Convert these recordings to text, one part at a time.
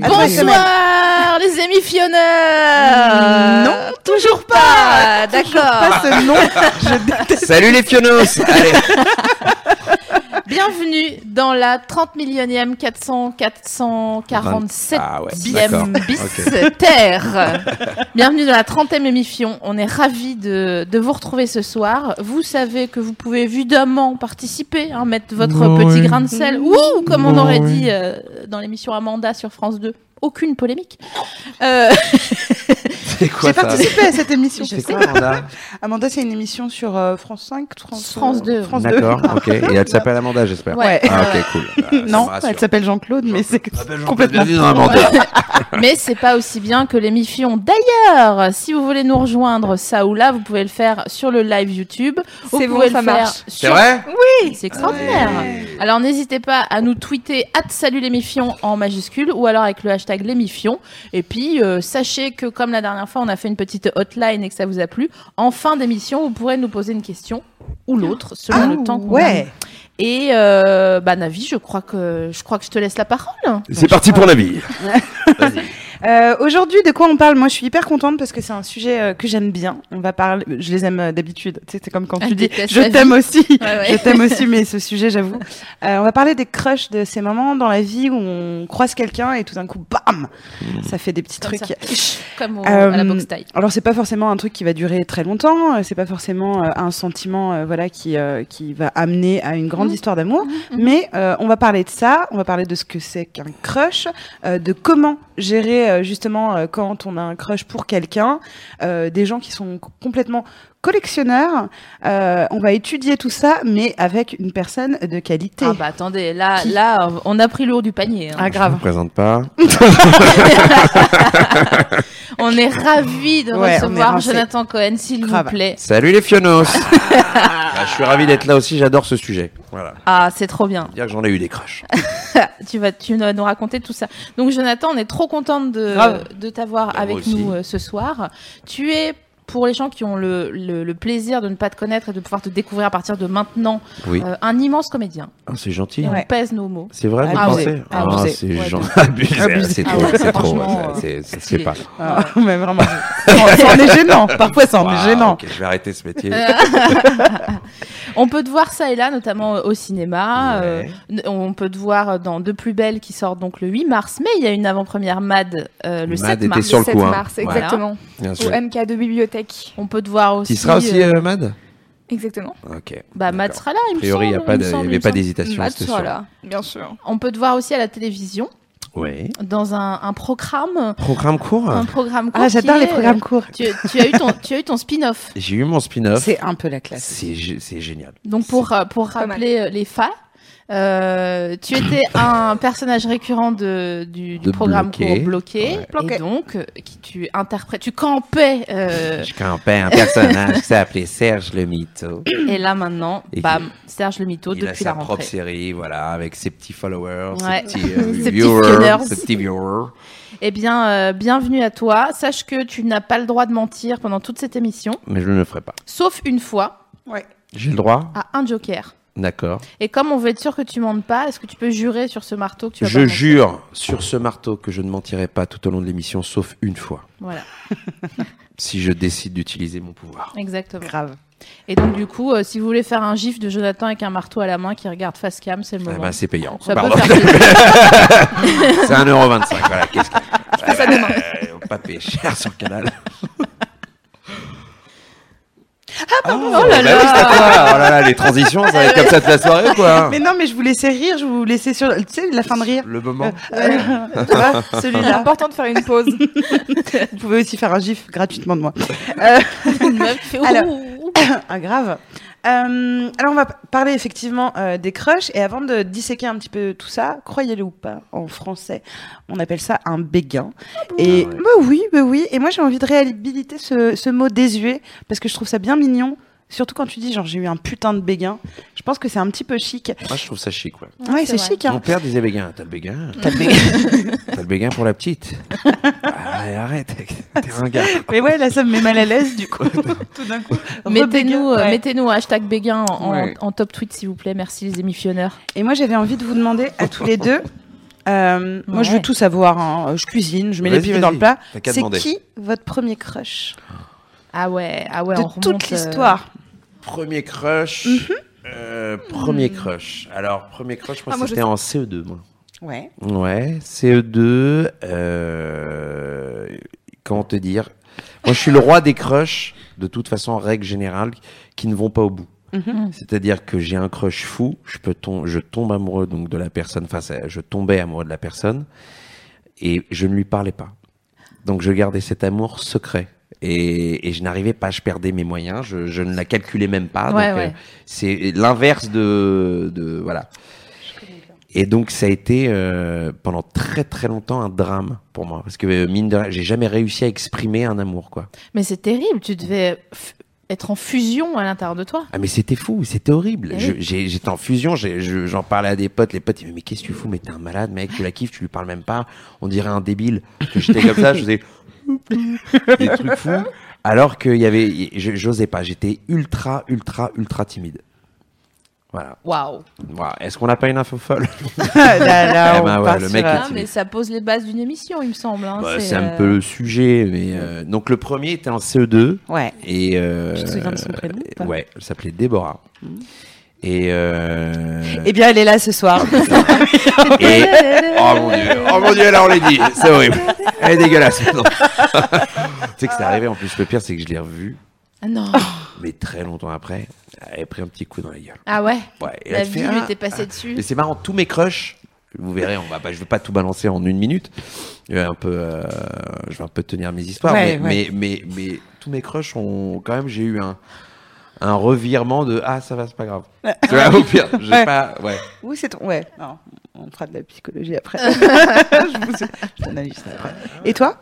À trois semaines. Bonsoir les émifionneurs Non, toujours pas Pas D'accord ce nom, je déteste. Salut les Fionos Allez, Bienvenue dans la 30 millionième 400 447 Ah ouais, d'accord, e bis terre Bienvenue dans la 30e émission, on est ravis de, de vous retrouver ce soir. Vous savez que vous pouvez évidemment participer, hein, mettre votre Oh petit oui. grain de sel, ou comme on Oh aurait oui. dit euh, dans l'émission Amanda sur France 2, aucune polémique. Euh, c'est quoi J'ai ça participé à cette émission. C'est quoi Amanda Amanda, c'est une émission sur euh, France 5, France, France 2. France 2. D'accord, ok. Et elle s'appelle Amanda, j'espère. Ouais. Ah ok, cool. Ah, ça me Non, rassure. elle s'appelle Jean-Claude, mais c'est Ah, ben, complètement. Bienvenue dans Amanda. Mais c'est pas aussi bien que les Mifions. D'ailleurs, si vous voulez nous rejoindre ça ou là, vous pouvez le faire sur le live YouTube. Vous C'est pouvez bon, le faire ça marche. C'est sur- vrai C'est Eh, extraordinaire. Alors n'hésitez pas à nous tweeter salut les Mifions en majuscule ou alors avec le hashtag les Mifions. Et puis euh, sachez que comme la dernière fois, on a fait une petite hotline et que ça vous a plu, en fin d'émission, vous pourrez nous poser une question ou l'autre selon Ah, le temps qu'on a. ouais. Et euh, bah Navi, je crois que je crois que je te laisse la parole. C'est parti pour la vie. Euh, Aujourd'hui, de quoi on parle Moi, je suis hyper contente parce que c'est un sujet euh, que j'aime bien. On va parler. Je les aime euh, d'habitude. Tu sais, c'est comme quand Elle tu dis déteste je la t'aime aussi. Ouais, ouais. Je t'aime aussi, mais ce sujet, j'avoue. Euh, on va parler des crushs, de ces moments dans la vie où on croise quelqu'un et tout d'un coup, bam, ça fait des petits Comme trucs. ça. Comme au- Euh, à la boxe taille. Alors c'est pas forcément un truc qui va durer très longtemps, euh, c'est pas forcément euh, un sentiment euh, voilà qui euh, qui va amener à une grande Mhm. histoire d'amour, mhm. mais euh, on va parler de ça, on va parler de ce que c'est qu'un crush, euh, de comment gérer euh, justement euh, quand on a un crush pour quelqu'un, euh, des gens qui sont co- complètement collectionneurs, Euh, on va étudier tout ça mais avec une personne de qualité. Ah bah attendez, là, là, on a pris le haut du panier. hein. Ah, Je vous présente pas. On est ravis de Ouais, on est recevoir rincés. Jonathan Cohen, s'il vous Grave. plaît. Salut les Fionos Bah, Je suis ravi d'être là aussi, j'adore ce sujet. Voilà. Ah, c'est trop bien. Dire que j'en ai eu des crushs. tu vas, tu vas nous raconter tout ça. Donc Jonathan, on est trop contente de, Grave. de t'avoir Bah, moi avec aussi. nous euh, ce soir. Tu es pour les gens qui ont le, le- le plaisir de ne pas te connaître et de pouvoir te découvrir à partir de maintenant, Oui. euh, un immense comédien. Ah, c'est gentil. Et Ouais. on pèse nos mots. C'est vrai, vous Ah pensez ouais. Ah, Abusé. c'est Ouais, genre de abusé. Abusé. C'est Ah trop, ouais, c'est trop. franchement, ouais, euh, c'est- c'est- stylé. C'est pas. Ah, mais vraiment ça en est gênant, parfois ça en est Waouh, gênant. ok, je vais arrêter ce métier. On peut te voir ça et là, notamment euh, au Ah, cinéma. euh, Ouais. N- On peut te voir euh, dans De plus belle qui sort donc le 8 mars, mais il y a une avant-première MAD euh, le Mad 7 était mars. sur le 7 coup, hein. mars, Voilà. exactement. Bien sûr. Au MK2 bibliothèque. On peut te voir aussi. Tu seras aussi, euh, euh, Mad Exactement. Ok. bah, Mad d'accord. sera là, A il me priori, il n'y semble, il me semble, il avait me pas semble. d'hésitation, Matt c'était sera sûr. là, bien sûr. On peut te voir aussi à la télévision Oui. dans un, un programme. Programme court Un programme court Ah, j'adore qui les est- programmes courts. Tu, tu as eu ton, tu as eu ton spin-off. J'ai eu mon spin-off. C'est un peu la classe. C'est gé- c'est génial. Donc pour, euh, pour mal. rappeler euh, les fans, euh, tu étais un personnage récurrent de, du, du De programme Bloqué. court bloqué. Ouais. Et Bloqué. donc, euh, qui, tu interprètes, tu campais. euh, Je campais un personnage qui s'appelait Serge le Mytho. et là maintenant, Et bam, Serge le Mito Il a depuis la sa propre rentrée. série, voilà, avec ses petits followers, Ouais. ses petits euh, Ses petits viewers. followers. Ses petits viewers. Eh bien, euh, bienvenue à toi. Sache que tu n'as pas le droit de mentir pendant toute cette émission, Mais je ne le ferai pas. sauf une fois, Ouais. J'ai le droit à un joker. D'accord. Et comme on veut être sûr que tu mentes pas, est-ce que tu peux jurer sur ce marteau que tu vas pas Je mentir jure sur ce marteau que je ne mentirai pas tout au long de l'émission, sauf une fois, Voilà, si je décide d'utiliser mon pouvoir. exactement. Grave. Et donc du coup, euh, si vous voulez faire un gif de Jonathan avec un marteau à la main qui regarde face cam, c'est le Ah moment. bah, c'est payant. Ça Pardon. peut faire plaisir. C'est 1,25€. Voilà, qu'est-ce que. Je fais ça demain. pas payé cher sur Canal. Ah, pardon, oh là là. Oh là là, les transitions, ça va être comme ça toute la soirée, quoi. Ah, Mais non, mais je vous laissais rire, je vous laissais sur, tu sais, la fin de rire. Le moment. Euh, tu vois, C'est celui-là. important de faire une pause. Vous pouvez aussi faire un gif gratuitement de moi. Une meuf qui fait ouh, Alors- ouh, ouh. ah, grave. Euh, alors, on va parler effectivement euh, des crushs. Et avant de disséquer un petit peu tout ça, croyez-le ou pas, en français, on appelle ça un béguin. et Ah ouais. bah oui, bah oui. Et moi, j'ai envie de réhabiliter ce, ce mot désuet parce que je trouve ça bien mignon. Surtout quand tu dis, genre, j'ai eu un putain de béguin. Je pense que c'est un petit peu chic. Moi, je trouve ça chic, ouais. Ouais, c'est c'est vrai. chic, Mon hein. père disait béguin. T'as le béguin T'as le béguin. T'as le béguin pour la petite. Allez, arrête. T'es un gars. Mais ouais, là, ça me met mal à l'aise, du coup. Tout d'un coup. Mettez-nous, euh, Rebéguin. Ouais. mettez-nous un hashtag Béguin en, en- Ouais. en top tweet s'il vous plaît. Merci les émifionneurs. Et moi, j'avais envie de vous demander à tous les deux, Euh, Moi, je Ouais. veux tout savoir. hein. Je cuisine, je mets les Vas-y, pieds dans vas-y. le plat. T'as qu'à C'est demander. qui votre premier crush Ah ouais, ah ouais, de on remonte, toute euh, l'histoire Premier crush. euh, premier crush. Alors, premier crush, moi, Ah, moi, je c'était en E CE2, moi. Ouais. Ouais, CE2. euh, Comment te dire Moi, je suis le roi des crushs, de toute façon, en règle générale, qui ne vont pas au bout. Mm. Mhm. C'est-à-dire que j'ai un crush fou, je, peux tom- je tombe amoureux donc de la personne, enfin, ça- je tombais amoureux de la personne, et je ne lui parlais pas. Donc, je gardais cet amour secret. Et, et je n'arrivais pas, je perdais mes moyens, je, je ne la calculais même pas. Ouais, donc, euh, ouais. c'est l'inverse de, de. Voilà. Et donc ça a été euh, pendant très très longtemps un drame pour moi parce que euh, mine de rien, j'ai jamais réussi à exprimer un amour quoi. Mais c'est terrible, tu devais f- être en fusion à l'intérieur de toi. Ah mais c'était fou, c'était horrible. Eh Je- j'ai- J'étais en fusion, j'ai- je- j'en parlais à des potes, les potes ils me disaient mais qu'est-ce que tu fous, mais t'es un malade mec, tu la kiffes, tu lui parles même pas, on dirait un débile. Parce que J'étais comme ça, je faisais des trucs fous. Alors qu'il y avait, y- je- j'osais pas, j'étais ultra ultra ultra timide. Voilà. Waouh. Voilà. Est-ce qu'on n'a pas une info folle Ah, là, là, Eh on ben ouais, part le sur mec un- est Ah, mais ça pose les bases d'une émission, il me semble. hein, Bah, C'est un euh, peu le sujet. Mais euh, donc le premier était en CE2. Ouais. Et euh, Tu te souviens de son prénom ou pas Mmh. Ouais, elle s'appelait Déborah. Et, euh, Eh bien, elle est là ce soir. et- oh mon dieu, oh mon dieu, là on l'a dit, c'est horrible, elle est dégueulasse. Non. tu sais que c'est arrivé en plus. Le pire, c'est que je l'ai revue, Ah non. mais très longtemps après, elle a pris un petit coup dans la gueule. Ah ouais. Ouais, et La elle fait, vie ah, lui était passée dessus. Mais c'est marrant, tous mes crushs, vous verrez, on va pas, je veux pas tout balancer en une minute. Euh, un peu, euh, je vais un peu tenir mes histoires, Ouais, mais, ouais. Mais, mais, mais tous mes crushs ont quand même, j'ai eu un, un revirement de ah ça va, c'est pas grave. Tu vois, au pire, j'ai Ouais. pas, ouais. oui, c'est ton. Ouais. Non, on fera de la psychologie après. je vous je vous analyse ça après. Et toi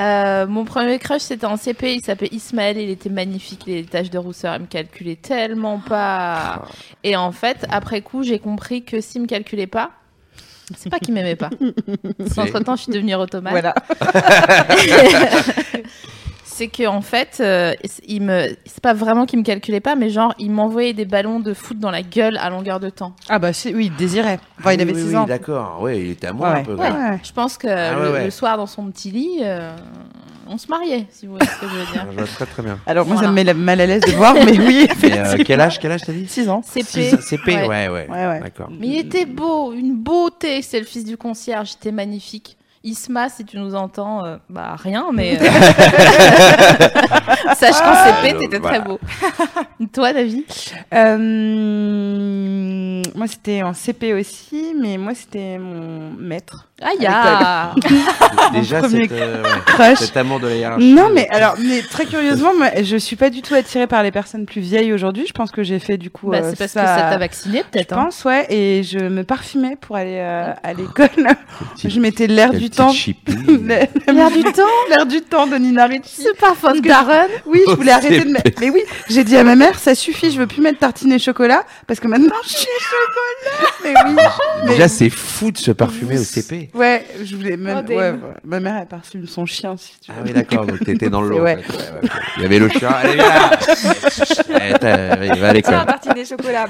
Euh, mon premier crush, c'était en CP. Il s'appelait Ismaël. Il était magnifique. Les taches de rousseur, il me calculait tellement Ah. pas. Et en fait, après coup, j'ai compris que s'il me calculait pas, c'est pas qu'il m'aimait pas. Entre temps, je suis devenue automate. Voilà. c'est que en fait, euh, il me, c'est pas vraiment qu'il me calculait pas, mais genre il m'envoyait des ballons de foot dans la gueule à longueur de temps. Ah bah si, oui, il désirait. Enfin, il Oui, avait oui, 6 oui, ans. D'accord, ouais, il était à moi Ouais. un peu. Ouais. quoi. Je pense que Ah ouais, le, ouais. le soir dans son petit lit, euh, on se mariait, si vous voyez ce que je veux dire. Je vois très très bien. Alors moi, Voilà. ça me met la- mal à l'aise de voir, mais oui, Mais euh, quel âge, quel âge t'as dit 6 ans. CP. Six- CP, ouais, ouais. ouais. Ouais, ouais. D'accord. Mais il était beau, une beauté. C'est le fils du concierge, c'était magnifique. Isma, si tu nous entends, euh, bah rien, mais euh, sache qu'en CP, Ah, t'étais voilà. très beau. Toi, David Euh, moi, c'était en CP aussi, mais moi, c'était mon maître. Ah, ya Déjà, premier cette, euh, ouais, Crush. cet amour de la hiérarchie. Non, mais alors, mais très curieusement, moi, je suis pas du tout attirée par les personnes plus vieilles aujourd'hui. Je pense que j'ai fait du coup. Bah, euh, C'est parce que ça t'a vacciné, Je peut-être. hein. pense, ouais. Et je me parfumais pour aller euh, à l'école. je mettais l'air Quelle du petite temps. chipie. L'air L'air du temps, l'air du temps de Nina Ricci. ce parfum de que- Darren. Oui, je voulais Oh, arrêter c'est de mettre. Mais oui, j'ai dit à ma mère, ça suffit, je veux plus mettre tartine et chocolat parce que maintenant je suis chocolat. Mais oui. Déjà, c'est fou de se parfumer au CP. Ouais, je voulais même. Oh, ouais, Dave. ouais. Ma mère, elle parfume son chien, si tu veux. Ah oui, d'accord, donc t'étais dans le lot. en Ouais. fait. Ouais, ouais, ouais. Il y avait le chien, allez, viens là Eh, t'as- Il va à Tiens, l'école. à partir des chocolats.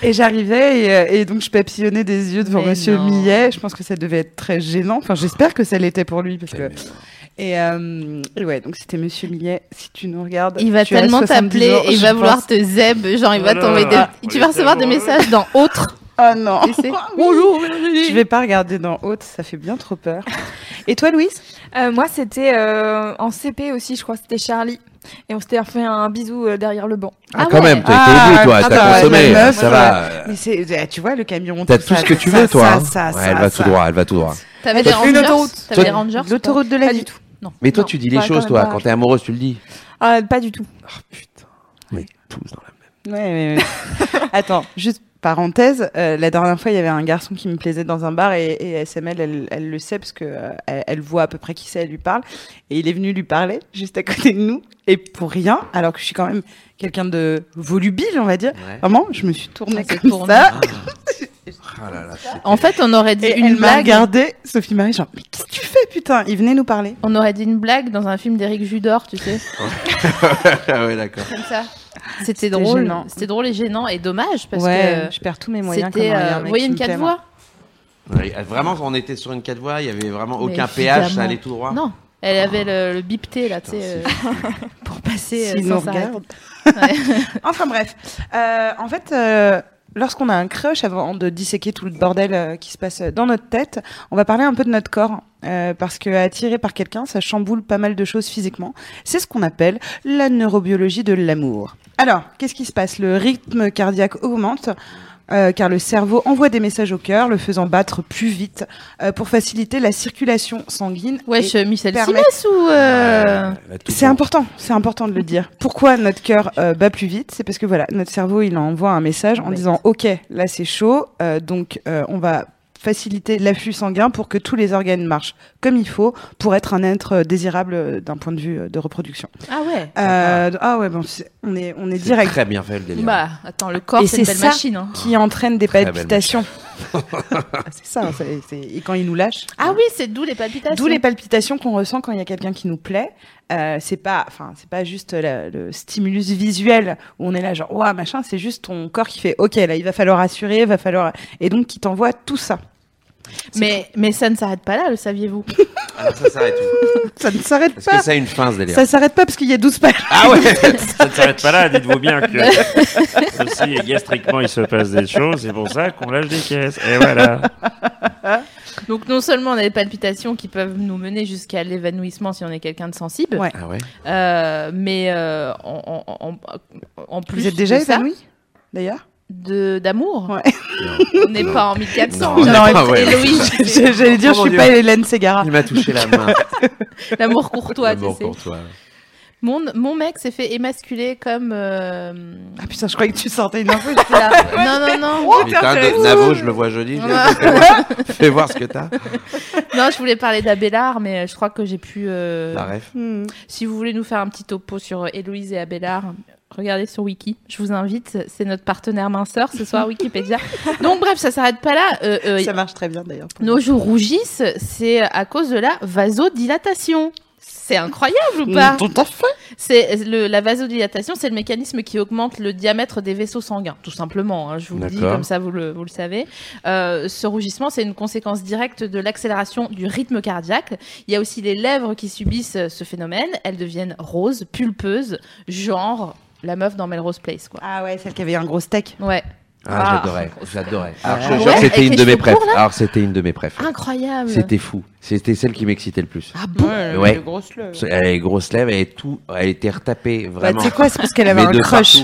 Et j'arrivais et, euh, et donc je papillonnais des yeux devant Mais Monsieur non. Millet. Je pense que ça devait être très gênant. Enfin, j'espère que ça l'était pour lui parce que. Et, euh, et ouais, donc c'était Monsieur Millet. Si tu nous regardes, Il va Bah, tu as tellement 70 t'appeler ans, et il je va pense. vouloir te zeb. Genre, il va Voilà. t'envoyer des. Ah, tu on vas est recevoir des tellement messages dans Autre. Ah non. tu sais. Je vais pas regarder dans haute, ça fait bien trop peur. Et toi, Louise Euh, moi, c'était euh, en CP aussi, je crois, c'était Charlie. Et on s'était fait un bisou euh, derrière le banc. Ah, Ah quand ouais. même, t'as Ah, été au bout, toi, ah t'as bah, consommé, la meuf, ça va. Mais c'est, eh, tu vois, le camion. Euh. T'as tout ça, ce que tu ça, veux, toi. ça, hein. ça, Ouais, ça, Elle va ça. tout droit, elle va tout droit. T'avais Toi, des une rangers. autoroute. T'avais Toi- des rangers. ou pas L'autoroute de la Pas vie. du tout. Mais toi, Non, tu dis les bah, pas choses, quand toi, même pas. quand t'es amoureuse, tu le dis. Ah, pas du tout. Ah putain, on est tous dans la même. Ouais, ouais, ouais. Attends, juste parenthèse. euh, la dernière fois, il y avait un garçon qui me plaisait dans un bar et, et SML, elle, elle le sait parce que euh, elle, elle voit à peu près qui c'est, elle lui parle. Et il est venu lui parler juste à côté de nous et pour rien, alors que je suis quand même quelqu'un de volubile, on va dire. Vraiment, je me suis tournée Ah, c'est comme tourné. ça. Ah là là, c'est- En fait, on aurait dit Et une elle m'a blague. regardé, Sophie Marie, genre, mais qu'est-ce que tu fais, putain Il venait nous parler. On aurait dit une blague dans un film d'Éric Judor, tu sais. Ah ouais, d'accord. Comme ça. C'était drôle. gênant. C'était drôle et gênant et dommage parce ouais, que. je perds tous mes moyens. C'était. quand il y euh, a un mec Vous voyez qui une me quatre plaît, voix Ouais, Vraiment, on était sur une 4 voies, il y avait vraiment Mais aucun péage, ça évidemment. allait tout droit. Non, elle avait le, le bipté Ah, là, tu sais, euh, pour passer. euh, S'il sans nous s'arrêter. regarde. enfin bref, Euh, en fait, euh, lorsqu'on a un crush, avant de disséquer tout le bordel euh, qui se passe dans notre tête, on va parler un peu de notre corps. Euh, parce que attiré par quelqu'un, ça chamboule pas mal de choses physiquement. C'est ce qu'on appelle la neurobiologie de l'amour. Alors, qu'est-ce qui se passe Le rythme cardiaque augmente. euh, car le cerveau envoie des messages au cœur, le faisant battre plus vite euh, pour faciliter la circulation sanguine. et- Wesh, Michel permettre- Simès ou. euh, Elle a tout c'est bon. important, c'est important de le dire. Pourquoi notre cœur euh, bat plus vite C'est parce que voilà, notre cerveau il envoie un message en Ouais. disant OK, là c'est chaud, euh, donc euh, on va faciliter l'afflux sanguin pour que tous les organes marchent comme il faut pour être un être euh, désirable euh, d'un point de vue euh, de reproduction. Ah ouais. Euh, ah ouais, bon, c'est- on est on est C'est direct Très bien fait le délire. Bah, attends, le corps, Et c'est une c'est belle ça. machine. hein. qui entraîne des Très belle palpitations. c'est ça, hein, c'est- c'est- et quand il nous lâche. Ah oui, c'est d'où les palpitations. D'où les palpitations qu'on ressent quand il y a quelqu'un qui nous plaît. Euh, c'est pas, enfin, c'est pas juste la- le stimulus visuel où on est là genre ouah machin. C'est juste ton corps qui fait ok là, il va falloir assurer, va falloir et donc qui t'envoie tout ça. mais, mais ça ne s'arrête pas là, le saviez-vous Ah, ça s'arrête où Ça ne s'arrête Est-ce que pas. ça a une fin ce délire Ça s'arrête pas parce qu'il y a 12 pages. Ah ouais Ça ne s'arrête pas là, dites-vous bien que aussi gastriquement il se passe des choses, c'est pour ça qu'on lâche des caisses. Et voilà. Donc non seulement on a des palpitations qui peuvent nous mener jusqu'à l'évanouissement si on est quelqu'un de sensible, Ouais. Ah ouais euh, mais euh, en, en- en- en plus Vous êtes déjà de ça, évanoui D'ailleurs de d'amour, Ouais. Non. on n'est pas en 1400. Non, j'avais non, pas- ouais, et ouais, Louis, j'ai fait J'allais dire, Oh mon je suis Dieu. pas Hélène Ségara. Il m'a touché la main. l'amour courtois, tu L'amour sais. pour toi. Mon, mon mec s'est fait émasculer comme. euh, Ah putain, je croyais que tu sortais une info. j'étais là. là. non, non, non. Putain, de- Navo, je le vois joli. je- Ah. Fais voir ce que t'as. Non, je voulais parler d'Abélard, mais je crois que j'ai pu. euh, La ref. Hmm. Si vous voulez nous faire un petit topo sur euh, Héloïse et Abélard, regardez sur Wiki. Je vous invite. C'est notre partenaire minceur ce soir, Wikipédia. Donc, bref, ça s'arrête pas là. Euh, euh, Ça marche très bien d'ailleurs. nos joues rougissent, c'est à cause de la vasodilatation. C'est incroyable ou pas Hmm, Tout à fait. C'est le- la vasodilatation, c'est le mécanisme qui augmente le diamètre des vaisseaux sanguins, tout simplement. hein, je vous le dis D'accord. comme ça, vous le, vous le savez. Euh, ce rougissement, c'est une conséquence directe de l'accélération du rythme cardiaque. Il y a aussi les lèvres qui subissent euh, ce phénomène. Elles deviennent roses, pulpeuses, genre la meuf dans Melrose Place, quoi. Ah ouais, celle qui avait un gros steak. Ouais, Ah, Ah. j'adorais. J'adorais. Alors, je Ouais. te jure, c'était Avec une les de mes cheveux préfs. courts, là Alors, c'était une de mes préfs. incroyable. C'était fou. C'était celle qui m'excitait le plus. Ah bon Ouais. grosse le. Elle avait les grosses lèvres, elle, est tout, elle était retapée, Bah, tu vraiment. sais quoi, c'est parce qu'elle avait Mais un de crush.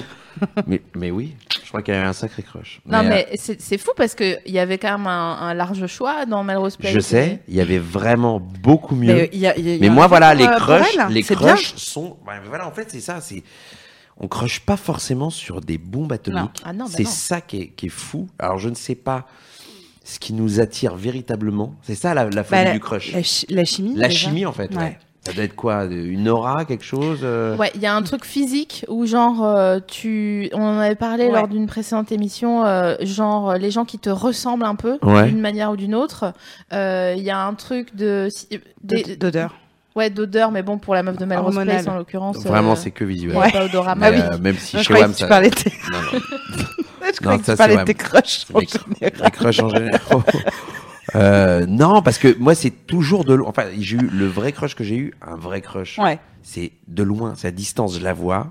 partout. mais, mais oui, je crois qu'elle avait un sacré crush. Non Mais, euh, mais c'est c'est fou parce que il y avait quand même un, un large choix dans Melrose Place. euh, Je sais, il y avait vraiment beaucoup mieux. Mais, euh, il y a- il y a- il y Mais a moi, un voilà, rapport, les euh, pour crushs, elle, les c'est bien. crushs sont. ouais, mais voilà, en fait, c'est ça. C'est on crush pas forcément sur des bombes atomiques. Ah non, bah c'est non. ça qui est, qui est fou. Alors, je ne sais pas ce qui nous attire véritablement. C'est ça la, la folie Bah, du crush. La, chi- la chimie. La déjà. chimie, en fait. ouais. Ouais. Ça doit être quoi Une aura, quelque chose euh, Ouais, il y a un truc physique où genre euh, tu, on en avait parlé Ouais. lors d'une précédente émission, euh, genre euh, les gens qui te ressemblent un peu Ouais. d'une manière ou d'une autre. Euh, Il y a un truc de, si- euh, des- D'od- D'odeur. ouais d'odeur, mais bon pour la meuf de Melrose Hormonal. Place en l'occurrence. Vraiment, euh, c'est que il y visuel. avait pas odorama. Ah oui. euh, Même si Non, je chez croyais Wham, que ça- tu parlais de tes, Non, non. je croyais que ça, tu parlais c'est de tes crushs. en Les- général. Les crushs en général. Euh, non, parce que moi, c'est toujours de loin. Enfin, j'ai eu le vrai crush que j'ai eu, un vrai crush. Ouais. C'est de loin, c'est à distance. Je la vois,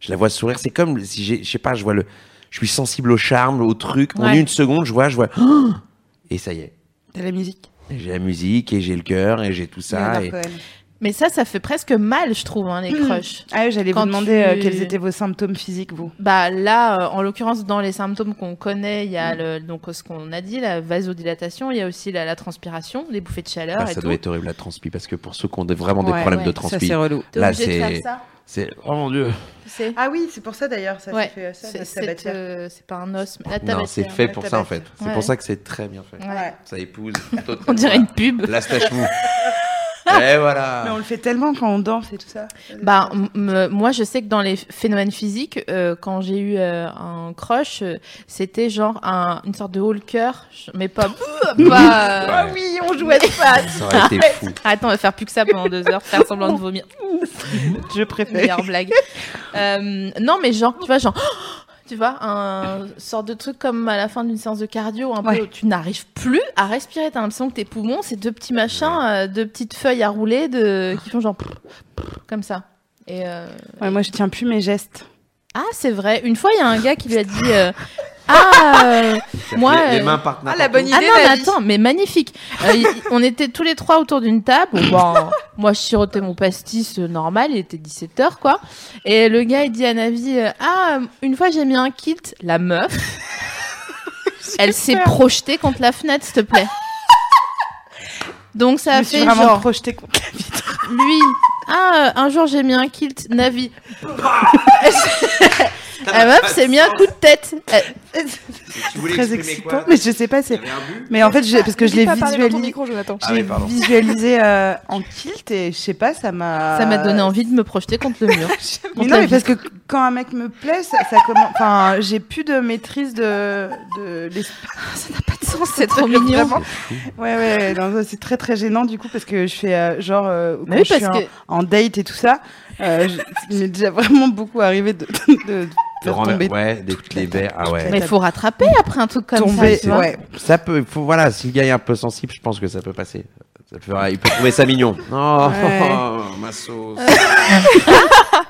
je la vois sourire. C'est comme si j'ai, je sais pas, je vois le, je suis sensible au charme, au truc. En Ouais. une seconde, je vois, je vois, Oh et ça y est. T'as la musique. Et J'ai la musique et j'ai le cœur et j'ai tout ça. Leonard Et... Cohen. Mais ça, ça fait presque mal, je trouve, hein, les crushs. Ah, oui, j'allais vous Quand demander euh, tu- quels étaient vos symptômes physiques, vous. Bah là, euh, en l'occurrence, dans les symptômes qu'on connaît, il y Mm. a le, donc ce qu'on a dit, la vasodilatation, il y a aussi la, la transpiration, les bouffées de chaleur Ah, ça et tout. doit être horrible la transpi parce que pour ceux qui ont des- vraiment Ouais, des problèmes ouais. de Ça, Ça, transpi, c'est relou. T'es Là, obligé de c'est- faire ça, c'est oh mon dieu. tu sais. Ah oui, c'est pour ça d'ailleurs, ça Ouais. fait ça, C'est- C'est euh, c'est pas un os, mais la Non, tabatière. c'est fait la pour ça en fait. tabatière. C'est Ouais. pour ça que c'est très bien fait. Ouais. Ouais. Ça épouse. On dirait une pub. La stache mou. Et voilà. Mais on le fait tellement quand on danse et tout ça. Bah, m- m- moi, je sais que dans les phénomènes physiques, euh, quand j'ai eu euh, un crush, euh, c'était genre un- une sorte de Hulker, je- mais pas. pas, euh, ah oui, on jouait pas. Ça aurait été fou. Attends, on va faire plus que ça pendant deux heures, faire semblant de vomir. Je préfère. Meilleure blague. Euh, non, mais genre, tu vois, genre. tu vois, un sorte de truc comme à la fin d'une séance de cardio, un Ouais. peu où tu n'arrives plus à respirer. T'as l'impression que tes poumons, c'est deux petits machins, euh, deux petites feuilles à rouler de... qui font genre comme ça. Et euh, Ouais, moi, je tiens plus mes gestes. Ah, c'est vrai. Une fois, il y a un gars qui lui a dit euh, Ah, euh, moi. les, euh, les mains partent Ah, la bonne idée. ah non, mais David. attends, mais magnifique. Euh, y- on était tous les trois autour d'une table. Bon, bah, moi, je sirotais mon pastis euh, normal. Il était 17h, quoi. Et le gars, il dit à Navi, euh, ah, une fois, j'ai mis un kit. La meuf, elle s'est projetée contre la fenêtre, s'il te plaît. Donc, ça je a me suis fait vraiment genre, projetée contre la vitre. lui, ah, euh, un jour, j'ai mis un kilt. Navi. Ah, la meuf s'est mis un coup de tête. Euh, Elle- Tu C'est très excitant. Mais je sais pas, c'est. T'avais un but Mais en fait, je- parce que je N'hésite l'ai pas à parler dans ton visualisé. micro, Jonathan. Ah oui, pardon. visualisé euh, en kilt et je sais pas, ça m'a. Ça m'a donné envie de me projeter contre le mur. Mais Contre non, la mais parce que quand un mec me plaît, ça, ça commence. Enfin, j'ai plus de maîtrise de. de l'espace. pas de sens, c'est trop mignon. Vraiment. Ouais, ouais, non, ça, c'est très très gênant du coup parce que je fais euh, genre. euh, quand Mais oui, je suis parce en- que en date et tout ça, euh, je- il m'est déjà vraiment beaucoup arrivé de. de, de De faire renver- tomber. Ouais, des les verres. Ah ouais. mais faut rattraper après un truc comme tomber, ça, tu vois. ouais. Ça peut, faut- voilà, si le gars est un peu sensible, je pense que ça peut passer. Ça peut- il peut trouver ça mignon. Oh, Ouais. ma sauce.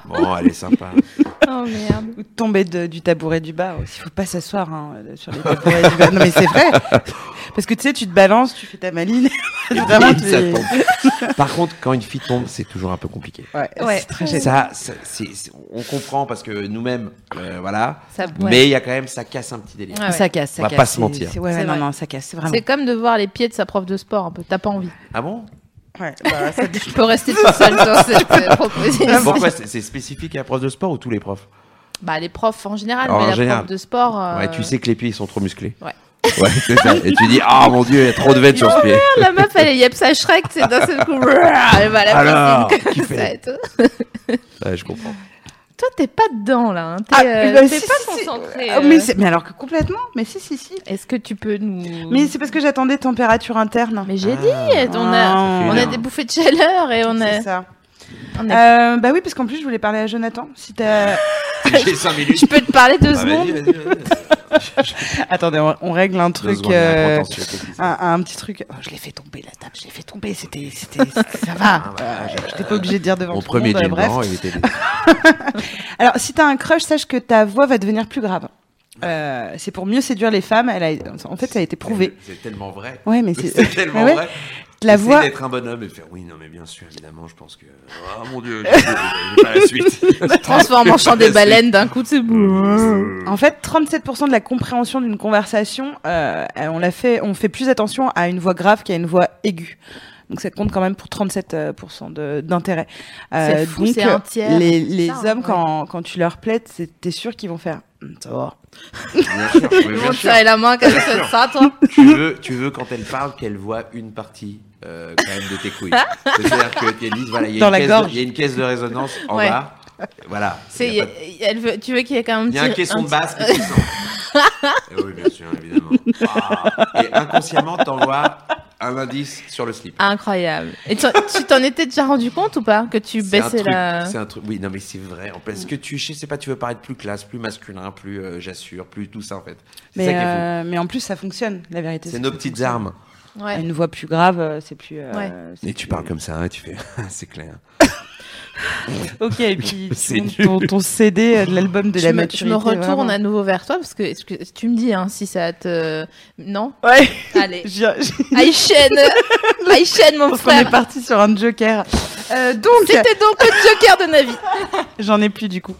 bon, elle est sympa. Oh merde. Ou de tomber de- du tabouret du bas aussi. Faut pas s'asseoir hein, euh, sur les tabourets du bas. Non, mais c'est vrai. Parce que tu sais, tu te balances, tu fais ta maline. Vraiment, tu- Ça tombe. Par contre, quand une fille tombe, c'est toujours un peu compliqué. Ouais, Ouais. c'est très gênant. Ça, ça, c'est- c'est- on comprend parce que nous-mêmes, euh, voilà. Ça- ouais. Mais il y a quand même, ça casse un petit délire. Ah Ouais, ouais. Ça casse, ça On va casse. pas se c'est- mentir. c'est- Ouais, C'est ouais, non, vrai. non, ça casse, c'est vraiment. C'est comme de voir les pieds de sa prof de sport un peu. T'as pas envie. Ah bon Ouais, bah, ça- Je peux rester toute seule dans cette euh, proposition. Pourquoi c'est c'est spécifique à la prof de sport ou tous les profs Bah, les profs en général, En mais la général. prof de sport. euh, Ouais, tu sais que les pieds ils sont trop musclés. Ouais. Ouais, c'est ça. Et tu dis, ah mon dieu, il y a trop de veines sur ce pied. Ah, La meuf, elle est yep, ça Shrek, c'est d'un seul coup. Elle va à la Alors, piscine comme qui fait ça et tout. Ouais, je comprends. Toi, t'es pas dedans là. hein. T'es Ah, euh, bah, t'es si, pas si, si. concentré. Ah, mais, c'est- mais alors que complètement, mais si, si, si. Est-ce que tu peux nous. Mais c'est parce que j'attendais température interne. Mais j'ai Ah. dit, on a, Ah, on a des bouffées de chaleur et on a. C'est ça. on a- Euh, bah oui, parce qu'en plus, je voulais parler à Jonathan. Si t'as. J'ai 5 minutes. Je peux te parler deux Ah, vas-y, secondes vas-y, vas-y. Attendez, on, on règle un Deux truc. secondes, il y a un euh, contentieux, qu'est-ce que c'est un, un petit truc. Oh, je l'ai fait tomber la table, je l'ai fait tomber. C'était, c'était, c'était- ça va. Ah, bah, Euh, j'ai- J'étais pas obligée de dire devant Mon tout le premier monde. euh, gel bref. blanc, il était. Alors, si t'as un crush, sache que ta voix va devenir plus grave. Euh, c'est pour mieux séduire les femmes. Elle a- en fait, ça a été prouvé. C'est tellement vrai. Ouais, mais c'est, C'est tellement mais ouais, vrai. La Essayer voix. d'être un bonhomme et de faire oui, non, mais bien sûr, évidemment, je pense que. Oh mon dieu, j'ai j'ai pas la suite. transforme en chant des baleines d'un coup de ce En fait, 37% de la compréhension d'une conversation, euh, on la fait, on fait plus attention à une voix grave qu'à une voix aiguë. Donc ça compte quand même pour 37% de- d'intérêt. Euh, C'est fou, donc c'est hein, un tiers. les, les Ça, hommes, quand, quand tu leur plais, c'est- t'es sûr qu'ils vont faire. Hum, Ça va. Bien sûr, mais bien sûr. et la main comme Bien ça, sûr. ça, toi. tu veux, tu veux quand elle parle qu'elle voit une partie euh, quand même de tes couilles. C'est-à-dire que qu'elle dise voilà, il y, a Dans une la caisse gorge. de- il y a une caisse de résonance en Ouais. bas. Voilà. C'est, Il y a pas de- elle veut, tu veux qu'il y ait quand même il y a un petit- caisson de petit- basse qui se sent. Eh oui, bien sûr, évidemment. Ah. Et inconsciemment, t'envoies un indice sur le Ah, slip. Incroyable. Et tu tu t'en étais déjà rendu compte ou pas que tu C'est un baissais truc, ben la. c'est un truc. Oui, non, mais c'est vrai. En plus, que tu, je sais pas, tu veux paraître plus classe, plus masculin, plus euh, j'assure, plus tout ça en fait. C'est ça Mais, qui est fou. euh, mais en plus, ça fonctionne. La vérité. C'est que nos ça petites fonctionne. armes. Ouais. Une voix plus grave, euh, c'est plus. euh, Ouais. c'est Et tu plus- parles comme ça, hein, tu fais, c'est clair. Ok, et puis C'est tu montes ton, ton CD euh, de l'album de je, la me, je maturité. me retourne vraiment. à nouveau vers toi parce que, est-ce que- tu me dis hein, si ça te. Non Ouais. Allez. j'ai- j'ai- Aïchen Aïchen, mon Parce qu'on est frère parti sur un Joker. Euh, donc, C'était donc le joker de Navi. j'en ai plus du coup.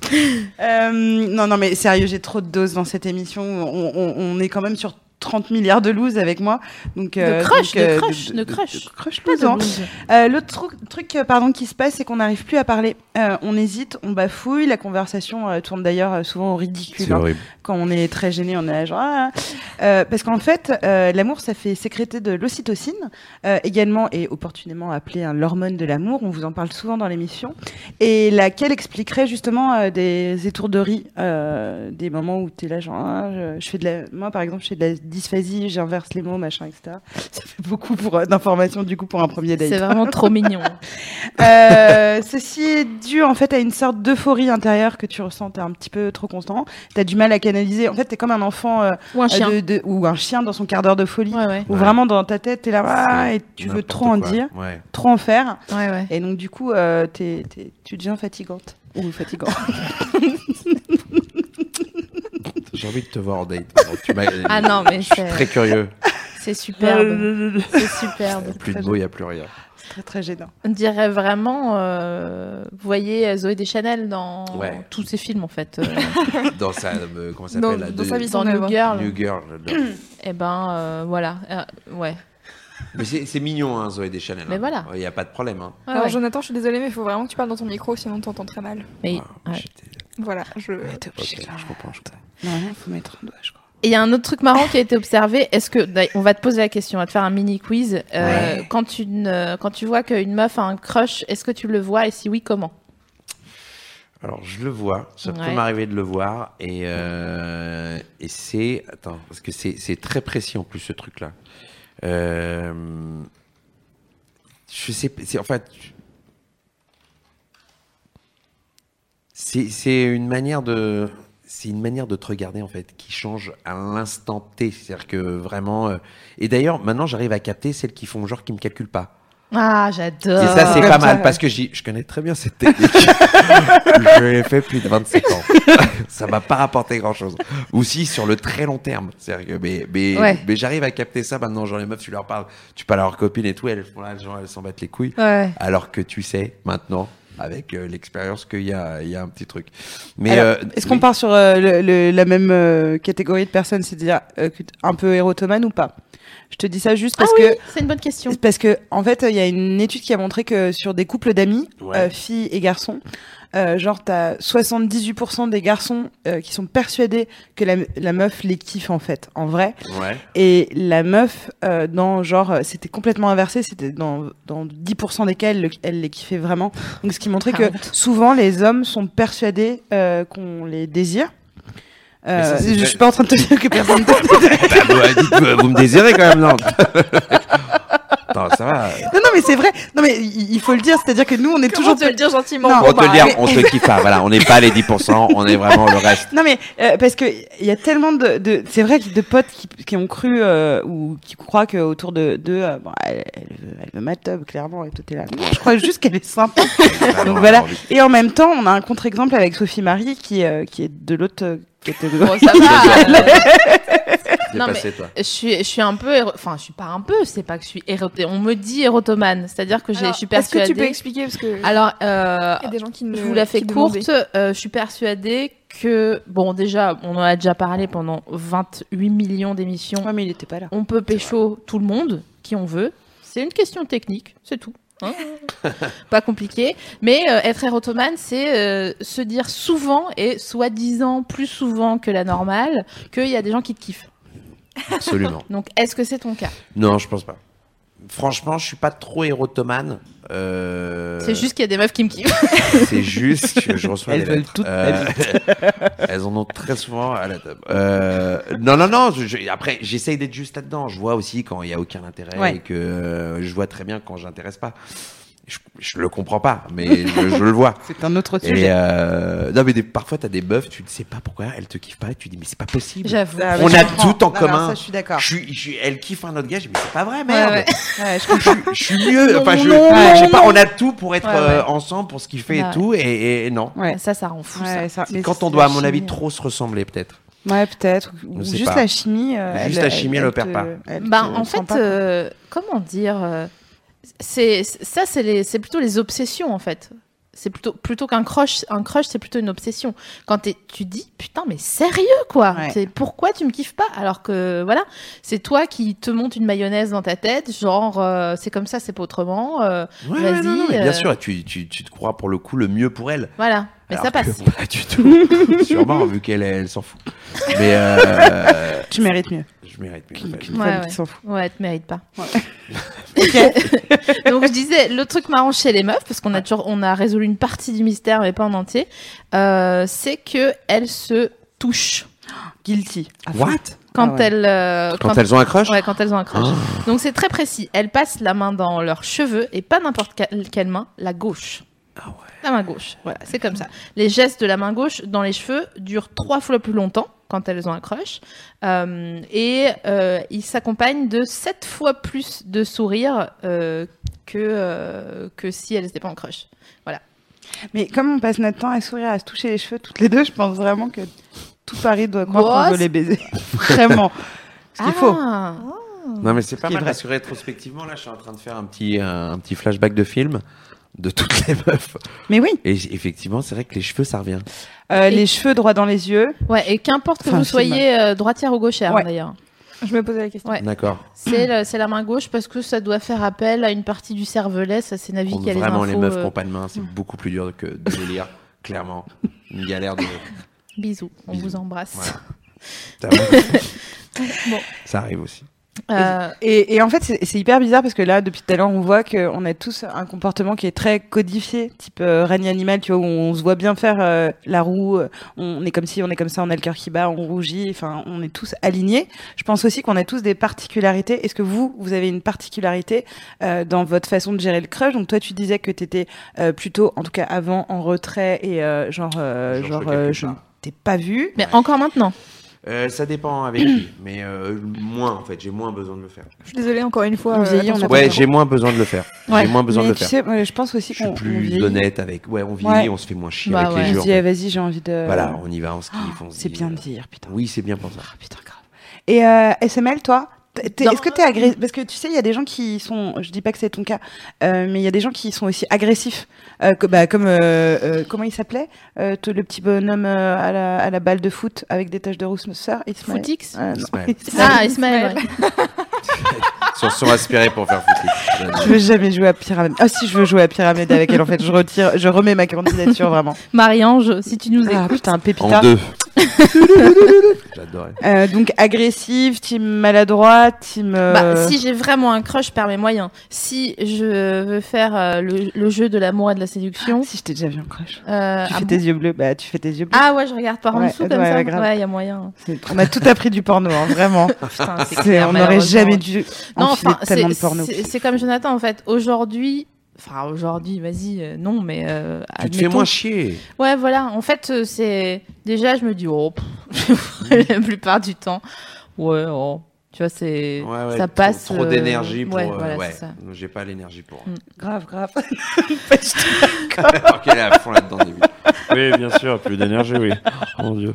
Euh, non, non, mais sérieux, j'ai trop de doses dans cette émission. On, on- on est quand même sur 30 milliards de loose avec moi. Donc, De crush, donc, euh, de crush, de crush. crush loose, hein. Euh, L'autre tru- truc euh, pardon, qui se passe, c'est qu'on n'arrive plus à parler. Euh, on hésite, on bafouille. La conversation euh, tourne d'ailleurs euh, souvent au ridicule. hein. horrible. Quand on est très gêné, on est là, genre. ah, ah. Euh, parce qu'en fait, euh, l'amour, ça fait sécréter de l'ocytocine, euh, également et opportunément appelée hein, l'hormone de l'amour. On vous en parle souvent dans l'émission. Et laquelle expliquerait justement euh, des étourderies, euh, des moments où tu es là, genre, ah, je, je fais de la. Moi, par exemple, je fais de la dysphasie, j'inverse les mots, machin, etc. Ça fait beaucoup pour, euh, d'informations du coup pour un premier date. C'est vraiment trop mignon. Euh, ceci est dû en fait à une sorte d'euphorie intérieure que tu ressens, t'es un petit peu trop constant, t'as du mal à canaliser. En fait, t'es comme un enfant euh, Ou un chien. de- de- ou un chien dans son quart d'heure de folie, Ouais, ouais. où Ouais. vraiment dans ta tête t'es là ah, et tu veux N'importe trop en quoi. dire, Ouais. trop en faire, ouais, ouais. et donc du coup euh, t'es- t'es- tu deviens fatigante ou fatigant. J'ai envie de te voir en date. Bon, tu m'as- Ah non, mais Je suis c'est très curieux. c'est superbe. C'est superbe. Plus de mots, il n'y a plus rien. C'est très très gênant. On dirait vraiment, euh, vous voyez Zoé Deschanel dans Ouais. tous ses films en fait. euh, Dans sa, euh, comment ça Dans- s'appelle la dans de- sa vie. dans Son New œuvre. Girl. New Girl. j'adore. Eh ben euh, voilà. Euh, ouais. Mais c'est c'est mignon, hein, Zoé Deschanel. Mais hein. voilà. Il n'y a pas de problème. Hein. Ah Ouais, Alors ouais. Jonathan, je suis désolée, mais il faut vraiment que tu parles dans ton micro, sinon on t'entend très mal. Mais- Ah, ouais. j'étais- Voilà, je... ok, je comprends. je comprends. Normalement, faut mettre un doigt, je crois. Et il y a un autre truc marrant qui a été observé. Est-ce que d'ailleurs, on va te poser la question, on va te faire un mini quiz. Euh, Quand une euh, quand tu vois qu'une meuf a un crush, est-ce que tu le vois et si oui, comment Alors, je le vois. Ça Ouais. peut m'arriver de le voir. Et, euh, et c'est. Attends, parce que c'est c'est très précis en plus, ce truc-là. Euh, je sais pas. c'est- En fait. je- C'est c'est une manière de. C'est une manière de te regarder en fait qui change à l'instant T, c'est-à-dire que vraiment. euh, Et d'ailleurs, maintenant, j'arrive à capter celles qui font genre qui me calculent pas. Ah, j'adore. Et ça, c'est Comme pas ça, mal ouais. parce que j'y- je connais très bien cette technique. je l'ai fait plus de 25 ans. ça m'a pas rapporté grand chose. Ou si, sur le très long terme. C'est-à-dire que, mais, mais, Ouais. mais j'arrive à capter ça maintenant. Genre, les meufs, tu leur parles, tu parles à leurs copines et tout, elles font là, genre, elles s'en battent les couilles. Ouais. Alors que tu sais, maintenant, avec euh, l'expérience, qu'il y a, il y a un petit truc. Mais, Alors, euh, Est-ce oui. qu'on part sur euh, le- le- la même euh, catégorie de personnes, c'est-à-dire euh, que- un peu érotomane ou pas Je te dis ça juste parce ah que oui, c'est une bonne question. C'est Parce que en fait, il y a une étude qui a montré que sur des couples d'amis, Ouais. euh, filles et garçons, euh, genre t'as 78% des garçons euh, qui sont persuadés que la, la meuf les kiffe en fait, en vrai. Ouais. Et la meuf, euh, dans genre, euh, c'était complètement inversé, c'était dans, dans 10% des cas, elle, le- elle les kiffait vraiment. Donc ce qui montrait que Ah, honte. souvent les hommes sont persuadés euh, qu'on les désire. Mais ça, Euh, c'est je très- suis pas en train de te dire que personne te Bah, vous, dites-vous, vous me désirez quand même, non? non, ça va. Non, non, mais c'est vrai. Non, mais il il faut le dire, c'est-à-dire que nous, on est toujours. Toujours te le dire gentiment. Non. On Bon, te bah, le dire, mais- on se kiffe pas. Voilà, on n'est pas les 10%, on est vraiment le reste. Non mais euh, parce que il y a tellement de, de c'est vrai que de potes qui, qui ont cru euh, ou qui croient que autour de de euh, bon, elle, elle veut elle veut ma teub, clairement et tout est là. Non, je crois juste qu'elle est sympa. Ah Donc voilà. Et en même temps, on a un contre-exemple avec Sophie Marie qui euh, qui est de l'autre euh, Bon, catégorie. Oh, ça va. euh, Non, Non, passé, toi. Je suis, je suis un peu, éro- enfin, je suis pas un peu, c'est pas que je suis érotomane. On me dit érotomane, c'est-à-dire que j'ai- alors, je suis Est-ce persuadée. que tu peux expliquer parce que Alors, euh, il y a des gens qui ne je vous la fais qui courte. demandaient. euh, je suis persuadée que, bon, déjà, on en a déjà parlé pendant 28 millions d'émissions. Ouais, mais il était pas là. On peut pécho tout le monde, qui on veut. C'est une question technique, c'est tout. hein. pas compliqué. Mais euh, être érotomane, c'est euh, se dire souvent et soi-disant plus souvent que la normale qu'il y a des gens qui te kiffent. Absolument. Donc, est-ce que c'est ton cas Non, je pense pas. Franchement, je suis pas trop érotomane. Euh... C'est juste qu'il y a des meufs qui me kiffent. C'est juste que je reçois Elles des veulent lettres. toutes Euh, ma elles en ont très souvent à la table. Euh, non, non, non. je- je- après, j'essaye d'être juste là-dedans. Je vois aussi quand il n'y a aucun intérêt Ouais. et que euh, je vois très bien quand j'intéresse pas. Je, je le comprends pas, mais je, je le vois. C'est un autre Et sujet. euh, non, mais des- parfois, t'as des meufs, tu ne sais pas pourquoi, elles te kiffent pas, et tu dis, mais c'est pas possible. J'avoue. Ah, mais on je a comprends. tout en Non, non, commun. ça, je suis d'accord. Je suis- je- elle kiffe un autre gars, je dis, mais c'est pas vrai, merde. Ah. ouais. Ouais, je- Je, suis- je suis mieux. enfin, je, non, je sais non, pas, on a tout pour être Ouais, ouais. euh, ensemble, pour se kiffer Ouais. et tout, et, et non. Ouais. Ça, ça rend fou. Ouais, ça. ça- C'est mais quand on c'est- doit, à la mon avis, chimie. trop se ressembler, peut-être. Ouais, peut-être. Ou Je sais juste pas. la chimie. euh, Juste elle- la chimie, elle le perd te- pas. elle Ben, te en sent fait, pas, quoi. euh, comment dire euh, C'est ça, c'est les- c'est plutôt les obsessions en fait. C'est plutôt plutôt qu'un crush, un crush, c'est plutôt une obsession. Quand t'es- tu dis putain, mais sérieux quoi Ouais. C'est pourquoi tu me kiffes pas alors que voilà, c'est toi qui te montes une mayonnaise dans ta tête, genre euh, c'est comme ça, c'est pas autrement, euh, Ouais, Vas-y, ouais, non, non, mais euh. bien sûr, tu, tu, tu te crois pour le coup le mieux pour elle. voilà. Mais Alors ça que passe. Pas du tout. Sûrement, vu qu'elle elle s'en fout. Mais euh, tu mérites mieux. je mérite mieux. Qu'une Ouais, femme ouais. qui s'en fout. Ouais, elle te mérite pas. Donc je disais, le truc marrant chez les meufs, parce qu'on a toujours, on a résolu une partie du mystère, mais pas en entier, euh, c'est que elles se touchent. Guilty. À fond. What quand Ah ouais. elles euh, Quand elles ont un crush Ouais, quand elles ont un crush. Ah. Oh. Donc c'est très précis. Elles passent la main dans leurs cheveux et pas n'importe quelle, quelle main, la gauche. Ah La main gauche. Voilà, c'est comme ça. Les gestes de la main gauche dans les cheveux durent trois fois plus longtemps quand elles ont un crush. Euh, et euh, ils s'accompagnent de sept fois plus de sourires euh, que, euh, que si elles n'étaient pas en crush. Mais comme on passe notre temps à sourire, à se toucher les cheveux toutes les deux, je pense vraiment que tout Paris doit croire What qu'on veut les baiser. Vraiment. Ce qu'il faut. Ah. Non, mais c'est pas qui est mal vrai. parce que rétrospectivement, là, je suis en train de faire un petit, un, un petit flashback de film de toutes les meufs. Mais oui, Et j- effectivement, c'est vrai que les cheveux, ça revient. euh, Et- les cheveux droits dans les yeux. Ouais, et qu'importe que Enfin, vous c'est mal. soyez euh, droitière ou gauchère Ouais. d'ailleurs. Je me posais la question. Ouais. D'accord. C'est le- c'est la main gauche parce que ça doit faire appel à une partie du cervelet. Ça, c'est Oh, Navi qui a les Vraiment, infos. les meufs qui euh, n'ont pas de main, c'est beaucoup plus dur que de les lire. Clairement, une galère de. Bisous, on Bisous. vous embrasse. Voilà. Ça arrive. Bon. Ça arrive aussi. Euh, Et, et en fait, c'est c'est hyper bizarre parce que là, depuis tout à l'heure, on voit qu'on a tous un comportement qui est très codifié, type euh, règne animal, tu vois, où on se voit bien faire euh, la roue, euh, on est comme ci, on est comme ça, on a le cœur qui bat, on rougit, enfin, on est tous alignés. Je pense aussi qu'on a tous des particularités. Est-ce que vous, vous avez une particularité euh, dans votre façon de gérer le crush Donc toi, tu disais que t'étais euh, plutôt, en tout cas avant, en retrait et euh, genre, euh, Genre, genre, je euh, calcule je pas. ne t'ai pas vu. mais encore maintenant. Euh, ça dépend avec qui, mais euh, moins en fait, j'ai moins besoin de le faire. Je suis désolée encore une fois. On euh, vieillit, on attention. a pas Ouais, besoin. j'ai moins besoin de le faire. Ouais, J'ai moins besoin Mais de le tu faire. sais, moi, je pense aussi Je qu'on suis on plus vieillit. honnête avec. Ouais, on vieillit, Ouais. on se fait moins chier Bah avec ouais. les On jeux. se en dit, fait. ah, vas-y, j'ai envie de. Voilà, on y va, on se kiffe, on se C'est dit, bien euh, de dire, putain. Oui, c'est bien pour ça. Ah, putain, grave. Et euh, SML, toi t'es- t'es- Dans- Est-ce que t'es agressif Parce que tu sais, il y a des gens qui sont. Je dis pas que c'est ton cas, euh, mais il y a des gens qui sont aussi agressifs. Euh, que- bah, comme. euh, euh, comment il s'appelait Euh, t- Le petit bonhomme euh, à, la, à la balle de foot avec des taches de rousseur. Ismaël. Footix Euh, non. Ismaël. Ah, Ismaël. ouais. Ils sont aspirés pour faire Je foutre. veux jamais jouer à Pyramide. Ah si, je veux jouer à Pyramide avec elle. En fait, je retire, je remets ma candidature vraiment. Marie-Ange, si tu nous Ah écoutes. putain, En Pépita. deux. J'adorais. Euh, donc agressive, team maladroit, team. euh, Bah, si j'ai vraiment un crush, je perds mes moyens. Si je veux faire euh, le, le jeu de l'amour et de la séduction. Si je t'ai déjà vu en euh, crush. Tu ah, fais bon tes yeux bleus. Bah, tu fais tes yeux bleus. Ah ouais, je regarde par en Ouais, dessous comme ouais, ça. ouais, grave. Ouais, il y a moyen. C'est- On a tout appris du porno, hein, vraiment. Putain, c'est C'est- clair, on n'aurait Ah, malheureusement. jamais dû Non, enfiler enfin, c'est- tellement de porno. c'est c'est comme Jonathan en fait. Aujourd'hui, enfin aujourd'hui, vas-y, euh, non, mais euh, Tu te fais admettons moins chier. Ouais, voilà. En fait, euh, c'est déjà, je me dis, oh, pff, la plupart du temps, ouais, oh. tu vois, c'est Ouais, ouais, ça trop- passe. Trop euh, d'énergie pour. Ouais, euh, voilà, ouais. c'est ça. J'ai pas l'énergie pour. Grave, grave. Alors qu'elle est à fond là-dedans, début. Oui, bien sûr, plus d'énergie, oui. Oh, Mon Dieu.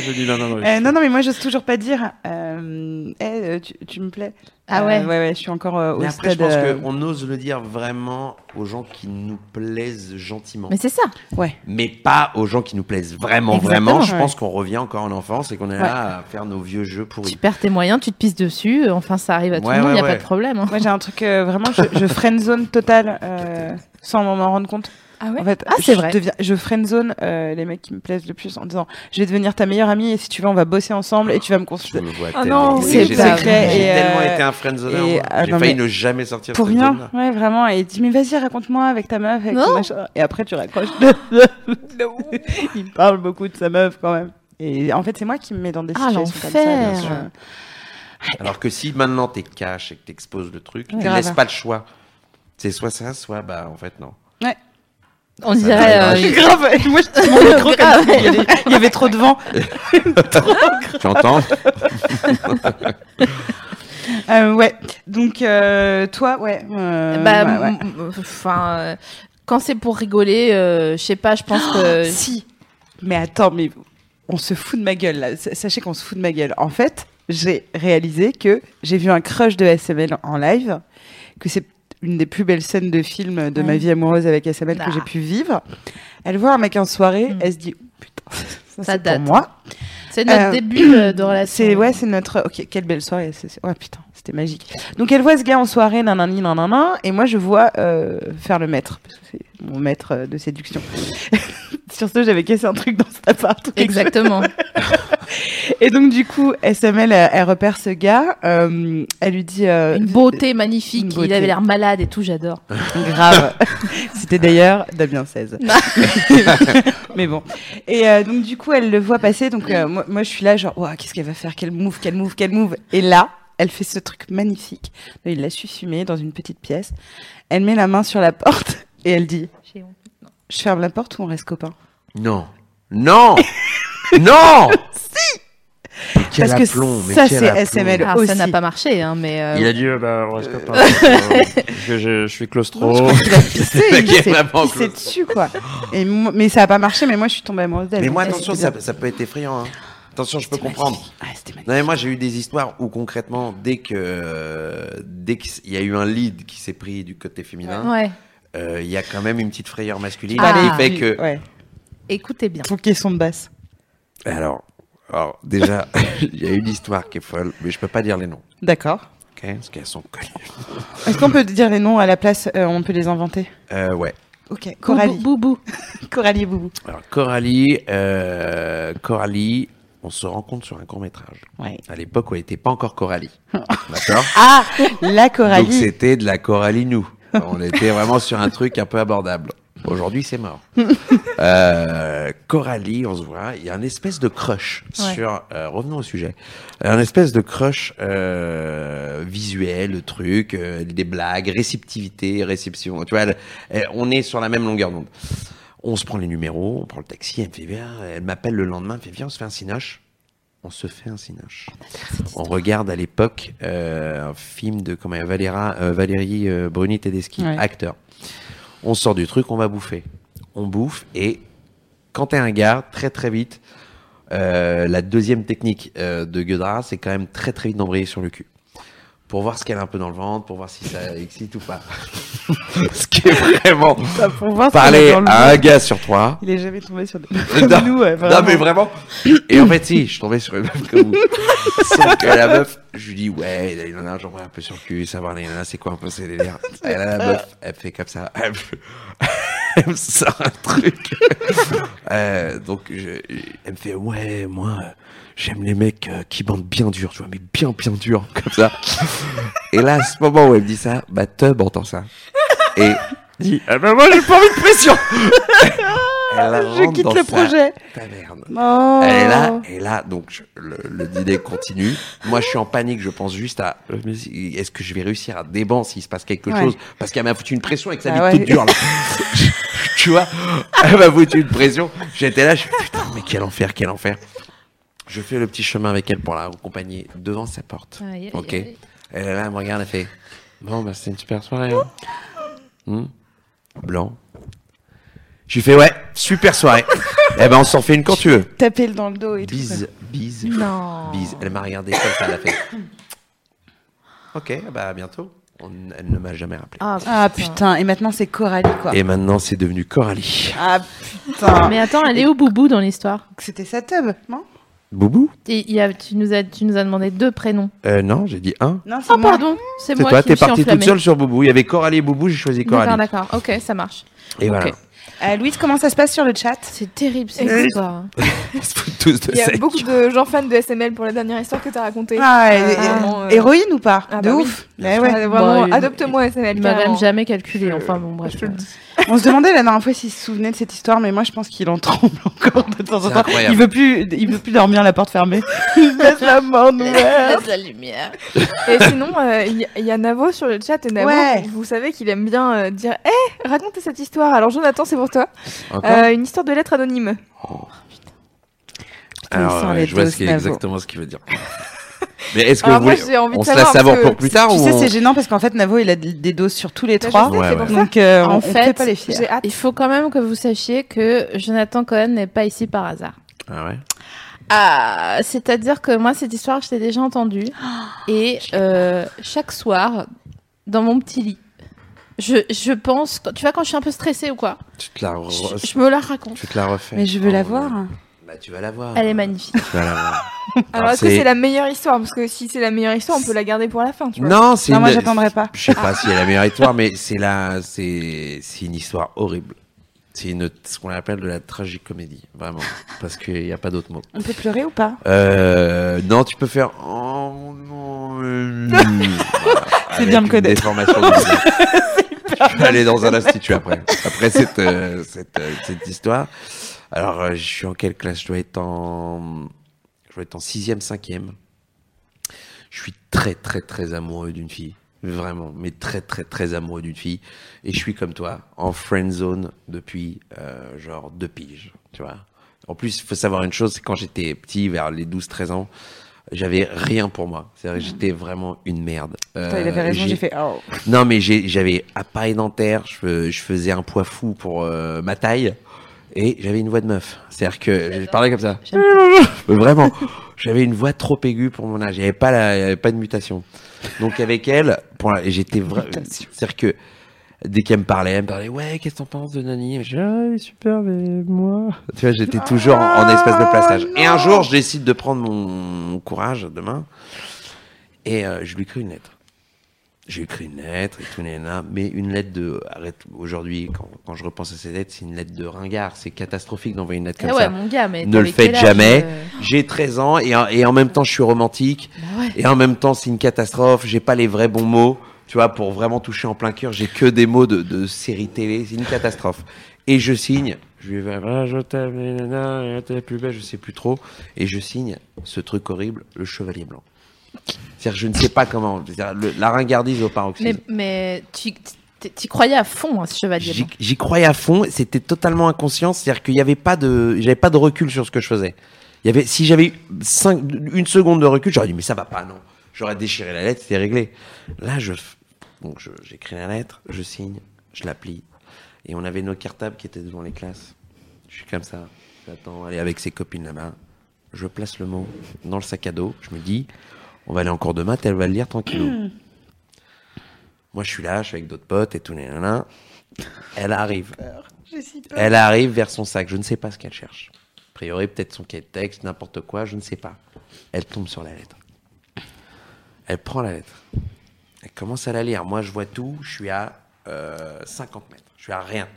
Je dis non, non, non. Euh, Eh, non, non, mais moi, j'ose toujours pas dire. Euh, eh, euh, tu, tu me plais. Ah Euh, ouais. ouais, ouais, je suis encore euh, au Mais après, je stade. pense euh, qu'on ose le dire vraiment aux gens qui nous plaisent gentiment. Mais c'est ça. mais pas aux gens qui nous plaisent vraiment, Exactement, vraiment. Je ouais. pense qu'on revient encore en enfance et qu'on est là à faire nos vieux jeux Tu pourris. perds tes moyens, tu te pisses dessus. euh, Enfin, ça arrive à tout Ouais, le monde. ouais, Il y a pas ouais. de problème. hein. Moi, j'ai un truc euh, vraiment, je, je friendzone total euh, sans m'en rendre compte. Ah ouais En fait, Ah, c'est je vrai. deviens- je friendzone euh, les mecs qui me plaisent le plus en disant je vais devenir ta meilleure amie et si tu veux, on va bosser ensemble et tu vas me Je construire. me vois Ah tellement- non, Oui, c'est j'ai- pas J'ai vrai. Et, tellement euh, été un friendzoner. et, moi. ah, J'ai non, failli mais ne jamais sortir de Pour cette rien, zone-là. ouais, vraiment. Et il dit, mais vas-y, raconte-moi avec ta meuf. Avec Non. ton machin. Et après, tu raccroches. il parle beaucoup de sa meuf quand même. Et en fait, c'est moi qui me mets dans des Ah, situations comme ça. l'enfer. bien sûr. Alors que si maintenant t'es cash et que t'exposes le truc, tu Grave. laisses pas le choix. C'est soit ça, soit bah en fait non. On Ça dirait. va, euh, Grave, et moi, je mon micro comme ça, Grave. il, y avait, il y avait trop de vent. Tu entends Euh, ouais, donc euh, toi, ouais. euh, bah, ouais, ouais. m- m- enfin, euh, quand c'est pour rigoler, euh, je sais pas. Je pense que. Ah, Si. Mais attends, mais on se fout de ma gueule là. S- Sachez qu'on se fout de ma gueule. En fait, j'ai réalisé que j'ai vu un crush de SML en live, que c'est une des plus belles scènes de film de ma Ouais. vie amoureuse avec SML Ah. que j'ai pu vivre. Elle voit un mec en soirée, Mm. elle se dit oh, putain, ça, Ça c'est date. pour moi. C'est notre Euh, début euh, de relation. C'est ouais, c'est notre. Ok, quelle belle soirée. c'est- c'est- Ouais, putain, c'était magique. Donc elle voit ce gars en soirée, nanani, nanana, et moi je vois euh, faire le maître, parce que c'est mon maître euh, de séduction. Sur ce, j'avais cassé un truc dans cet appart. ou quelque chose. Exactement. Et donc, du coup, SML, euh, elle repère ce gars. euh, elle lui dit euh, Une beauté magnifique, Une beauté. il avait l'air malade et tout, j'adore. Grave. C'était d'ailleurs Damien 16. Mais bon. Et euh, donc, du coup, elle le voit passer. Donc, euh, moi, moi, je suis là, genre, Ouah, qu'est-ce qu'elle va faire Quel move, quel move, quel move Et là, elle fait ce truc magnifique. Il la suit fumer dans une petite pièce. Elle met la main sur la porte et elle dit J'ai honte. Je ferme la porte ou on reste copains Non. Non Non Si Quel Parce que aplomb, mais ça, quel c'est aplomb. SML. Alors Ah, ça Aussi. n'a pas marché, hein, mais euh, Il a dit Dieu, bah, on reste pas. euh, parce que je, je suis claustro. Il a pissé, C'est il pas qu'elle s'est m'a pas pissé enclos. dessus, quoi. Et moi- mais ça a pas marché, mais moi, je suis tombée amoureuse d'elle. Mais moi, Donc, attention, c'était ça, ça peut être effrayant. hein. Attention, je peux magnifique. comprendre. Ah, c'était magnifique. Non, mais moi, j'ai eu des histoires où concrètement, dès que dès qu'il y a eu un lead qui s'est pris du côté féminin, ouais. euh, il y a quand même une petite frayeur masculine Ah, qui les fait que. Ouais. Écoutez bien. Son caisson de basse. Ah. Alors, alors déjà, il y a une histoire qui est folle, mais je peux pas dire les noms. D'accord. ok parce qu'elles sont connues. Est-ce qu'on peut dire les noms à la place euh, On peut les inventer. Euh, ouais. Ok. Coralie. Boubou. Coralie et Boubou. Alors, Coralie, euh, Coralie, on se rencontre sur un court métrage. Ouais. À l'époque, on n'était pas encore Coralie. D'accord Ah, la Donc, Coralie. c'était de la Coralie nous. On était vraiment sur un truc un peu abordable. Aujourd'hui, c'est mort. Euh, Coralie, on se voit, il y a un espèce de crush Ouais. sur. euh, revenons au sujet. Un espèce de crush euh, visuel, le truc, euh, des blagues, réceptivité, réception. Tu vois, elle- elle- on est sur la même longueur d'onde. On se prend les numéros, on prend le taxi, elle me fait viens, elle m'appelle le lendemain, elle me fait viens, on se fait un cinoche. On se fait un cinoche. On regarde à l'époque euh, un film de comment, Valéra, euh, Valérie euh, Bruni Tedeschi, Ouais. acteur. On sort du truc, on va bouffer. On bouffe et quand t'es un gars, très très vite, euh, la deuxième technique euh, de Guedra, c'est quand même très très vite d'embrayer sur le cul. Pour voir ce qu'elle a un peu dans le ventre, pour voir si ça excite ou pas. ce qui est vraiment Ça, pour voir ce qu'il parler y a dans le à un monde. gars sur trois. Il est jamais tombé sur des Non, nous, ouais, non, vraiment. mais vraiment. Et en fait, si, je tombais sur une meuf comme vous. Sauf que la meuf, je lui dis, ouais, il en a genre un peu sur le cul, savoir les nanas, c'est quoi un peu ses délires. Elle a la meuf, elle fait comme ça. Elle me, elle me sort un truc. Euh, donc, je- elle me fait, ouais, moi, euh, j'aime les mecs euh, qui bandent bien dur, tu vois, mais bien, bien dur, comme ça. Et là, à ce moment où elle me dit ça, bah, Tub entend ça. Et Dis, ah bah moi, j'ai pas envie de pression. elle Je rentre dans quitte sa le projet. taverne. Oh. Elle est là, et là, donc je- le, le dîner continue. Moi, je suis en panique, je pense juste à euh, mais si- est-ce que je vais réussir à déban s'il se passe quelque Ouais. chose Parce qu'elle m'a foutu une pression avec sa vie Ah ouais. toute dure. là. tu vois Elle m'a foutu une pression. J'étais là, je putain, mais quel enfer, quel enfer. Je fais le petit chemin avec elle pour la accompagner devant sa porte. Aïe, aïe, ok. aïe. Elle est là, elle me regarde, elle fait Bon, bah, c'est une super soirée. hein. Hmm. Blanc. Je lui fais Ouais, super soirée. eh ben, on s'en fait une quand tu veux. Taper dans le dos et tout. Bise, bise, Non. bise. Elle m'a regardé comme ça, elle a fait. Ok, bah à bientôt. On- elle ne m'a jamais rappelé. Ah, Ah putain. Et maintenant, c'est Coralie, quoi. Et maintenant, c'est devenu Coralie. Ah putain. Mais attends, elle est où Boubou dans l'histoire C'était sa tub, non Boubou Il y a- tu, nous as, tu nous as demandé deux prénoms. euh, Non, j'ai dit un. Non, c'est Oh, moi. pardon, c'est C'est moi toi, qui me t'es suis partie toute enflammée. seule sur Boubou. Il y avait Coralie et Boubou, j'ai choisi D'accord, Coralie. d'accord. Ok, ça marche. Et voilà. Ok. Euh, Louise, comment ça se passe sur le chat C'est terrible cette Et- histoire. Ils se foutent tous de Il y a sec. beaucoup de gens fans de SML pour la dernière histoire que t'as racontée. Ah, et- Ah, et- vraiment, euh, Héroïne ou pas Ah, De bah oui. ouf. Mais ouais. Ah, Vraiment, Bah, il- adopte-moi SML. Il m'a carrément. même jamais calculé. Je- Enfin bon, bref. je te le dis. On se demandait la dernière fois s'il se souvenait de cette histoire, mais moi je pense qu'il en tremble encore de temps en C'est temps. incroyable. Il veut plus, il veut plus dormir la porte fermée. Il laisse la porte ouverte. Laisse Ah, la lumière. Et sinon, euh, il y, il y a Navo sur le chat. Et Navo, Ouais. vous, vous savez qu'il aime bien euh, dire Hé, raconte cette histoire. Alors, Jonathan, c'est pour toi. Encore Euh, une histoire de lettres anonymes. il Alors, sent ouais, les je vois doses, ce qu'il- Navo. exactement ce qu'il veut dire. Mais est-ce que Alors, vous moi, voulez. j'ai envie on de se la savoir. savoir parce pour que- plus tard Tu ou sais, on- c'est gênant parce qu'en fait Navo il a d- des doses sur tous les Bah, je trois, sais, Ouais, c'est ouais. pour ça. donc euh, En on fait, fait pas les fiers. J'ai hâte. Il faut quand même que vous sachiez que Jonathan Cohen n'est pas ici par hasard. Ah ouais Ah, c'est-à-dire que moi, cette histoire, je l'ai déjà entendue. Et euh, chaque soir, dans mon petit lit, je, je pense, quand- tu vois, quand je suis un peu stressée ou quoi, Tu te la, re- je, je me la raconte. tu te la refais. Mais je veux Oh, la voir. Bah, tu vas la voir. Elle est magnifique. Tu vas la voir. Alors, Alors, est-ce que c'est- c'est la meilleure histoire Parce que si c'est la meilleure histoire, on peut la garder pour la fin. Tu vois. Non, c'est Non, moi une- j'attendrai pas. Ah. Je sais pas si elle a la meilleure histoire, mais c'est la, c'est, c'est une histoire horrible. C'est une, ce qu'on appelle de la tragicomédie, vraiment, parce qu'il n'y a pas d'autre mot. On peut pleurer ou pas Euh, non, tu peux faire. Oh, non, euh, voilà, avec bien me une connaître. déformation du visage. Je vais aller dans un institut après. Après cette, euh, cette, euh, cette histoire. Alors, euh, je suis en quelle classe Je dois être en. Je dois être en 6ème, 5ème. Je suis très, très, très amoureux d'une fille. Vraiment, mais très, très, très amoureux d'une fille. Et je suis comme toi, en friend zone depuis euh, genre deux piges, tu vois. En plus, il faut savoir une chose, c'est quand j'étais petit, vers les 12-13 ans, j'avais rien pour moi. C'est-à-dire que j'étais vraiment une merde. Putain, il avait Euh, raison, j'ai j'ai- fait. Oh. non, mais j'ai- j'avais appareil dentaire, je, fais- je faisais un poids fou pour euh, ma taille, et j'avais une voix de meuf. C'est-à-dire que je parlais comme ça. Mais Vraiment, j'avais une voix trop aiguë pour mon âge. Il n'y avait, pas la- il y avait pas de mutation. Donc avec elle, pour la- j'étais vraiment. Mutation. C'est-à-dire que dès qu'elle me parlait, elle me parlait Ouais, qu'est-ce que t'en penses de Nani Je dis, Ah, elle est super, mais moi. Tu vois, j'étais toujours en, en espèce de passage. Et un jour, je décide de prendre mon, mon courage demain, et euh, je lui crée une lettre. J'ai écrit une lettre et tout, nanana, mais une lettre de. Arrête, aujourd'hui, quand, quand je repense à ces lettres, c'est une lettre de ringard. C'est catastrophique d'envoyer une lettre comme Ah ouais, ça. mon gars, mais Ne t'avais le faites quel âge, jamais. euh J'ai 13 ans et, en- et en même temps, je suis romantique. Bah ouais. Et en même temps, c'est une catastrophe. J'ai pas les vrais bons mots. Tu vois, pour vraiment toucher en plein cœur, j'ai que des mots de, de série télé. C'est une catastrophe. Et je signe. Je lui vais, voilà, je t'aime, nanana, t'es la plus belle, je sais plus trop. Et je signe ce truc horrible, le chevalier blanc. C'est-à-dire, je ne sais pas comment. C'est-à-dire, le- la ringardise au paroxysme. Mais, mais tu t'y- t'y croyais à fond, hein, ce chevalier. J'y blanc. j'y croyais à fond, c'était totalement inconscient, c'est-à-dire qu'il n'y avait pas de, j'avais pas de recul sur ce que je faisais. Il y avait, si j'avais eu cinq, une seconde de recul, j'aurais dit mais ça va pas, non. J'aurais déchiré la lettre, c'était réglé. Là, je, f- donc je- j'écris la lettre, je signe, je la plie, et on avait nos cartables qui étaient devant les classes. Je suis comme ça, j'attends, aller avec ses copines là-bas. Je place le mot dans le sac à dos, je me dis, on va aller en cours de maths, elle va le lire tranquillou. Moi, je suis là, je suis avec d'autres potes et tout, nanana. Elle arrive. Elle arrive vers son sac. Je ne sais pas ce qu'elle cherche. A priori, peut-être son cahier de texte, n'importe quoi, je ne sais pas. Elle tombe sur la lettre. Elle prend la lettre. Elle commence à la lire. Moi, je vois tout. Je suis à euh, 50 mètres. Je suis à rien.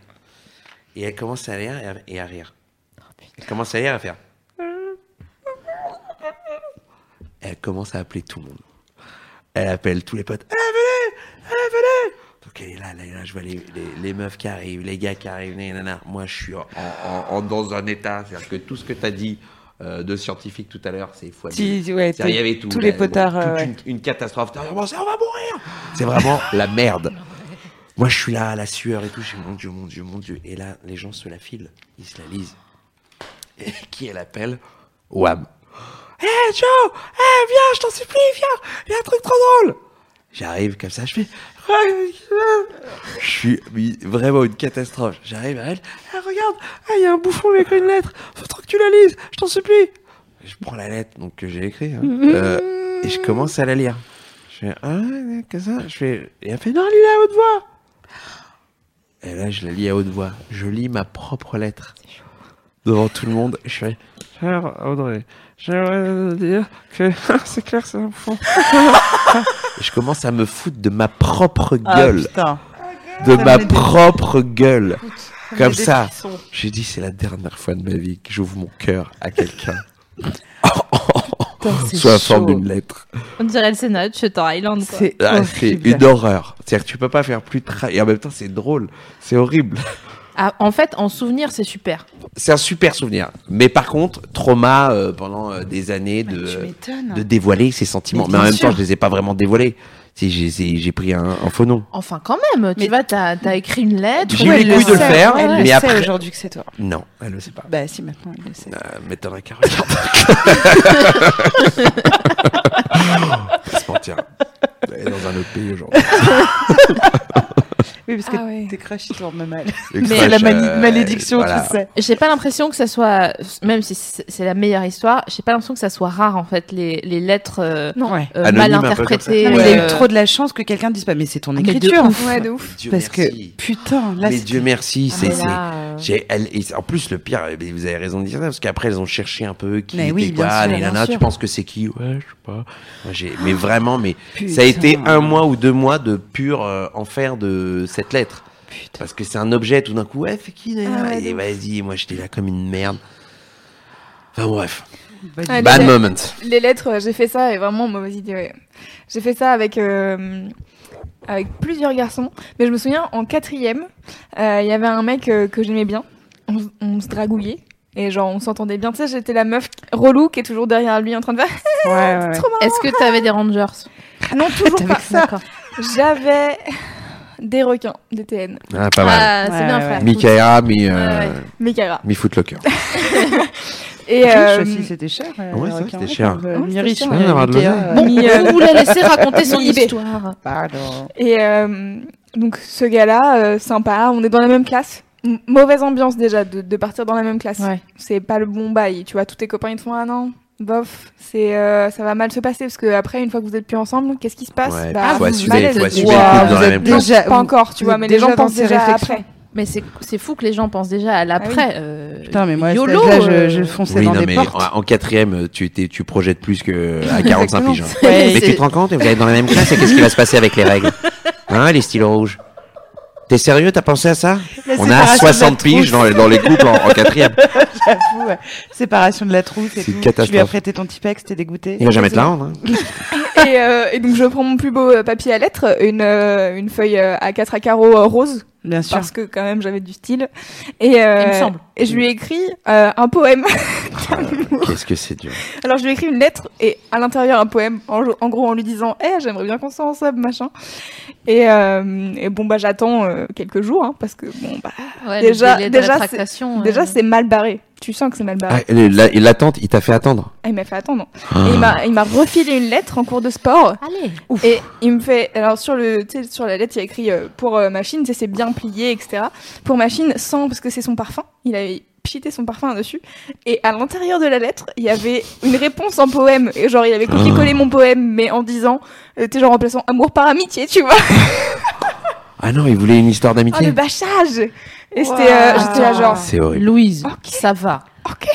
Et elle commence à lire et à, et à rire. Elle commence à lire et à faire. Elle commence à appeler tout le monde. Elle appelle tous les potes. Allez, venez Allez, venez Donc elle est là, elle est là, je vois les, les- les meufs qui arrivent, les gars qui arrivent, nanana. Moi, je suis en, en- en- dans un état. C'est-à-dire que tout ce que tu as dit euh, de scientifique tout à l'heure, c'est fois Si, mille. ouais, C'est-à-dire, il y avait tout. tous les là, potards, toute euh, une- une, catastrophe. T'as vraiment, ça, on va mourir C'est vraiment la merde. Moi, je suis là, à la sueur et tout. Je dis, mon Dieu, mon Dieu, mon Dieu. Et là, les gens se la filent. Ils se la lisent. Et qui elle appelle Wham. Hé, Joe Hé, viens, je t'en supplie, viens Il y a un truc trop drôle J'arrive comme ça, je fais. Je suis mais vraiment une catastrophe. J'arrive à elle. Eh, regarde, eh, il y a un bouffon avec une lettre. Faut trop que tu la lises, je t'en supplie. Je prends la lettre donc, que j'ai écrite hein, euh, et je commence à la lire. Je fais. Ah, ouais, que ça je fais, Et elle fait Non, lis-la à haute voix Et là, je la lis à haute voix. Je lis ma propre lettre devant tout le monde. Je fais. Cher Audrey, j'aimerais dire que c'est clair, c'est un bouffon. je commence à me foutre de ma propre Ah, gueule putain. de Ça ma me met des- propre gueule. Comme me met ça. des frissons. J'ai dit, c'est la dernière fois de ma vie que j'ouvre mon cœur à quelqu'un. Putain, c'est Sous la forme chaud. d'une lettre. On dirait le Sénat, je suis en Island. Quoi. C'est Ah, c'est horrible. une horreur. C'est-à-dire que tu peux pas faire plus de tra- Et en même temps, c'est drôle. C'est horrible. Ah, en fait, en souvenir, c'est super. C'est un super souvenir. Mais par contre, trauma euh, pendant euh, des années Mais de, Bah, tu m'étonnes. de dévoiler ses sentiments. Mais Mais, en bien même sûr. temps, je les ai pas vraiment dévoilés. Si j'ai- J'ai j'ai pris un, un faux nom. Enfin, quand même, tu Mais- vois, t'as t'as écrit une lettre. J'ai où eu elle les couilles de le sait, faire, elle mais le sait après- aujourd'hui que c'est toi. Non, elle le sait pas. Bah si, maintenant elle le sait. Euh, mais t'en as qu'à regarder. On va se mentir. Elle est dans un autre pays aujourd'hui. Oui, parce que Ah ouais. tes crushs, ils tournent mal. Extra- la mani- euh, malédiction, voilà. tu sais. J'ai pas l'impression que ça soit, même si c'est c'est la meilleure histoire, j'ai pas l'impression que ça soit rare en fait les, les lettres euh, Non, ouais. euh, Anonyme, mal un peu comme ça. interprétées. Non, Ouais. Ah, mais il a euh, eu trop de la chance que quelqu'un dise pas, mais c'est ton mais de écriture. ouf. Ouais, de ouf. Dieu Parce merci. que, putain, là, mais c'est- Dieu merci, ah, c'est. mais c'est- là, euh, j'ai- elle- et en plus, le pire, eh bien, vous avez raison de dire ça, parce qu'après, elles ont cherché un peu qui Mais était oui, bien quoi, sûr, les bien nanas, tu sûr. penses que c'est qui Ouais, je sais pas. Moi, j'ai- mais vraiment, mais Ah, Putain. ça a été un mois ou deux mois de pur euh, enfer de cette lettre. putain. Parce que c'est un objet, tout d'un coup, ouais, fais qui d'ailleurs Ah ouais, Et de vas-y, moi j'étais là comme une merde. Enfin bref, Ah, Ouais, bad les, moment. les lettres, euh, j'ai fait ça et vraiment mauvaise idée. ouais. J'ai fait ça avec euh, avec plusieurs garçons, mais je me souviens en quatrième, euh, il y avait un mec euh, que j'aimais bien. On, s- on se dragouillait et genre on s'entendait bien. Tu sais, j'étais la meuf relou qui est toujours derrière lui en train de faire. Ouais, ouais, ouais. Trop marrant. Est-ce que t'avais des Rangers Non, toujours pas. D'accord. J'avais des requins, des TN, Ah, pas mal. Ah, c'est Ouais, bien, ouais, frère. Micaela, mi, euh, Ouais, ouais. Mekara. mi footlocker. Et Riche euh, aussi, c'était cher. euh, ouais, c'est vrai que requin, c'était cher. euh, Ah oui, ni c'était riche, cher. ni Ouais, on aura de Ikea, l'honneur. euh, Bon, Mi, euh, vous la laissez raconter son mi-eBay. histoire. Pardon. Et euh, donc ce gars-là, euh, sympa, on est dans la même classe. M- mauvaise ambiance déjà de, de partir dans la même classe. Ouais. C'est pas le bon bail. Tu vois, tous tes copains ils te font ah non, bof, c'est euh, ça va mal se passer parce que après une fois que vous êtes plus ensemble, qu'est-ce qui se passe Ouais, Bah, faut vous assumer, malaise. faut assumer Wow, le couple vous dans la êtes même déjà- classe. Déjà- pas encore, tu vous vois, êtes mais les déjà dans gens pensent ces déjà réflexions. après. Mais c'est c'est fou que les gens pensent déjà à Ah l'après. euh, Putain, mais moi, YOLO, là, je, euh, je fonçais Oui, dans non, des mais portes. en, en quatrième, tu, étais- tu projettes plus que à 45 piges. hein. Ouais, Mais tu te rends compte, vous allez dans la même classe, et qu'est-ce qui va se passer avec les règles Hein, les stylos rouges T'es sérieux, t'as pensé à ça La On a séparation de la 60 piges trousse. dans, dans les couples en, en quatrième. J'avoue, ouais. Séparation de la trousse et C'est une tout. Tu lui as catastrophe. prêté ton Tipex, t'es dégoûté. Il va jamais te la rendre. hein. et, euh, et donc je prends mon plus beau euh, papier à lettres, une, euh, une feuille euh, à 4 à carreaux euh, rose, Bien sûr. parce que quand même j'avais du style. Et, euh, Il me semble. et je lui ai écrit euh, un poème. Qu'est-ce que c'est dur. Alors je lui ai écrit une lettre et à l'intérieur un poème, en, en gros en lui disant Eh, j'aimerais bien qu'on soit ensemble, machin Et, euh, et bon bah j'attends euh, quelques jours hein, parce que bon bah Ouais, Déjà- le délai de déjà, la c'est- tractation, euh, déjà c'est mal barré. Tu sens que c'est mal barré. Ah, et la- et l'attente, il t'a fait attendre. Ah. Ah, il m'a fait attendre. Et bah- il m'a il m'a refilé une lettre en cours de sport Allez. et il me fait alors sur le tu sais, sur la lettre il y a écrit euh, pour euh, machine tu sais, c'est bien plié etc. Pour machine sans parce que c'est son parfum. Il avait pchité son parfum dessus et à l'intérieur de la lettre il y avait une réponse en poème et genre il avait copié collé mon poème mais en disant euh, tu sais, genre en plaçant amour par amitié tu vois. Ah non, il voulait une histoire Oh le d'amitié. bâchage Et c'était, euh, j'étais là genre... C'est horrible. Louise, Ok. ça va. Ok.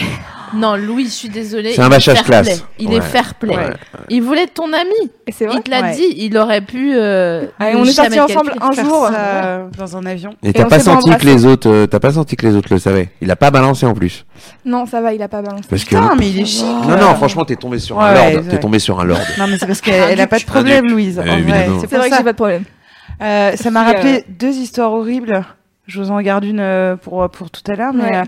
Non, Louise, je suis désolée. C'est un il est bâchage fair classe. play. Il est Ouais. fair play. Ouais. Il voulait être ton ami. Et c'est vrai Il te l'a Ouais. dit. Il aurait pu. euh, Ah, et ne on est jamais sortis ensemble calculer. un Faire jour. ça, euh, dans un avion. Et on t'as pas s'est pas senti que embrassé. les autres, euh, t'as pas senti que les autres le savaient. Il a pas balancé en plus. Non, ça va, il a pas balancé. Parce que. Putain, mais il est chic. Non, non, franchement, t'es tombé sur un Ouais, lord. ouais. T'es tombé sur un lord. Non, mais c'est parce qu'elle elle a pas de duc. problème, Louise. en Euh, vrai. évidemment. C'est C'est pour vrai que ça. j'ai pas de problème. Euh, ça m'a Puis, rappelé deux histoires horribles. Je vous en garde une euh, pour, pour tout à l'heure, mais Ouais.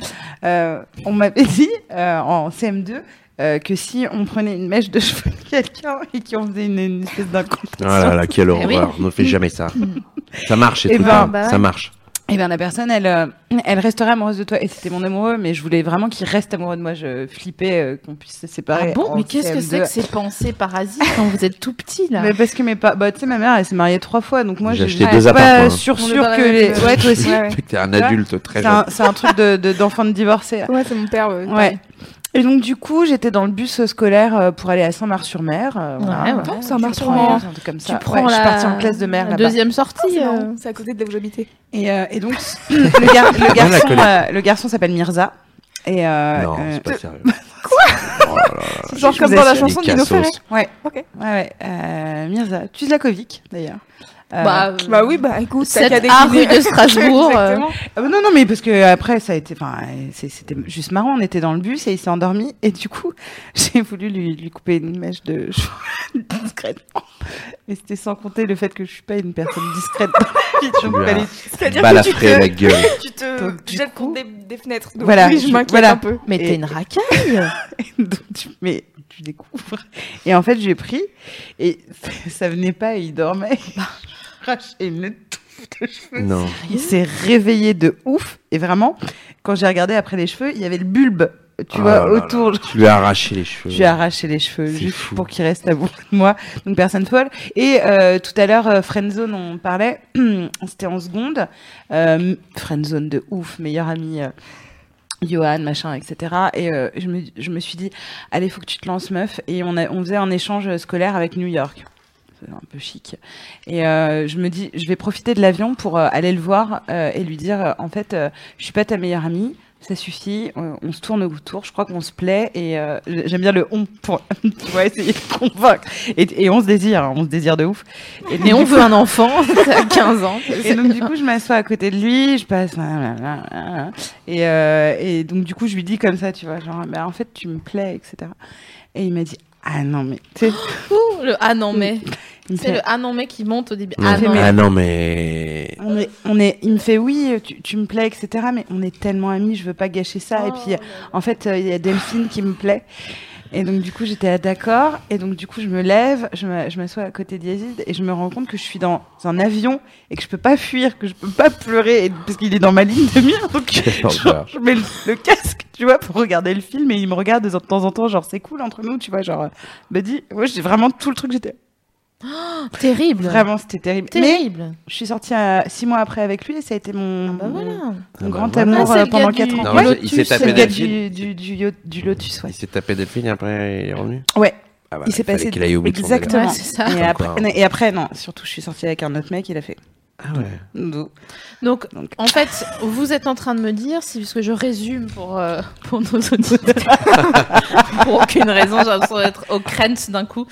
euh, euh, on m'avait dit euh, en CM2 euh, que si on prenait une mèche de cheveux de quelqu'un et qu'on faisait une, une espèce d'incantation, Ah là là, quelle Eh oui. horreur. Ne fais jamais ça. Ça marche, Eh et tout. ben, bah ouais. Ça marche. et bien la personne, elle, euh, elle resterait amoureuse de toi. Et c'était mon amoureux, mais je voulais vraiment qu'il reste amoureux de moi. Je flippais euh, qu'on puisse se séparer. Ah bon, en mais qu'est-ce que c'est que CM2. ces pensées parasites quand vous êtes tout petit là mais parce que mes pas bah tu sais ma mère elle s'est mariée trois fois donc moi J'ai acheté j'ai j'étais deux appartements, pas hein. sûr On est sûr dans la que même, les... euh, ouais toi aussi Ouais, ouais. T'es un Ça, adulte très C'est un, jeune. c'est un truc de de- d'enfant de, divorcé. hein. Ouais, c'est mon père. euh, pareil. Ouais. Et donc du coup, j'étais dans le bus scolaire euh, pour aller à Saint-Mar-sur-Mer. euh, voilà. Ouais, ouais. Oh, Saint-Mar-sur-Mer. Tu prends- un truc comme ça. Tu prends Ouais, Je la suis partie en classe de mer la là-bas. Ah, deuxième sortie. C'est euh, marrant, C'est à côté de là où j'habitais. Et, euh, et donc le, gar- le la garçon, connaît. euh, le garçon s'appelle Mirza. Et euh, Non, euh, c'est pas sérieux. Oh Genre je comme vous dans la assure, chanson de Nino Ferrer. ouais, Ok. ouais, ouais, euh, Mirza, Tuzlakovic d'ailleurs. Euh, Bah, euh, Bah oui, bah écoute, t'as Sept qu'à A décliner. rue de Strasbourg, euh. Exactement. Ah bah non, non, mais parce que après, ça a été, enfin, euh, c'est- c'était juste marrant. On était dans le bus et il s'est endormi. Et du coup, j'ai voulu lui, lui couper une mèche de cheveux discrètement. Mais c'était sans compter le fait que je suis pas une personne discrète dans la vie. Tu Donc, lui as fallait- C'est-à-dire que tu balafré la te... gueule. Tu Donc, te du jettes coup- contre des, des fenêtres. Donc Voilà, oui, je je- m'inquiète voilà. un peu. Mais t'es Et- une racaille. donc tu, mais tu découvres. Et en fait, j'ai pris et ça venait pas. Et il dormait. Je Crache et une touffe de cheveux. Non. Il s'est réveillé de ouf. Et vraiment, quand j'ai regardé après les cheveux, il y avait le bulbe, tu Oh vois, là là. autour. Tu lui as arraché les cheveux. Je lui ai arraché les cheveux C'est juste fou. pour qu'il reste à bout de moi. Donc personne folle. Et euh, tout à l'heure, euh, Friendzone, on parlait. C'était en seconde. Euh, Friendzone de ouf, meilleur ami. euh, Johan, machin, etc. Et euh, je, me, je me suis dit, allez, faut que tu te lances, meuf. Et on, a, on faisait un échange scolaire avec New York. C'est un peu chic. Et euh, je me dis, je vais profiter de l'avion pour euh, aller le voir euh, et lui dire, euh, en fait, euh, je suis pas ta meilleure amie. ça suffit, on, on se tourne autour, je crois qu'on se plaît et euh, j'aime bien le on pour tu vois, essayer de convaincre. Et, et on se désire, hein, on se désire de ouf. Et Mais on veut un enfant, à 15 ans. et donc du coup, je m'assois à côté de lui, je passe. hein, là, là, là, là, là. Et, euh, et donc du coup, je lui dis comme ça, tu vois, genre, bah, en fait, tu me plais, etc. Et il m'a dit, ah non mais, tu sais, Ouh, le ah non mais. il me C'est fait- le ah non mais qui monte au début. Non. Ah non. Ah non, mais. on est, on est, il me fait oui, tu, tu me plais, etc. Mais on est tellement amis, je veux pas gâcher ça. Et puis, Oh. en fait, euh, il y a Delphine qui me plaît. Et donc, du coup, j'étais à d'accord. Et donc, du coup, je me lève, je m'a- je m'assois à côté d'Yazid et je me rends compte que je suis dans un avion et que je peux pas fuir, que je peux pas pleurer et- parce qu'il est dans ma ligne de mire. Donc, Quelle genre, horreur. je mets le, le casque, tu vois, pour regarder le film et il me regarde de temps en temps, genre, c'est cool entre nous, tu vois, genre, euh, Buddy. Moi, j'ai vraiment tout le truc, j'étais Oh, Terrible. vraiment, c'était terrible. Mais Terrible. je suis sortie euh, six mois après avec lui et ça a été mon, Ah bah voilà. mon Ah bah grand voilà. amour Ah, c'est euh, le pendant gars quatre du- ans. Non, Ouais, je- il s'est c'est le tapé gars Delphine. du, du, du, yo- du Lotus, ouais. Il s'est tapé Delphine et après il est revenu. Ouais. Ah bah, Il s'est fallait passé- qu'il aille au bout de son délire. Exactement. Ouais, c'est ça. Et Comme après, quoi, hein. non, et après, non, surtout, je suis sortie avec un autre mec, il a fait. Ah ouais. Doudou. Donc, Donc. en fait, vous êtes en train de me dire, si puisque je résume pour, euh, pour nos auditeurs, pour aucune raison, j'ai l'impression d'être au crent d'un coup.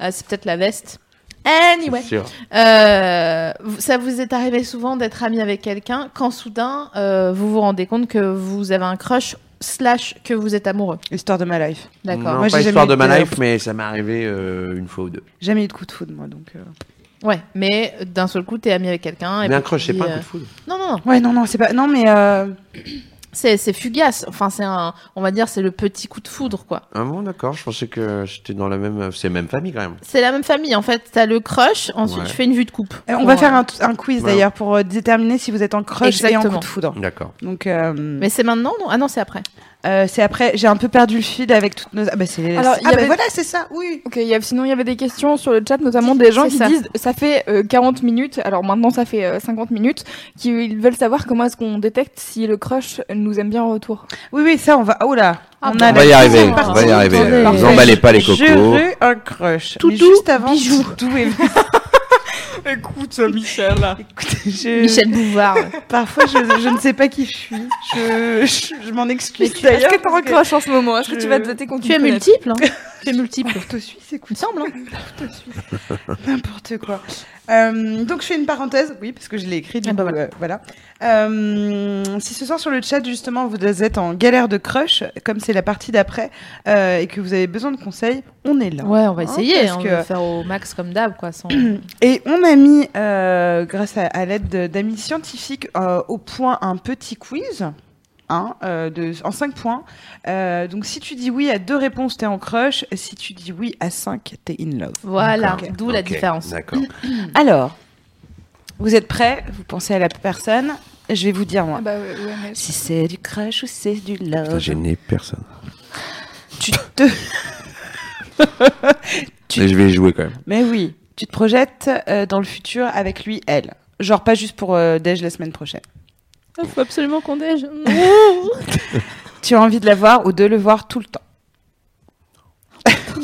Euh, c'est peut-être la veste. Anyway, C'est sûr. Euh, vous- ça vous est arrivé souvent d'être ami avec quelqu'un quand soudain euh, vous vous rendez compte que vous avez un crush slash que vous êtes amoureux. Histoire de ma life. D'accord. Non, Moi, pas j'ai histoire jamais de ma été- life, mais ça m'est arrivé euh, une fois ou deux. Jamais eu de coup de foudre, moi, donc. euh. Ouais, mais d'un seul coup, t'es ami avec quelqu'un. et Mais un puis crush, tu c'est dis, pas un euh, coup de foudre. Non, non, non. Ouais, non, non, c'est pas. Non, mais. euh, C'est c'est fugace. Enfin, c'est un. On va dire, c'est le petit coup de foudre, quoi. Ah bon, d'accord. Je pensais que j'étais dans la même. C'est la même famille quand même. C'est la même famille, en fait. T'as le crush, ensuite Ouais. tu fais une vue de coupe. euh, On Pour, va faire euh, un, un quiz voilà. d'ailleurs pour euh, déterminer si vous êtes en crush et en Exactement. coup de foudre. D'accord. Donc, euh, Mais c'est maintenant, non Ah non, c'est après. euh, c'est après, j'ai un peu perdu le feed avec toutes nos. Ah, bah, c'est. Alors, ah, il y bah, avait- voilà, c'est ça, oui. Ok, il y a- sinon il y avait des questions sur le chat, notamment des gens C'est qui ça. disent ça fait euh, 40 minutes, alors maintenant ça fait euh, 50 minutes, qui ils veulent savoir comment est-ce qu'on détecte si le crush nous aime bien en retour. Oui, oui, ça, on va. Oh là, Ah, on bon. a On la va y arriver. deuxième On va partie. y hein. arriver. Attendez. Vous emballez pas les cocos. J'aurais un crush. Toutou, Mais juste avant, bijou. Toutou est- Écoute, Michel. Écoutez, je- Michel Bouvard. Parfois, je, je ne sais pas qui je suis. Je, je, je m'en excuse. Est-ce D'ailleurs, que t'as un parce crush en ce moment Est-ce que tu Je- vas te dater contre tu es une multiple, hein Tu es multiple. Porte suisse, Il me écoute, semble, hein n'importe quoi. Euh, donc, je fais une parenthèse, oui, parce que je l'ai écrit. Du Ah bah coup, euh, voilà. Euh, si ce soir sur le chat, justement, vous êtes en galère de crush, comme c'est la partie d'après, euh, et que vous avez besoin de conseils, on est là. Ouais, on va essayer. parce on que- va faire au max comme d'hab, quoi. Sans... Et on a mis, euh, grâce à, à l'aide de- d'amis scientifiques, euh, au point un petit quiz. hein, euh, de, en 5 points. Euh, donc si tu dis oui à deux réponses, t'es en crush. Si tu dis oui à 5, t'es in love. Voilà, D'accord. d'où la Ok, différence. D'accord. Mm. Alors, vous êtes prêts Vous pensez à la personne Je vais vous dire moi. Ah bah ouais, ouais, mais... Si c'est du crush ou c'est du Putain, love. j'ai né personne. tu te... Tu- Mais je vais y jouer quand même. Mais oui, tu te projettes euh, dans le futur avec lui, elle. Genre pas juste pour euh, Dej la semaine prochaine. Il faut absolument qu'on déje. Tu as envie de la voir ou de le voir tout le temps.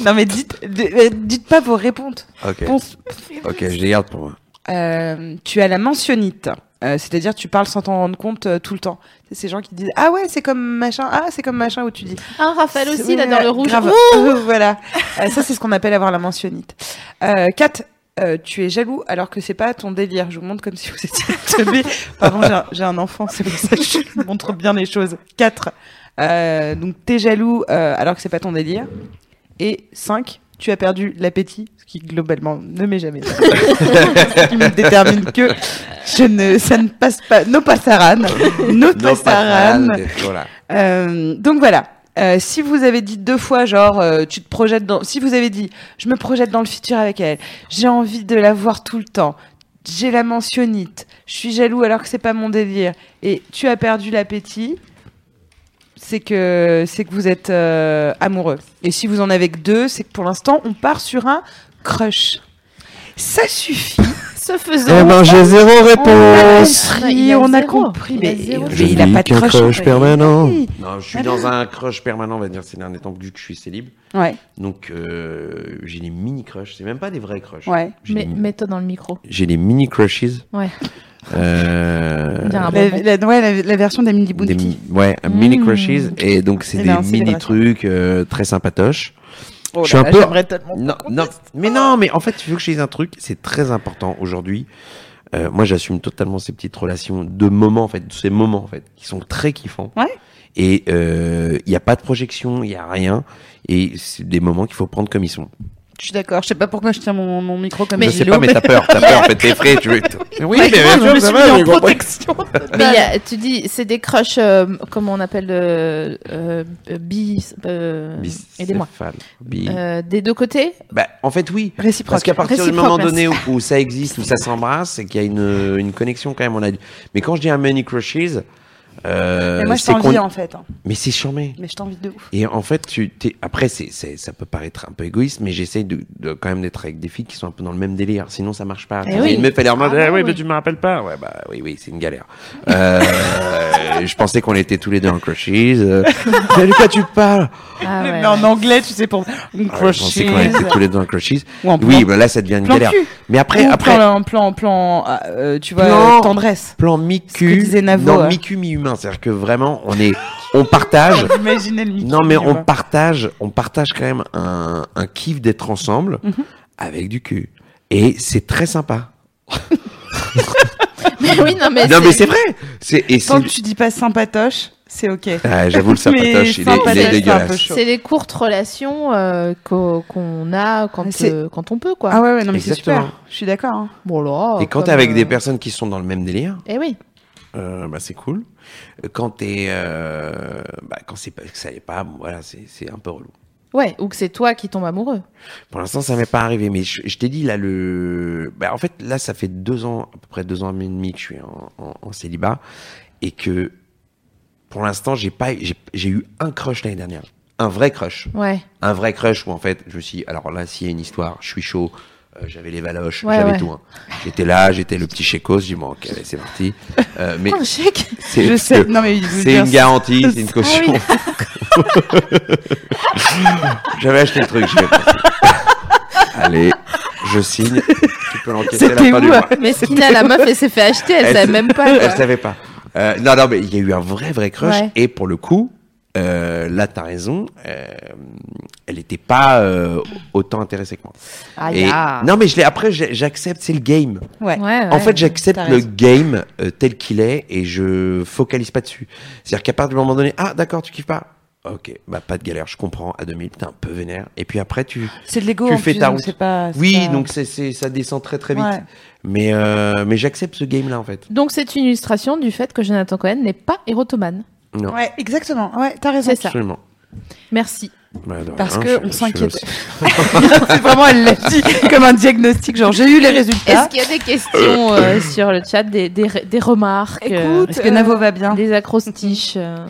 non mais dites, d- euh, dites pas vos réponses. Ok. Pense- Ok, je les garde pour moi. Euh, tu as la mentionnite, Euh, c'est-à-dire tu parles sans t'en rendre compte euh, tout le temps. C'est ces gens qui disent ah ouais c'est comme machin, ah c'est comme machin où tu dis. Ah, Raphaël aussi, Oui, il adore voilà, le rouge. grave. Ouh Euh, voilà, Euh, ça c'est ce qu'on appelle avoir la mentionnite. Euh, 4. tu es jaloux alors que c'est pas ton délire. Je vous montre comme si vous étiez teubé. Pardon, j'ai un- j'ai un enfant, c'est pour ça que je vous montre bien les choses. 4. donc t'es jaloux euh, alors que c'est pas ton délire. Et 5. Tu as perdu l'appétit, ce qui globalement ne m'est jamais. arrivé. ce qui me détermine que je ne, ça ne passe pas. No passaran. No Non, pas passaran. mal. Voilà. Euh, donc voilà. Euh, si vous avez dit deux fois, genre, euh, tu te projettes dans. Si vous avez dit, je me projette dans le futur avec elle, j'ai envie de la voir tout le temps, j'ai la mentionnite, je suis jaloux alors que c'est pas mon délire, et tu as perdu l'appétit, c'est que, c'est que vous êtes euh, amoureux. Et si vous en avez que deux, c'est que pour l'instant, on part sur un crush. Ça suffit. Oh, Ce faisant. Eh ben, j'ai zéro réponse. on Oh, a, Il y a on a zéro. compris, Il y a mais, zéro. mais Je il a vis pas de qu'un crush. crush en fait. permanent. Oui. Non, je suis dans un crush permanent, on va dire, ces derniers temps, vu que je suis célib. Ouais, Donc, euh, j'ai des mini crushs. C'est même pas des vrais crushs. ouais. J'ai Mais des- mets-toi dans le micro. J'ai des mini crushes. Ouais. Euh, On dirait un La, bonbon. la- ouais, la, la version d'Emily Bounty. des mi- ouais, un mini Mmh. crushes et donc c'est Eh des ben, c'est des mini vrais trucs euh, très sympatoches. Oh là je suis un là, peu- j'aimerais tellement Non, qu'on non, teste. mais non, mais en fait, tu veux que je dise un truc, c'est très important aujourd'hui. Euh, moi, j'assume totalement ces petites relations de moments, en fait, de ces moments, en fait, qui sont très kiffants. Ouais. Et euh, il n'y a pas de projection, il n'y a rien. Et c'est des moments qu'il faut prendre comme ils sont. Je suis d'accord. Je sais pas pourquoi je tiens mon, mon micro comme Mais- je ça. sais pas, mais t'as peur, t'as peur, en fait, t'es frais, tu veux. Oui, mais bien sûr, je me ça suis va, mis en mais bon, protection. Mais il y a- tu dis, c'est des crushs, euh, comment on appelle, euh, euh, euh, bis, euh, aidez-moi. Bicéphale. Bi- Euh, des deux côtés Bah, en fait, oui. Parce Réciproque. qu'à partir du Réciproque, moment donné où, où ça existe, où ça s'embrasse, c'est qu'il y a une, une connexion quand même. On a... Mais quand je dis un many crushes, euh, Mais moi, je c'est t'envie qu'on- en fait. hein. Mais c'est charmé. Mais je t'envie de ouf. Et en fait, tu, t'es- après, c'est, c'est- ça peut paraître un peu égoïste, mais j'essaie de, de quand même d'être avec des filles qui sont un peu dans le même délire. Sinon, ça marche pas. Eh Tu sais, oui. Une meuf, elle est en mode, Eh Ah, oui, oui. mais tu me rappelles pas. Ouais. Ouais, bah oui, oui, c'est une galère. Euh, je pensais qu'on était tous les deux en crushes. Euh, mais de quoi tu parles Ah ouais, mais ouais. en anglais, tu sais, pour une Ah ouais, Je pensais qu'on était tous les deux en crushes. Ou en plan, Oui, bah là, ça devient une plan galère. cul. Mais après, Ou après, plan, euh, plan, plan, ah, euh, tu vois, Plan. euh, tendresse. plan Ce que mi-cul, disait Navo, non, hein. mi-cul, mi-humain. C'est-à-dire que vraiment, on est, on partage. Imaginez le micro. Non, mais on partage, on partage quand même un, un kiff d'être ensemble Mhm. avec du cul. Et c'est très sympa. Mais oui, non, mais, non, mais c'est c'est vrai. C'est, et c'est, Tant que tu dis pas sympatoche, c'est ok. Ah, j'avoue, le Mais sapatoche, il est, il sympatoche, est c'est un peu dégueulasse. chaud. c'est les courtes relations euh, qu'o- qu'on a quand, Mais c'est- euh, quand on peut, quoi. Ah ouais, ouais, non, mais c'est Exactement. super. Je suis d'accord. hein. Bon, là, Et quand comme, t'es avec euh, des personnes qui sont dans le même délire, Eh oui. euh, bah, c'est cool. Quand t'es, euh, bah, quand c'est pas, que ça y est pas, bon, voilà, c'est, c'est un peu relou. Ouais, ou que c'est toi qui tombe amoureux. Pour l'instant, ça m'est pas arrivé, mais je, je t'ai dit là le. Bah, en fait, là, ça fait deux ans, à peu près deux ans et demi que je suis en, en- en célibat et que pour l'instant, j'ai pas, j'ai j'ai eu un crush l'année dernière, un vrai crush, Ouais. un vrai crush où en fait, je me suis. dit, Alors là, s'il y a une histoire, je suis chaud. euh, j'avais les valoches, Ouais, j'avais ouais. tout. hein. J'étais là, j'étais le petit chécos, j'ai dit bon, ok, allez, c'est parti. Euh, mais Un Oh, chèque. c'est Je parce sais. que Non, mais je veux c'est dire, une garantie, c'est une Ah oui. caution. J'avais acheté le truc. j'ai fait. Allez, je signe. Tu peux l'enquêter à la C'était fin où, du mois. Mais Skina, la meuf, elle s'est fait acheter, elle, Elle savait s'est- même pas. quoi. Elle savait pas. Euh, non, non, mais il y a eu un vrai, vrai crush. Ouais. Et pour le coup, euh, là, t'as raison. euh, elle n'était pas euh, autant intéressée que moi. Ah, Et- ya. non, mais je l'ai- après, j'ai- j'accepte. C'est le game. Ouais. Ouais, En ouais. fait, j'accepte t'as le raison. game euh, tel qu'il est et je focalise pas dessus. C'est-à-dire qu'à partir du moment donné, ah d'accord, tu kiffes pas. Ok, bah pas de galère, je comprends. À 2000, t'es un peu vénère. Et puis après, tu. C'est de l'ego. Tu en fais plus, ta donc route. c'est pas. c'est Oui, pas- donc c'est c'est- ça descend très très vite. Ouais. Mais euh, mais j'accepte ce game là en fait. Donc, c'est une illustration du fait que Jonathan Cohen n'est pas érotomane. Non, Ouais, exactement. Ouais, t'as raison. C'est ça. absolument. Merci. Bah, de Parce rien, que je- on je- s'inquiète. je- c'est vraiment, elle l'a dit comme un diagnostic. Genre, j'ai eu les résultats. Est-ce qu'il y a des questions Ah. euh, sur le chat, des, des, des remarques, euh, Écoute, Est-ce que Navo va bien des acrostiches euh,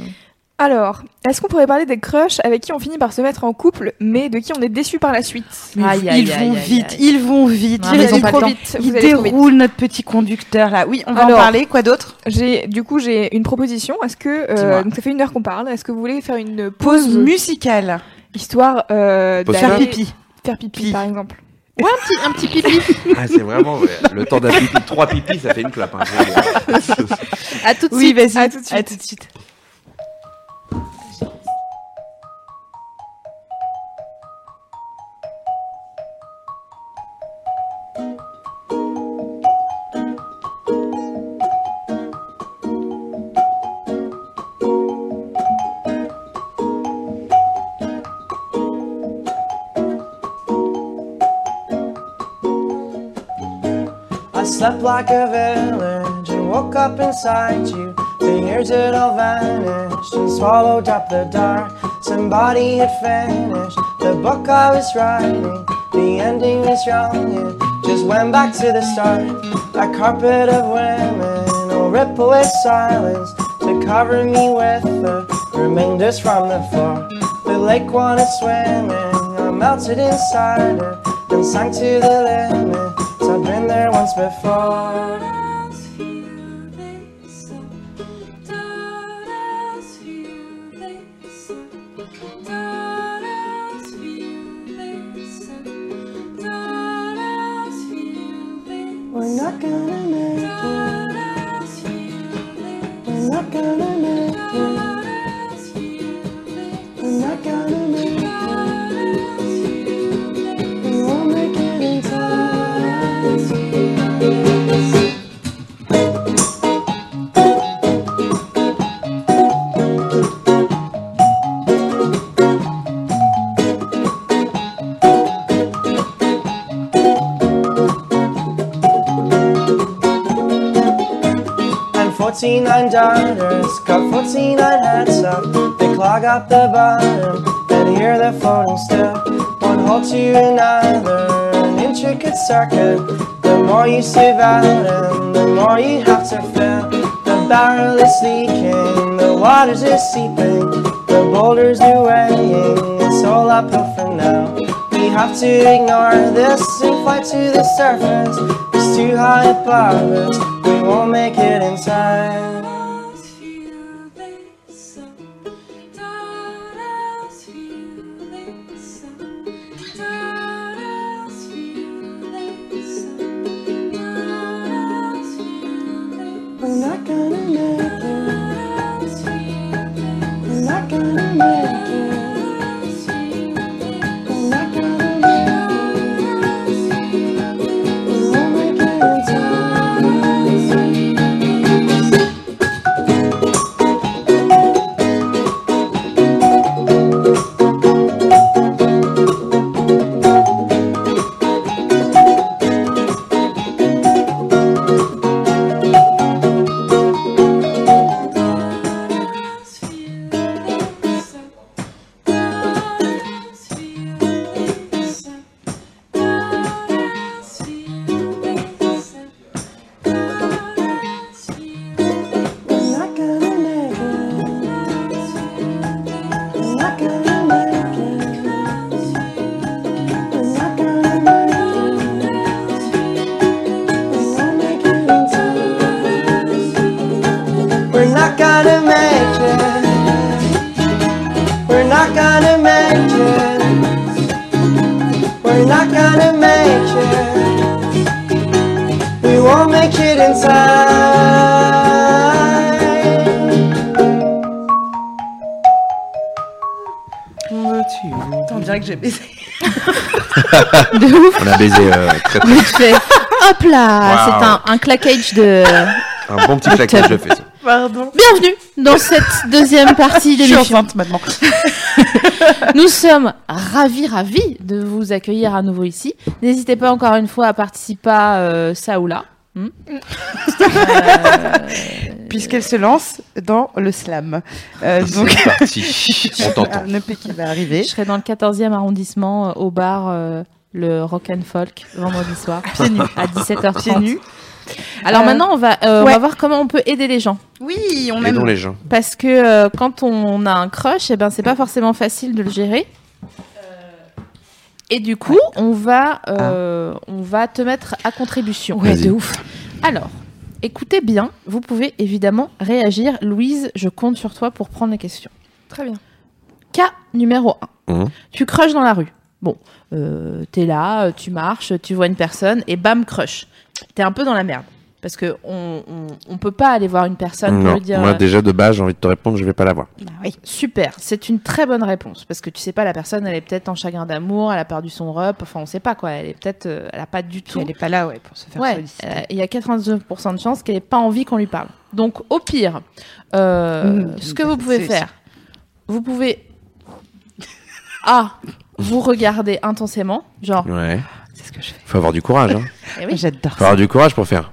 Alors, est-ce qu'on pourrait parler des crushs avec qui on finit par se mettre en couple, mais de qui on est déçu par la suite Mais Aïe, aïe, ils, aïe, vont aïe, vite, aïe. ils vont vite, Non, ils Ah, mais ils vont ont vite, allez pas trop le temps. vite, Il vous allez trop vite. déroule notre petit conducteur là. Oui, on va Alors- en parler. Quoi d'autre J'ai, du coup, j'ai une proposition. Est-ce que euh, Dis-moi. donc ça fait une heure qu'on parle Est-ce que vous voulez faire une Pause pause musicale. histoire euh, Pause Faire d'aller- pipi. faire pipi, Pi. par exemple Ouais, un petit, un petit pipi. Ah c'est vraiment ouais, le temps d'un pipi, trois pipis, ça fait une clap. hein. à tout de Oui, suite. vas-y. à tout de suite. À tout de suite. I slept like a village and woke up inside you. The years had all vanished and swallowed up the dark. Somebody had finished the book I was writing. The ending was wrong, it just went back to the start. That carpet of women will rip away silence to cover me with the remainders from the floor. The lake wanted swimming, I melted inside it and sank to the limit. I've been there once before. We're not gonna make it. not gonna make it. I'm not gonna make it. We won't make it in time. I'm 49 diners, got 49 hats up. They clog up the bottom, and hear the floating step. One hole to another, an intricate circuit. The more you survive them, the more you have to fill. The barrel is leaking, the waters are seeping, the boulders are weighing. It's all uphill for now. We have to ignore this and fly to the surface. It's too high above us. We won't make it in time. We're not gonna make it. We're not gonna make it. We're not gonna make it. We won't make it in time. We're not gonna make it. We're not gonna make it. We're not gonna make it. We won't make it in time. We're not gonna make it. We're not gonna make it. We're not gonna make it. We won't make it in time. Attends, on dirait que j'ai baisé. De ouf. On a baisé euh, très, très- Tu fais, hop là, Waouh. c'est un, un claquage de. un bon petit claquage de fesses. Pardon. Bienvenue dans cette deuxième partie Je de suis l'émission. enceinte maintenant. Nous sommes ravis, ravis de vous accueillir à nouveau ici. N'hésitez pas encore une fois à participer à euh, ça ou là. Hmm Euh, Puisqu'elle se lance dans le slam. Euh, donc, C'est parti. On t'entend. un EP qui va je arriver. serai dans le 14e arrondissement euh, au bar euh, le Rock and Folk vendredi soir à 17h30. Pieds nus. Alors Euh, maintenant on va euh, on ouais. va voir comment on peut aider les gens Oui, on Aidons aime. les gens. parce que euh, quand on a un crush et ben c'est pas forcément facile de le gérer. Et du coup, on va euh, on va te mettre à contribution. Ah. Ouais, Vas-y. de ouf. Alors, écoutez bien, vous pouvez évidemment réagir. Louise, je compte sur toi pour prendre les questions. Très bien. Cas numéro 1. Mhm. Tu crushes dans la rue. Bon, euh, t'es là, euh, tu marches, tu vois une personne et bam, crush. T'es un peu dans la merde. Parce que on, on, on peut pas aller voir une personne pour Non, lui dire Moi, euh, déjà, de base, j'ai envie de te répondre, je vais pas l'avoir. super, c'est une très bonne réponse. Parce que tu sais pas, la personne, elle est peut-être en chagrin d'amour, elle a perdu son rep, enfin on sait pas quoi, elle est peut-être, euh, elle a pas du Puis tout. elle est pas là, ouais, pour se faire Ouais, solliciter. euh, il y a 99% de chances qu'elle n'ait pas envie qu'on lui parle. Donc, au pire, euh, Mmh, ce que vous pouvez c'est- faire, vous pouvez A, vous regarder intensément, genre, Ouais. C'est ce que je fais. Faut avoir du courage. Hein. eh oui, J'adore Faut ça. avoir du courage pour faire.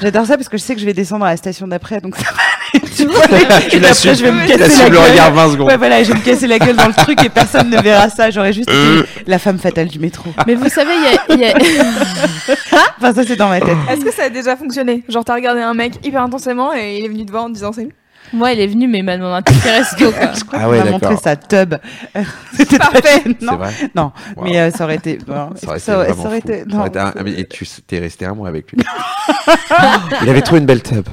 J'adore ça parce que je sais que je vais descendre à la station d'après, donc ça va. Ah, tu l'assumes. je vais me Tu casser l'assumes la le gueule. regard 20 secondes. Ouais, voilà, je vais me casser la gueule dans le truc et personne ne verra ça. J'aurais juste Euh. dit la femme fatale du métro. mais vous savez, il y a- il y a, Enfin, ça, c'est dans ma tête. Est-ce que ça a déjà fonctionné Genre, t'as regardé un mec hyper intensément et il est venu te voir en te disant c'est lui. moi, elle est venue, mais elle m'a demandé un ticket resto, quoi. Je crois Ah qu'on ouais, m'a montré d'accord. sa tub. C'était parfait. C'est Non, vrai. non. Wow. mais euh, ça aurait été. bon, Ça aurait été. ça aurait- vraiment ça aurait fou. été- Ça non. aurait été un- ah, mais- Et tu t'es resté un mois avec lui. Il avait trouvé une belle tub.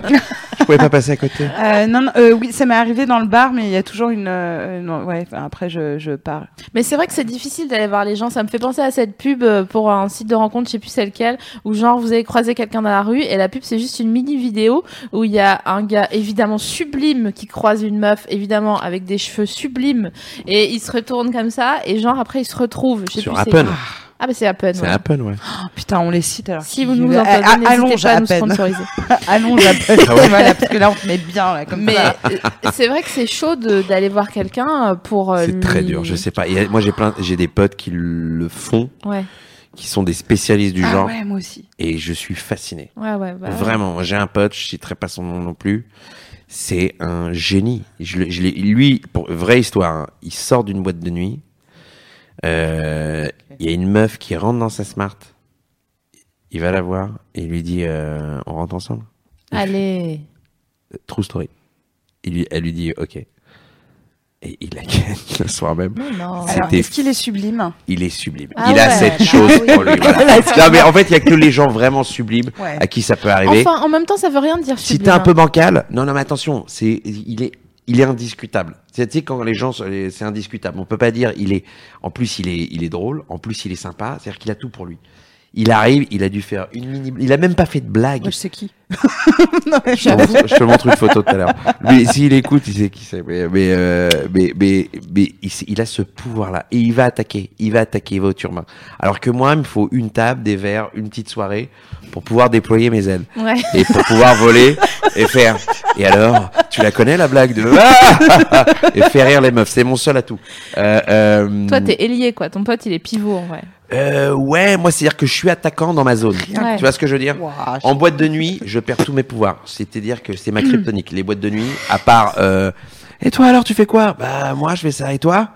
Je pouvais pas passer à côté. Euh, non, non, euh, oui, ça m'est arrivé dans le bar, mais il y a toujours une. euh, non, ouais, enfin, après, je, je pars. Mais c'est vrai que c'est difficile d'aller voir les gens. Ça me fait penser à cette pub euh, pour un site de rencontre, je sais plus c'est lequel, où genre vous avez croisé quelqu'un dans la rue et la pub c'est juste une mini vidéo où il y a un gars évidemment sublime qui croise une meuf évidemment avec des cheveux sublimes et ils se retournent comme ça et genre après ils se retrouvent. Je sais Sur plus c'est- Apple. Ah bah c'est Apple. C'est ouais. Apple, ouais. Oh, putain, on les cite alors. Si vous nous entendez, Ah, n'hésitez Allonge pas à à nous peine. sponsoriser. Allonge à peine. Ah ouais. Ah, Voilà, parce que là, on te met bien, là, comme Mais ça. euh, c'est vrai que c'est chaud de- d'aller voir quelqu'un euh, pour. euh, C'est très lui- dur, je sais pas. Et moi, j'ai plein, j'ai des potes qui le font, Ouais, qui sont des spécialistes du Ah genre, ouais, moi aussi. et je suis fasciné. ouais, ouais. bah ouais. Vraiment, j'ai un pote, je citerai pas son nom non plus. C'est un génie. Je, le- je l'ai- lui, pour vraie histoire, hein, il sort d'une boîte de nuit. Euh, Il y a une meuf qui rentre dans sa smart. Il va la voir et il lui dit euh, On rentre ensemble Allez. True story. Il lui, elle lui dit Ok. Et il la gagne le soir même. Non, non. C'était- Alors, est-ce qu'il est sublime Il est sublime. Ah il a ouais, cette bah chose oui. pour lui. voilà. Non, mais en fait, il y a que les gens vraiment sublimes Ouais. à qui ça peut arriver. Enfin, en même temps, ça veut rien dire. Si t'es sublime, un hein. peu bancal, non, non, mais attention, c'est, il est, il est indiscutable. C'est, tu sais, quand les gens, sont- les- c'est indiscutable. On peut pas dire, il est, en plus, il est, il est drôle, en plus, il est sympa, c'est-à-dire qu'il a tout pour lui. Il arrive, il a dû faire une mini, il a même pas fait de blague. Moi, je sais qui. je, te montre, je te montre une photo tout à l'heure. Mais s'il écoute, il sait qui c'est. Mais, mais, euh, mais, mais, mais il, sait- il a ce pouvoir-là. Et il va attaquer, il va attaquer, il va au turbain. Alors que moi, il me faut une table, des verres, une petite soirée pour pouvoir déployer mes ailes Ouais. et pour pouvoir voler et faire. Et alors, tu la connais la blague de Ah et faire rire les meufs. C'est mon seul atout. Euh, euh, Toi, t'es ailier, quoi. Ton pote, il est pivot, en vrai. euh, ouais, moi c'est à dire que je suis attaquant dans ma zone. Ouais. Tu vois ce que je veux dire Ouah, En boîte de nuit, je perds tous mes pouvoirs. C'est-à-dire que c'est ma kryptonique. Les boîtes de nuit, à part. euh, et toi alors, tu fais quoi Bah moi, je fais ça. Et toi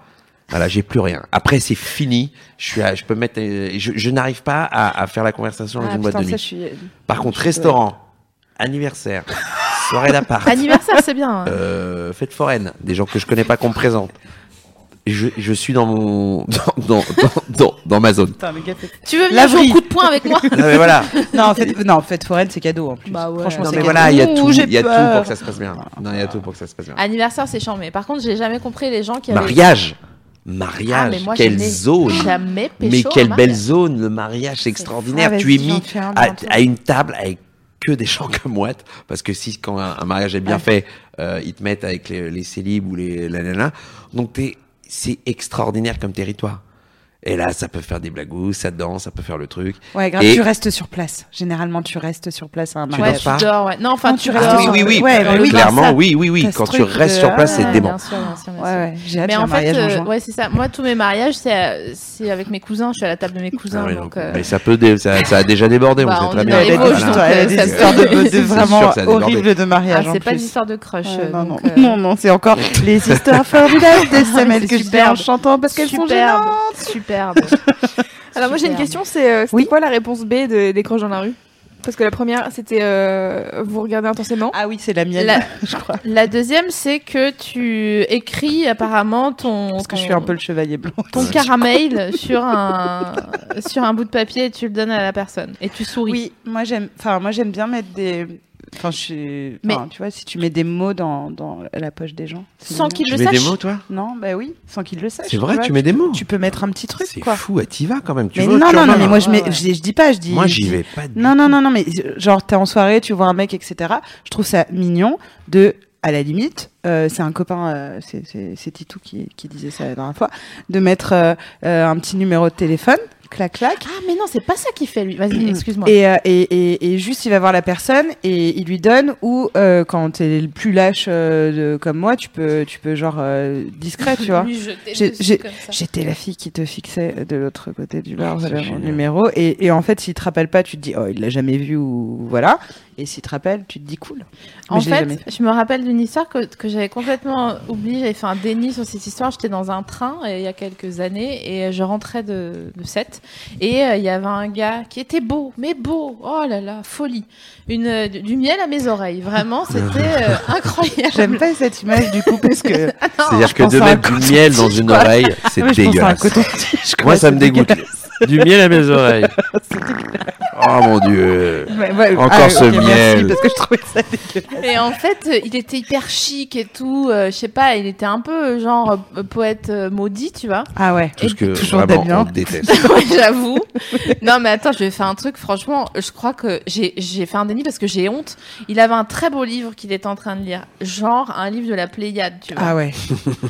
voilà, j'ai plus rien. Après, c'est fini. Je suis, à- je peux mettre, euh, je, je n'arrive pas à, à faire la conversation dans Ah, une boîte putain, de ça, nuit. je suis... euh, Par contre, restaurant, anniversaire, soirée d'appart, Anniversaire, c'est bien. hein. euh, fête foraine, des gens que je connais pas qu'on me présente. Je, je suis dans mon dans dans, dans, dans- dans ma zone. Putain, le gars fait- Tu veux venir la jouer au vrille. coup de poing avec moi Non mais voilà. non, en fait, non, en fait, foraine, c'est cadeau, en plus. Bah ouais. Franchement, Non c'est mais cadeau. voilà, il y a tout, Ouh, j'ai il y a tout peur. pour que ça se passe bien. Non, il y a tout pour que ça se passe bien. Anniversaire, c'est chiant, mais par contre, j'ai jamais compris les gens qui avaient. Mariage, Ah, mariage, mais moi, je quelle n'ai zone. Jamais pécho. Mais quelle un belle mariage. zone, le mariage, c'est extraordinaire. Ah, Tu es vas-y, j'en mis fais un à, bientôt. à une table avec que des gens comme moi, parce que si quand un, un mariage est bien fait, euh, ils te mettent avec les, les célibes ou les la la la. Donc t'es, c'est extraordinaire comme territoire. Et là, ça peut faire des blagous, ça danse, ça peut faire le truc. Ouais, grave, Et- tu restes sur place. Généralement, tu restes sur place à un Tu mariage. Ouais, danses tu pas dors, ouais. Non, enfin, Non, tu Ah, tu restes dors. au oui, oui, oui, ouais, euh, oui, oui, clairement, ça- oui, oui, oui. ça se Quand tu truc restes de- sur place, Ah, c'est Ouais, dément. Bien sûr, bien sûr, bien sûr. Ouais, ouais, j'ai hâte Mais de en faire un fait, mariage en euh, juin. ouais, c'est ça. Moi, tous mes mariages, c'est euh, c'est avec mes cousins. Je suis à la table de mes cousins. Ah oui, donc, donc, euh, Mais ça peut, dé- ça, ça a déjà débordé. Bah, on on sait très est bien. dans les Ah, Elle a Vosges, donc, des euh, histoires- elle a des ça se- histoires de, de C'est vraiment sûr, ça a débordé. horribles de ah, mariage. en c'est pas plus. une histoire de crush. Ouais, euh, non, donc, non, euh, non, non, c'est encore les histoires formidables des C'est semaines que je fais en superbe. chantant parce qu'elles sont superbe, gênantes. Superbe. Alors moi j'ai une Superbe. question, c'est euh, c'était Oui. quoi la réponse B de, des croches dans la rue Parce que la première c'était euh, vous regardez intensément. Ah oui, c'est la mienne, La- je crois. La deuxième, c'est que tu écris apparemment ton, Parce que je ton- suis un peu le chevalier blanc. ton caramel sur un sur un bout de papier et tu le donnes à la personne et tu souris. Oui, moi j'aime. Enfin, moi j'aime bien mettre des. Enfin, je suis. Mais- enfin, tu vois, si tu mets des mots dans, dans la poche des gens. c'est Sans mignon. qu'ils Tu le mets des sachent. mots, toi Non, bah oui, sans qu'ils le sachent. C'est vrai, vois, tu mets des mots. Tu peux mettre un petit truc, C'est quoi. fou, t'y vas quand même. Tu mais vas au non, non, Turban. non, mais moi je, mets, Ouais, ouais. je, je dis pas, je dis. Moi, je j'y dis- vais pas. du Non, non, non, non, mais genre, t'es en soirée, tu vois un mec, etc. Je trouve ça mignon de, à la limite, euh, c'est un copain, euh, c'est- c'est c'est Titou qui, qui disait ça la dernière fois, de mettre euh, euh, un petit numéro de téléphone, clac, clac. Ah mais non, c'est pas ça qu'il fait lui. Vas-y, excuse-moi. Et, euh, et, et, et juste, il va voir la personne et il lui donne, ou euh, quand t'es le plus lâche euh, de- comme moi, tu peux, tu peux genre euh, discret, tu vois. J'ai- dessus j'ai- J'étais la fille qui te fixait de l'autre côté du bar, Ah, voilà c'est mon génial. numéro. Et, et en fait, s'il te rappelle pas, tu te dis, oh, il l'a jamais vu ou voilà. Et s'il te rappelle, tu te dis cool. Mais En je l'ai jamais fait, je me rappelle d'une histoire que, que j'avais complètement oubliée. J'avais fait un déni sur cette histoire. J'étais dans un train euh, il y a quelques années et euh, je rentrais de, de 7. Et euh, il y avait un gars qui était beau, mais beau. Oh là là, folie. Une, euh, du, du miel à mes oreilles. Vraiment, c'était euh, incroyable. J'aime pas cette image du coup parce que Ah non, C'est-à-dire que pense de à un mettre du miel dans une oreille, c'est Ah, mais je pense à un dégueulasse. coton-tige. Moi, quoi, ça me c'est dégoûte. dégueulasse. Du miel à mes oreilles. C'est dégueulasse. Oh mon dieu. Ouais, ouais, Encore ah, ce ok, Merci, miel. parce que je trouvais ça dégueulasse. Et en fait, euh, il était hyper chic et tout. euh, je sais pas, il était un peu euh, genre euh, poète euh, maudit, tu vois. Ah ouais. Tout ce que toujours vraiment Damien. on déteste. Ouais, J'avoue. Non, mais attends, je vais faire un truc. Franchement, je crois que j'ai j'ai fait un déni parce que j'ai honte. Il avait un très beau livre qu'il était en train de lire. Genre un livre de la Pléiade, tu vois. Ah ouais.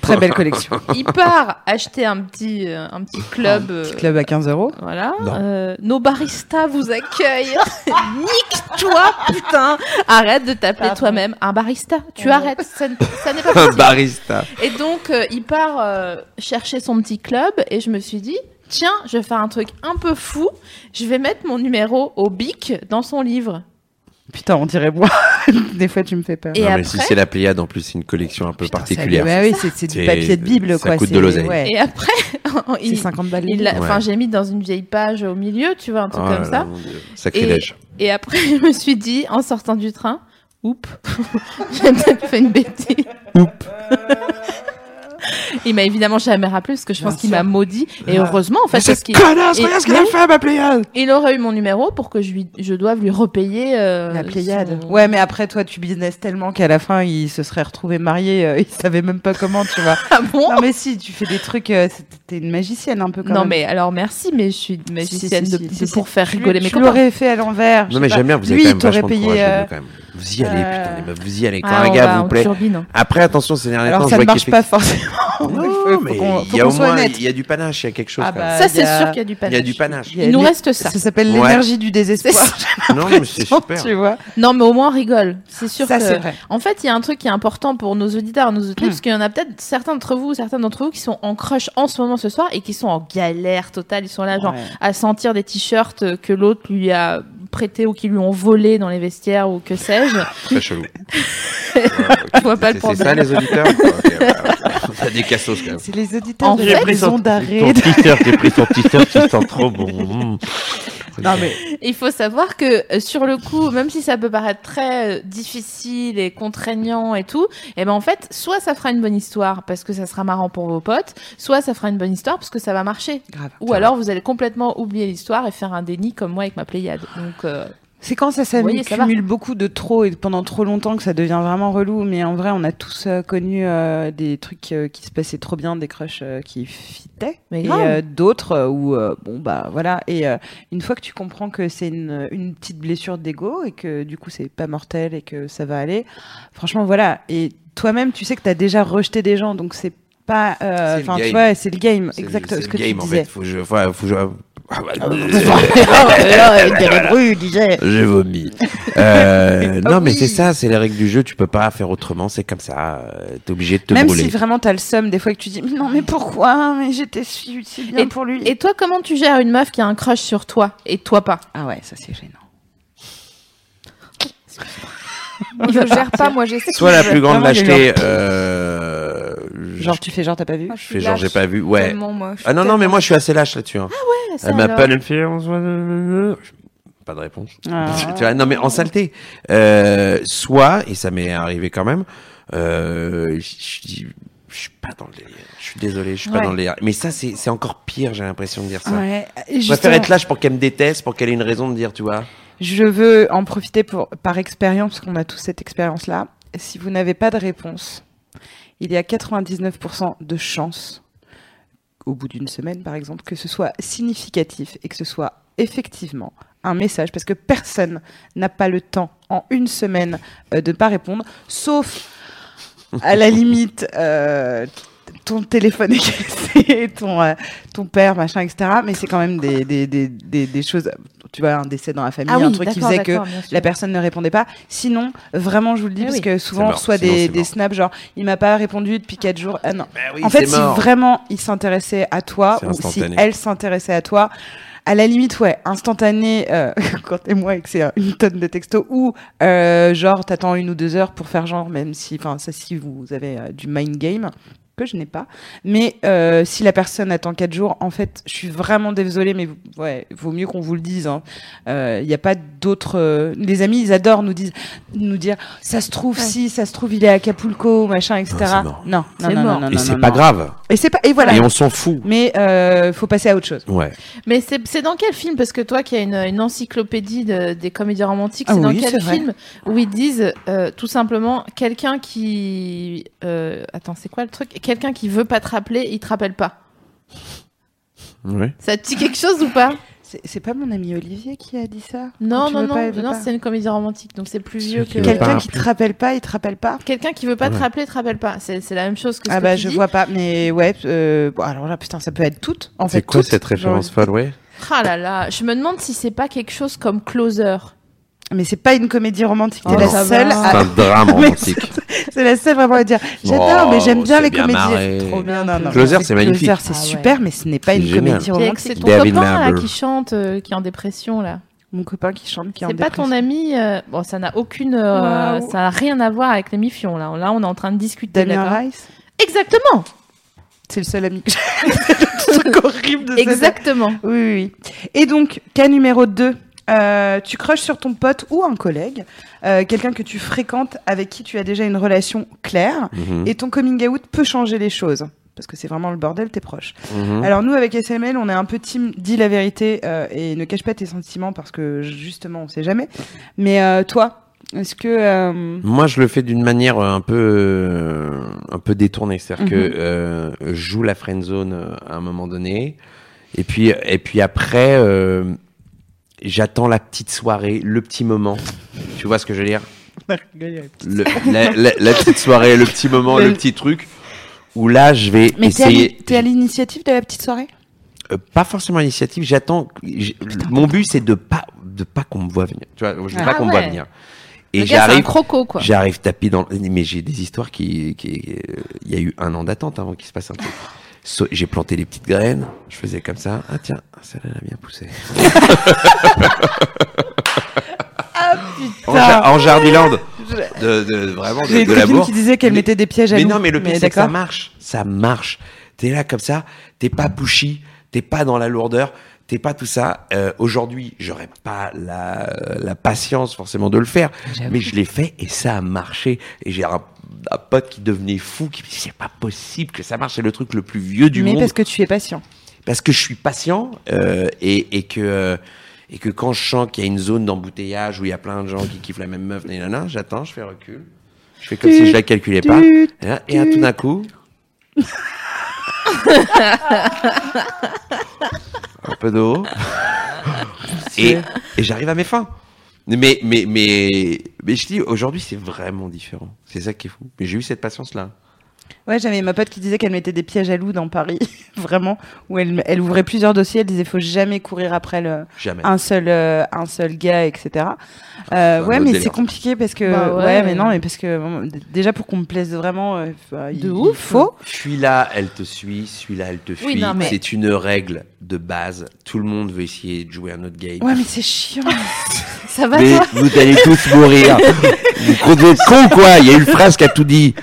Très belle collection. Il part acheter un petit, euh, un petit club. euh, Club à 15 euros. Voilà, Non. euh, nos baristas vous accueillent. Nique-toi, putain. Arrête de t'appeler toi-même un barista. Tu arrêtes, ça, n- ça n'est pas Un possible. barista. Et donc, euh, il part euh, chercher son petit club et je me suis dit, tiens, je vais faire un truc un peu fou. Je vais mettre mon numéro au bic dans son livre. Putain, on dirait moi. Des fois, tu me fais peur. Et non, après, mais si c'est la Pléiade, en plus, c'est une collection un peu particulière. Ouais, oui, c'est c'est du C'est- papier de Bible, ça quoi. coûte de c'est- l'oseille. ouais. et après C'est il, 50 balles. il l'a- Ouais. enfin, j'ai mis dans une vieille page au milieu, tu vois, un truc Oh comme là ça. là, mon Dieu. Sacrilège. Et après, je me suis dit, en sortant du train, oups, j'ai peut-être fait une bêtise. Oups. Il m'a évidemment jamais rappelé parce que je Bien pense qu'il sûr. Ah. m'a maudit. Et heureusement, en fait, Mais parce cette qu'il connasse, et- regarde ce qu'elle a oui. fait à ma Pléiade. il aurait eu mon numéro pour que je, lui, je doive lui repayer. euh, La Pléiade. son- Ouais, mais après, toi, tu business tellement qu'à la fin, ils se seraient retrouvés mariés. euh, ils savaient même pas comment, tu vois. Ah bon Non, mais si, tu fais des trucs. euh, c'est- T'es une magicienne un peu quand Non, même. mais alors merci, mais je suis magicienne si, de- si, de- si, si. pour faire rigoler mes Tu copains. l'aurais fait à l'envers. Non, je sais mais pas. j'aime bien, vous avez Lui, quand même il t'aurait vachement de courage, payé. les euh, deux, quand même. Vous y allez, euh, putain, les meufs, vous y allez. Quand Ah, un on gars va- vous on plaît. turbine. Après, attention, ces derniers temps, Alors, je ça ne vois marche qu'il y a pas forcément. Non, mais qu'on- il y a qu'on au soit moins, honnête. il y a du panache, il y a quelque chose. Ah quand même. bah, Ça, c'est il y a- sûr qu'il Euh, y a du Il panache. y a du panache. Il nous reste ça. Ça s'appelle Ouais. l'énergie du désespoir. Non, mais c'est super. Tu vois. Non, mais au moins on rigole. C'est sûr Ça, que. c'est vrai. En fait, il y a un truc qui est important pour nos auditeurs, nos auditeurs, parce qu'il y en a peut-être certains d'entre vous, certains d'entre vous qui sont en crush en ce moment ce soir et qui sont en galère totale. Ils sont là, genre, Ouais. à sentir des t-shirts euh, que l'autre lui a prêté ou qui lui ont volé dans les vestiaires ou que sais-je. Très chelou. Je vois pas le C'est ça, problème. les auditeurs Ok, bah, Il y a des cassos, quand même. C'est les auditeurs En de fait, la pris maison son, d'arrêt. ton t-shirt, j'ai pris ton t-shirt, tu sens trop Oh, bon. hmm. Non, mais Il faut savoir que euh, sur le coup, même si ça peut paraître très euh, difficile et contraignant et tout, eh ben en fait, soit ça fera une bonne histoire parce que ça sera marrant pour vos potes, soit ça fera une bonne histoire parce que ça va marcher. grave. Ou alors vous allez complètement oublier l'histoire et faire un déni comme moi avec ma Pléiade. Donc euh, C'est quand ça Vous voyez, s'accumule ça va. cumule beaucoup de trop et pendant trop longtemps que ça devient vraiment relou. Mais en vrai, on a tous euh, connu euh, des trucs euh, qui se passaient trop bien, des crushs euh, qui fitaient, Mais et grave. euh, d'autres euh, où euh, bon bah voilà. Et euh, une fois que tu comprends que c'est une, une petite blessure d'ego et que du coup c'est pas mortel et que ça va aller, franchement voilà. Et toi-même, tu sais que t'as déjà rejeté des gens, donc c'est pas. euh, C'est le Enfin, tu game. vois, c'est le game. C'est- Exact. c'est le Ce que game, tu en disais. Oh, fait. Faut que je. faut- faut que je- Ah, bah, disait. J'ai vomi. Euh, Ah non, mais oui. c'est ça, c'est les règles du jeu. Tu peux pas faire autrement. C'est comme ça. euh, T'es obligé de te Même brûler. si vraiment t'as le seum, des fois que tu dis non mais pourquoi Mais j'étais si, si bien Et- pour lui. Et toi, comment tu gères une meuf qui a un crush sur toi et toi pas Ah ouais, ça c'est gênant. Je gère pas, moi j'essaie. Soit la plus grande Vraiment, j'ai lâcheté. Euh, Genre je tu fais genre t'as pas Ah, vu fais genre, j'ai pas vu. Ouais. moi, je suis Ah non, non, mais tellement- moi, je suis assez lâche là-dessus. hein. Elle m'appelle, elle me fait. on se voit, euh, euh, euh. Pas de réponse. Ah. Tu vois, non mais en saleté. Euh, soit, et ça m'est arrivé quand même, euh, je- je dis, je suis pas dans le délire. Je suis désolé, je suis pas Ouais. dans le délire. Mais ça, c'est c'est encore pire, j'ai l'impression de dire ça. Ouais, Je préfère être lâche pour qu'elle me déteste, pour qu'elle ait une raison de dire, tu vois. Je veux en profiter pour, par expérience, parce qu'on a tous cette expérience-là. Si vous n'avez pas de réponse, il y a 99% de chances, au bout d'une semaine par exemple, que ce soit significatif et que ce soit effectivement un message, parce que personne n'a pas le temps en une semaine euh, de ne pas répondre, sauf à la limite euh, ton téléphone est cassé, ton, euh, ton père, machin, etc. Mais c'est quand même des, des, des, des, des choses, tu vois, un décès dans la Ah famille, un truc qui faisait que la personne ne répondait pas. Sinon, vraiment, je vous le dis, Ah parce oui. que souvent, mort, on reçoit sinon des, c'est des mort. snaps genre, il m'a pas répondu depuis 4 jours. Ah non. Bah oui, en fait, c'est mort. si vraiment il s'intéressait à toi, C'est ou si instantané. elle s'intéressait à toi, à la limite, ouais, instantané, euh, quand t'es moi et que c'est euh, une tonne de textos, ou euh, genre, t'attends une ou deux heures pour faire genre, même si, enfin, ça, si vous avez euh, du mind game, que je n'ai pas. Mais euh, si la personne attend 4 jours, en fait, je suis vraiment désolée, mais vous- ouais, vaut mieux qu'on vous le dise. Il hein. Euh, y a pas d'autres. euh, les amis, ils adorent nous, disent, nous dire ça se trouve si, ça se trouve il est à Acapulco, machin, etc. c'est mort. Non, non, C'est non, non, mort. non, non, Et c'est non, pas non. grave. Et c'est pas et voilà. Et on s'en fout. Mais euh, faut passer à autre chose. Ouais. Mais c'est c'est dans quel film Parce que toi qui as une, une encyclopédie de- des comédies romantiques, c'est Ah dans oui, quel c'est vrai. film où ils disent euh, tout simplement quelqu'un qui. euh, attends, c'est quoi le truc Quelqu'un qui veut pas te rappeler, il te rappelle pas. Ouais. Ça te dit quelque chose ou pas C'est c'est pas mon ami Olivier qui a dit ça Non, Tu non, veux non, pas, elle veut non, pas. c'est une comédie romantique, donc c'est plus Celui vieux qui que. veut Quelqu'un Quelqu'un pas qui te rappeler. rappelle pas, il te rappelle pas. quelqu'un qui veut pas te Ouais. rappeler, te rappelle pas. C'est c'est la même chose que ce Ah que bah tu je dis. vois pas, mais ouais. euh, bon, alors là putain, ça peut être toutes. En fait, C'est quoi toutes. cette référence Genre- folle, ouais Ah là là, je me demande si c'est pas quelque chose comme Closer. Mais c'est pas une comédie romantique. T'es Ah la non. seule. Oh, Ça C'est à- un drame Mais romantique. C'est la seule vraiment à dire. J'adore, Oh, mais j'aime bien c'est les bien comédies. marré. Trop bien. Non, non, Closer, non, c'est magnifique. Closer, c'est Ah ouais. super, mais ce n'est pas C'est une génial. comédie Puis avec- C'est romantique. ton David copain là, Marble. qui chante, euh, qui est en dépression là. Mon copain qui chante, qui est en C'est pas ton dépression. ami. euh, Bon, ça n'a aucune. euh, Waouh. Ça n'a rien à voir avec les mifions. Là, là, on est en train de discuter. Damien d'accord Rice. Exactement. C'est le seul ami. que j'ai. C'est le truc horrible de cette- Exactement. Oui, oui, oui. Et donc, cas numéro 2. tu crushes sur ton pote ou un collègue, euh, quelqu'un que tu fréquentes, avec qui tu as déjà une relation claire, Mhm, et ton coming out peut changer les choses. Parce que c'est vraiment le bordel, t'es proche. mhm. Alors nous, avec SML, on est un peu team, dis la vérité euh, et ne cache pas tes sentiments parce que justement, on sait jamais. Mais euh, toi, est-ce que... euh, Moi, je le fais d'une manière euh, un peu, euh, un peu détournée. C'est-à-dire Mhm. que euh, je joue la friend zone euh, à un moment donné, et puis, et puis après, euh, j'attends la petite soirée, le petit moment. Tu vois ce que je veux dire Le- la, la- la petite soirée, le petit moment, Le- le petit truc. Où là, je vais Mais t'es à essayer. l'i- t'es à l'initiative de la petite soirée Euh, pas forcément l'initiative. J'attends. j'ai- Mon but, c'est de pas, de pas qu'on me voit venir. Tu vois, je veux Ah pas qu'on me voit ouais. venir. Et Le gars, c'est un j'arrive. croco quoi. J'arrive tapis dans. le- Mais j'ai des histoires qui. qui- euh, Il y a eu un an d'attente avant qu'il se passe un truc. So- j'ai planté des petites graines, je faisais comme ça. Ah tiens, celle-là elle a bien poussé. Ah, En, ja- en Jardiland, de, de- vraiment de, J'ai de une la copine bourre. qui disait qu'elle Mais- mettait des pièges à Mais loup. non, mais le pire, c'est que ça d'accord. marche. Ça marche. T'es là comme ça, t'es pas pushy, t'es pas dans la lourdeur, t'es pas tout ça. Euh, Aujourd'hui, j'aurais pas la, la patience forcément de le faire, mais je l'ai fait et ça a marché. Et j'ai un, un pote qui devenait fou, qui me dit c'est pas possible que ça marche. C'est le truc le plus vieux du Mais monde parce que tu es patient. parce que je suis patient euh, et, et que euh, et que quand je sens qu'il y a une zone d'embouteillage où il y a plein de gens qui kiffent la même meuf, nanana, j'attends, je fais recul, je fais comme si je la calculais pas, et là, Hein, et là, tout d'un coup. un peu d'eau et, et j'arrive à mes fins mais mais mais mais je dis aujourd'hui c'est vraiment différent c'est ça qui est fou mais j'ai eu cette patience là Ouais, j'avais ma pote qui disait qu'elle mettait des pièges à loup dans Paris, vraiment, où elle, elle ouvrait plusieurs dossiers, elle disait faut jamais courir après le, jamais Ah, un seul euh, un seul gars etc Euh, Ah, un ouais autre mais délire. c'est compliqué parce que Bah ouais. ouais. mais non mais parce que bon, d- déjà pour qu'on me plaise vraiment euh, bah, il- De il ouf. faut Celui-là, elle te suit, celui-là, elle te fuit. Oui, non, mais- C'est une règle de base. Tout le monde veut essayer de jouer un autre game. ouais mais c'est chiant Ça va Mais Bah, toi vous allez tous mourir. vous croyez que vous êtes cons, quoi. Il y a une phrase qui a tout dit.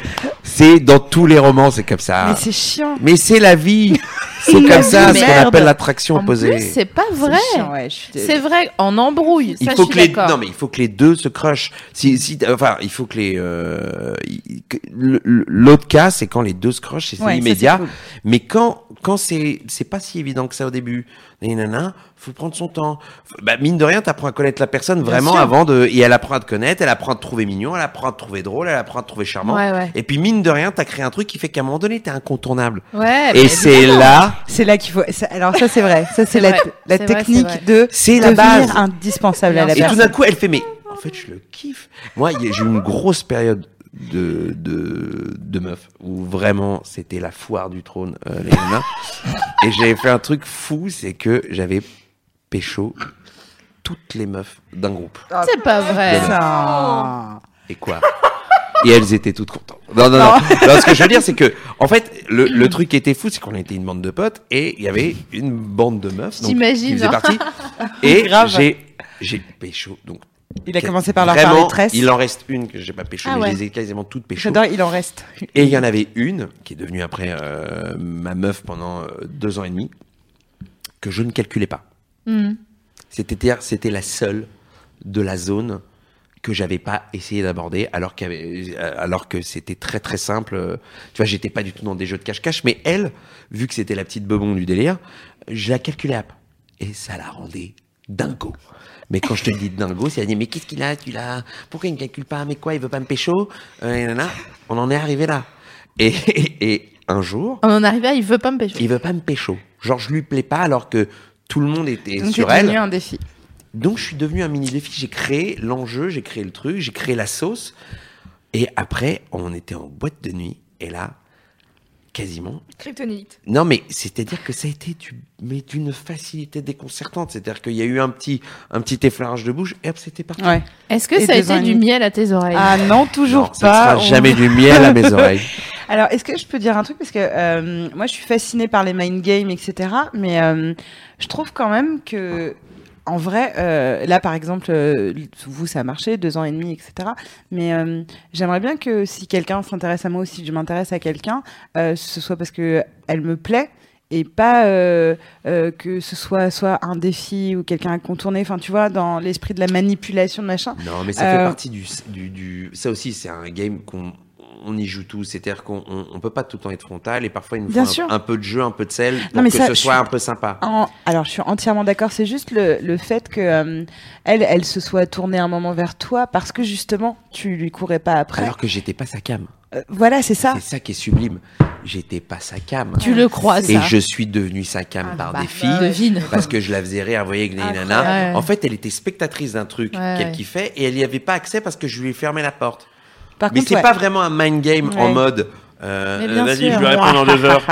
C'est dans tous les romans, c'est comme mais ça. c'est chiant Mais c'est la vie. C'est La comme ça, vie, ce qu'on merde. appelle l'attraction En plus, opposée. c'est pas vrai. C'est chiant, ouais, je suis dé- C'est vrai. En embrouille. Il ça, faut je que suis les d'accord. non mais il faut que les deux se crushent. Si si enfin il faut que les euh, il- que- le- le- l'autre cas c'est quand les deux se crushent et c'est Ouais, ça, c'est immédiat. cool. Mais quand quand c'est c'est pas si évident que ça au début. Nanana, faut prendre son temps. Faut- Bah mine de rien t'apprends à connaître la personne vraiment sûr. avant de et elle apprend à te connaître, elle apprend à te trouver mignon, elle apprend à te trouver drôle, elle apprend à te trouver charmant. Ouais, ouais. Et puis mine de rien t'as créé un truc qui fait qu'à un moment donné t'es incontournable. Ouais. et bah, c'est évidemment. là c'est là qu'il faut ça- alors ça c'est vrai ça c'est C'est la, vrai, la c'est vrai, technique c'est de C'est la devenir base. indispensable à la Bien Et tout personne d'un coup, elle fait, mais en fait, je le kiffe. Moi, il y a- j'ai eu une grosse période de, de, de meuf où vraiment c'était la foire du trône, euh, les nanas. Et j'avais fait un truc fou, c'est que j'avais pécho toutes les meufs d'un groupe. C'est pas vrai. Putain. Et quoi Et elles étaient toutes contentes. Non, non, non. Non, ce que je veux dire, c'est que, en fait, le, le truc qui était fou, c'est qu'on était une bande de potes et il y avait une bande de meufs. donc, J'imagine, Qui faisait hein. partie. Et Grave. j'ai, j'ai pécho. Donc, il a que- commencé par leur vraiment, faire des tresses Il en reste une que j'ai pas pécho, Ah mais ouais. je les ai quasiment toutes pécho. j'adore il en reste Et il y en avait une qui est devenue après euh, ma meuf pendant euh, deux ans et demi que je ne calculais pas. Hmm. C'était c'était la seule de la zone que j'avais pas essayé d'aborder alors qu'il y avait- euh, alors que c'était très très simple euh, tu vois j'étais pas du tout dans des jeux de cache-cache mais elle vu que c'était la petite bebon du délire je la calculais up et ça la rendait dingo mais quand je te dis dingo c'est à dire mais qu'est-ce qu'il a tu l'as pourquoi il ne calcule pas mais quoi il veut pas me pécho Euh, et nanana. on en est arrivé là et, et, et un jour On en arrive à il veut pas me pécho. il veut pas me pécho genre je lui plais pas alors que tout le monde était Donc, sur c'est elle devenu un défi. donc je suis devenu un mini défi. J'ai créé l'enjeu, j'ai créé le truc, j'ai créé la sauce. Et après, on était en boîte de nuit. Et là, quasiment. Kryptonite. Non, mais c'est-à-dire que ça a été du- mais d'une facilité déconcertante. C'est-à-dire qu'il y a eu un petit, un petit effleurage de bouche. Et hop, c'était parti. Ouais. Est-ce que Et ça a deux ans été et du demi. miel à tes oreilles Ah non, Ah, toujours Non, pas. Ça ne on- sera jamais du miel à mes oreilles. Alors, est-ce que je peux dire un truc Parce que euh, moi, je suis fascinée par les mind games, etc. Mais euh, je trouve quand même que, en vrai, euh, là, par exemple, euh, vous, ça a marché, deux ans et demi, etc. Mais euh, j'aimerais bien que si quelqu'un s'intéresse à moi ou si je m'intéresse à quelqu'un, euh, ce soit parce que elle me plaît et pas euh, euh, que ce soit soit un défi ou quelqu'un à contourner. Enfin, tu vois, dans l'esprit de la manipulation de machin. Non, mais ça Euh, fait partie du, du, du- Ça aussi, c'est un game qu'on on y joue tous. C'est-à-dire qu'on on, on peut pas tout le temps être frontal. Et parfois, il nous Bien faut sûr. un, un peu de jeu, un peu de sel. Pour mais que ça, ce je soit suis- un peu sympa. En- alors, je suis entièrement d'accord. C'est juste le, le fait que euh, elle, elle se soit tournée un moment vers toi parce que justement, tu lui courais pas après. Alors que j'étais pas sa cam. Euh, voilà, c'est ça. C'est ça qui est sublime. J'étais pas sa cam. Tu le crois, ça Et je suis devenu sa cam Ah, par bah, des filles. Devine. Parce que je la faisais rire, vous voyez, avec des Incroyable. nanas. Ouais. En fait, elle était spectatrice d'un truc Ouais, qu'elle ouais. kiffait et elle n'y avait pas accès parce que je lui ai fermé la porte. Par Mais contre, c'est ouais. pas vraiment un mind game Ouais. en mode. euh, Mais euh, bien Vas-y, sûr. je vais répondre en deux heures.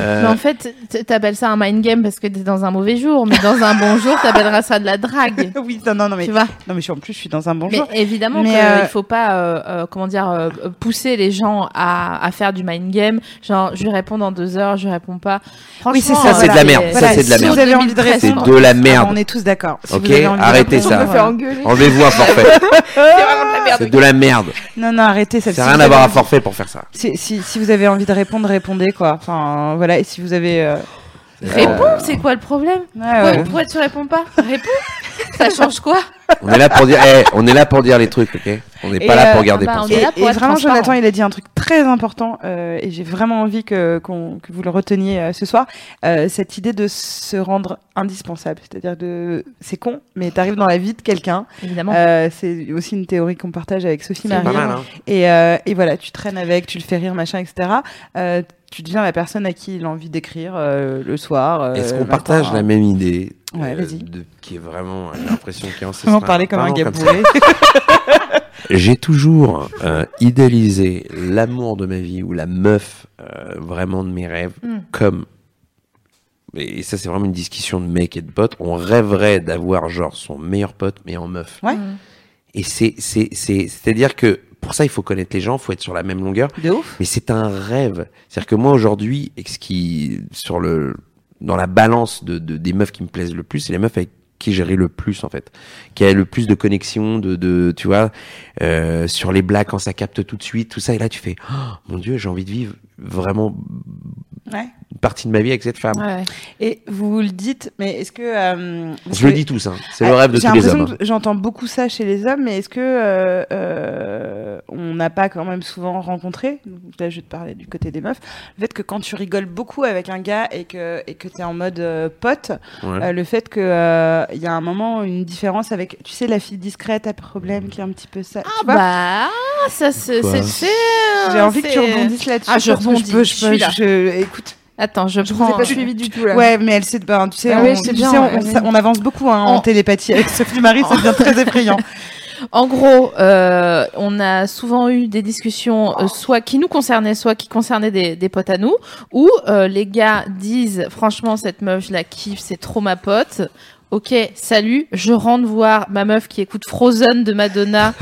euh, Mais en fait, t- t'appelles ça un mind game parce que t'es dans un mauvais jour, mais dans un bon jour, t'appelleras ça de la drague. oui, non, non, non, mais Tu vois non, mais je suis en plus, je suis dans un bon Mais jour. évidemment Mais, qu'il euh, faut pas, euh, euh, comment dire, euh, pousser les gens à, à faire du mind game. Genre, je lui réponds dans deux heures, je réponds pas. Franchement, Oui, c'est ça, euh, c'est de la merde, ça, c'est de la sous merde. Vous avez envie de 2013, répondre. quoi. c'est de la Ah, on merde. est tous d'accord. Si Ok, vous avez envie de arrêtez répondre, ça. On me fait voilà. engueuler. Euh, Enlevez-vous un forfait. C'est vraiment de la merde. C'est de la merde. Non, non, arrêtez Ça ça. Si n'a rien vous à avez voir à envie- forfait pour faire ça. Si, si, si vous avez envie de répondre, répondez quoi. Enfin, voilà. Et si vous avez. euh, Réponds, c'est quoi le problème ouais, Pourquoi- ouais. Pourquoi tu réponds pas Réponds Ça change quoi On est là pour dire, eh, on est là pour dire les trucs, ok? On n'est Et, pas là euh, pour garder bah, pour on ça. est Et, là pour et être vraiment, transparent. Jonathan, il a dit un truc très important euh, et j'ai vraiment envie que, qu'on- que vous le reteniez euh, ce soir. euh, cette idée de se rendre indispensable, c'est-à-dire de, c'est con, mais t'arrives dans la vie de quelqu'un. Évidemment. Euh, c'est aussi une théorie qu'on partage avec Sophie C'est Marie. pas mal, hein. Et, euh, et voilà, tu traînes avec, tu le fais rire, machin, etc. Euh, tu deviens la personne à qui il a envie d'écrire euh, le soir. euh, Est-ce le qu'on matin. partage la même idée euh, Ouais, vas-y. de- qui est vraiment, j'ai l'impression qu'il en On en parler comme un gars bourré. J'ai toujours euh, idéalisé l'amour de ma vie ou la meuf euh, vraiment de mes rêves Hmm. Mm. comme. Et ça, c'est vraiment une discussion de mec et de pote. On rêverait d'avoir genre son meilleur pote, mais en meuf. Ouais. Mm. Et c'est, c'est, c'est, c'est-à-dire que pour ça, il faut connaître les gens, faut être sur la même longueur. De ouf. Mais c'est un rêve. C'est-à-dire que moi aujourd'hui, et ce qui sur le dans la balance de, de- des meufs qui me plaisent le plus, c'est les meufs avec qui j'ai ri le plus en fait, qui a le plus de connexion, de, de tu vois, euh, sur les blagues quand ça capte tout de suite, tout ça. Et là, tu fais, oh, mon Dieu, j'ai envie de vivre vraiment Ouais. une partie de ma vie avec cette femme. Ouais. Et vous le dites, mais est-ce que. euh, parce Je le que- dis tous, hein. c'est le rêve de Ah, J'ai tous les l'impression hommes. hein. que J'entends beaucoup ça chez les hommes, mais est-ce que euh, euh, on n'a pas quand même souvent rencontré, donc là je vais te parler du côté des meufs, le fait que quand tu rigoles beaucoup avec un gars et que et que t'es en mode euh, pote, hein. Ouais. euh, le fait que euh, il y a un moment une différence avec, tu sais la fille discrète à problème qui est un petit peu ça. Ah tu vois bah, ça c'est. Quoi c'est- c'est- hein, J'ai envie que tu c'est- rebondisses là-dessus. Ah, je parce que rebondis, peux- je suis là. je- écoute. Attends, je Je vous ai prends. pas suivi du tout là. Ouais, mais elle sait. Ben, tu sais, Ah on, ouais, je sais tu bien, sais, on, ouais, on s'a- ouais. on avance beaucoup hein, en En- télépathie avec Sophie Marie, ça devient très effrayant. En gros, euh, on a souvent eu des discussions, euh, soit qui nous concernaient, soit qui concernaient des, des potes à nous, où euh, les gars disent, franchement, cette meuf, je la kiffe, c'est trop ma pote. Ok, salut, je rentre voir ma meuf qui écoute Frozen de Madonna,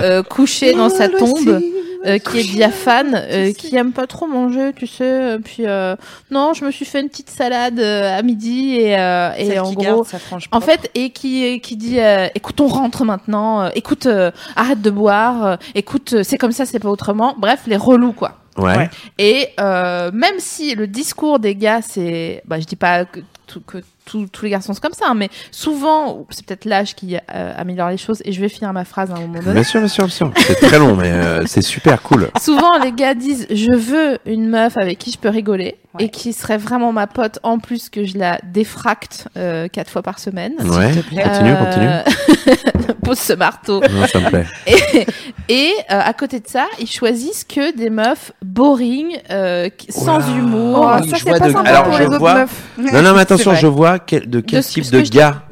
euh, couchée dans sa tombe, euh, qui est diaphane, euh, qui aime pas trop manger, tu sais. euh, Puis euh, non, je me suis fait une petite salade euh, à midi et, euh, et Celle en qui gros, garde sa frange en propre. fait, et qui, qui dit euh, écoute, on rentre maintenant, euh, écoute, euh, arrête de boire, euh, écoute, euh, c'est comme ça, c'est pas autrement. Bref, les relous, quoi. Ouais. Ouais. Et euh, même si le discours des gars, c'est. Bah, je dis pas que tout- que tout- tous les garçons sont comme ça, hein, mais souvent, c'est peut-être l'âge qui euh, améliore les choses, et je vais finir ma phrase à un moment donné. Bien sûr, bien sûr, bien sûr. C'est très long, mais euh, c'est super cool. Souvent, les gars disent Je veux une meuf avec qui je peux rigoler Ouais. et qui serait vraiment ma pote, en plus que je la défracte euh, quatre fois par semaine. Ouais. S'il te Eh, euh, plaît. Continue, continue. continue. Pose ce marteau. Non, ça me plaît. Et, et, euh, à côté de ça, ils choisissent que des meufs boring, euh, qui- sans Oula. humour. Ah, Oh, oui, ça je c'est vois pas de- sympa alors, pour je les autres vois- meufs. Non, non, mais attention, vrai. je vois quel, de quel ce- type ce de que je- gars.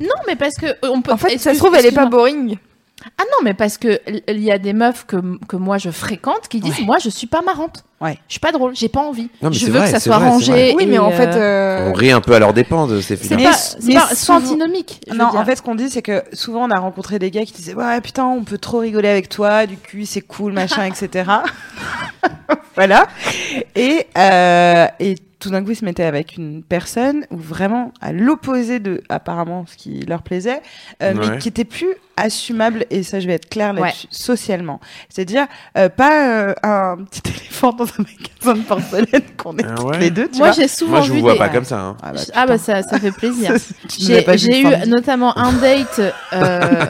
Non, mais parce que euh, on peut. En fait, ça excuse- se trouve, elle est pas excuse-moi. boring. Ah non, mais parce que l- il y a des meufs que, que moi je fréquente qui disent moi je suis pas marrante. Ouais. Je suis pas drôle, j'ai pas envie. Non, mais je c'est veux vrai, que ça c'est soit vrai, c'est rangé. Oui, et, mais en fait, euh, euh, On rit un peu à leur dépens de ces c'est filles. Mais- pas, c'est mais pas- c'est souvent- antinomique. je veux Non, en dire. fait, ce qu'on dit, c'est que souvent on a rencontré des gars qui disaient Ouais, putain, on peut trop rigoler avec toi, du cul, c'est cool, machin, etc. voilà. Et, euh, et tout d'un coup, ils se mettaient avec une personne où vraiment à l'opposé de apparemment ce qui leur plaisait, euh, Ouais. mais qui était plus assumable, et ça, je vais être claire là-dessus, socialement. C'est-à-dire, euh, pas euh, un petit éléphant dans un magasin de porcelaine qu'on est Ah toutes ouais. les deux, tu moi vois. j'ai souvent Moi, je vu vous vois des- pas comme ça. hein. Ah Ah bah ça, putain. ça fait plaisir. Ça, tu nous l'as J'ai pas dit j'ai eu le samedi. notamment un date euh,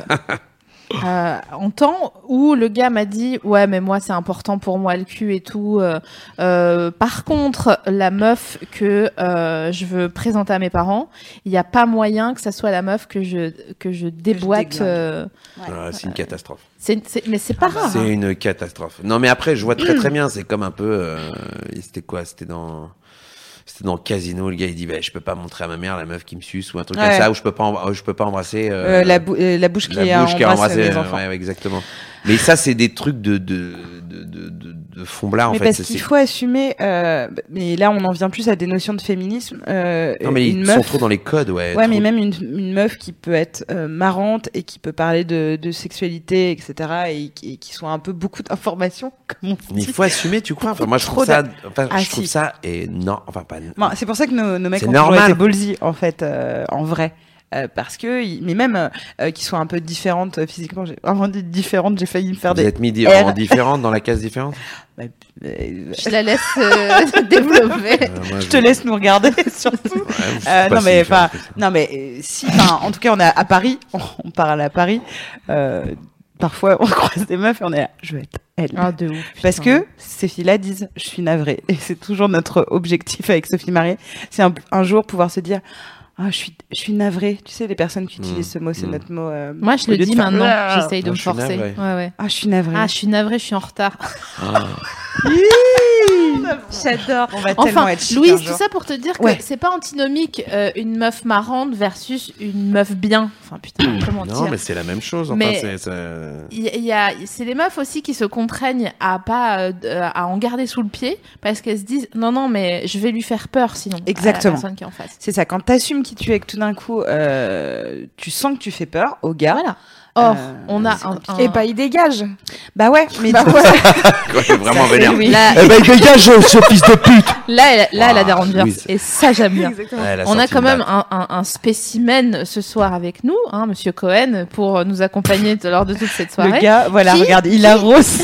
euh, en temps où le gars m'a dit ouais mais moi c'est important pour moi le cul et tout. euh, euh, par contre la meuf que euh, je veux présenter à mes parents, il n'y a pas moyen que ça soit la meuf que je que je déboîte. déglingue. euh, Ah, c'est une catastrophe. c'est- c'est- mais c'est Ah, pas hein. grave. C'est une catastrophe. Non, mais après, je vois très très bien. C'est comme un peu. euh, c'était quoi C'était dans. C'était dans Casino, le gars il dit bah, je peux pas montrer à ma mère la meuf qui me suce ou un truc Ouais. comme ça ou je peux pas embr- je peux pas embrasser euh, Euh, la, bou- euh, la bouche qui la a bouche qui a embrassé embrassé euh, les enfants. ouais, ouais, exactement. Mais ça c'est des trucs de de de de, de, de fond blard en mais fait. parce Ça, qu'il c'est- faut assumer. euh, mais là, on en vient plus à des notions de féminisme. euh, Non mais une ils sont meuf. trop dans les codes ouais. Ouais, trop- mais même une, une meuf qui peut être euh, marrante et qui peut parler de, de sexualité, etc., et, qui- et qui soit un peu beaucoup d'informations, comme on Mais dit. il faut assumer tu crois. Enfin moi je Trop trouve ça enfin, Ah, je trouve si. ça et non enfin pas. Bon, c'est pour ça que nos, nos mecs C'est ont toujours normal. été ballsy, en fait, euh, en vrai. Euh, parce que, ils- mais même euh, euh, qu'ils soient un peu différentes euh, physiquement, j'ai vraiment dit différentes, j'ai failli me faire Vous des. êtes mis di- R. en différente dans la case différente. Euh, Je la laisse euh, développer. Euh, moi, je te laisse nous regarder, surtout. Ouais, je sais Euh, pas non, si mais différent pas- que ça. Non, mais euh, si, enfin, en tout cas, on est à Paris, on, on parle à Paris. euh, parfois, on croise des meufs et on est là, je vais être elle. Ah, de ouf, Parce putain. que ces filles-là disent, je suis navrée. Et c'est toujours notre objectif avec Sophie Marie. C'est un, un jour pouvoir se dire, ah, je suis, je suis navrée. Tu sais, les personnes qui utilisent ce mot, c'est Mmh. notre mot. euh, moi je au le lieu de dis faire, maintenant, Ah, j'essaye de Moi, me je suis forcer. navré. Ouais, ouais. Ah, je suis navrée. Ah je suis navrée, je suis en retard. Ah. J'adore. on va tellement Enfin, être chic un Louise, jour. tout ça pour te dire que Ouais. c'est pas antinomique euh, une meuf marrante versus une meuf bien. Enfin putain, comment Non, dire mais c'est la même chose. Enfin, Mais- c'est- c'est- Il y a- il y a, c'est les meufs aussi qui se contraignent à pas euh, euh, à en garder sous le pied parce qu'elles se disent non non mais je vais lui faire peur sinon à la Exactement. personne qui est en face. C'est ça, quand t'assumes qui tu es et que tout d'un coup, euh, tu sens que tu fais peur au gars. Voilà. Or Euh, Oh, on a c'est un, un- Et bah, il dégage. Bah ouais, mais tu- Quoi, il est vraiment Ça, c'est vénère. Louise. là Eh ben, dégage, ce fils de pute là elle- là elle a des Waouh, rangers Louise. et ça j'aime bien. Exactement. On a quand même un, un- un spécimen ce soir avec nous, hein, Monsieur Cohen, pour nous accompagner de- lors de toute cette le soirée. gars, voilà, Qui- regarde, il arrose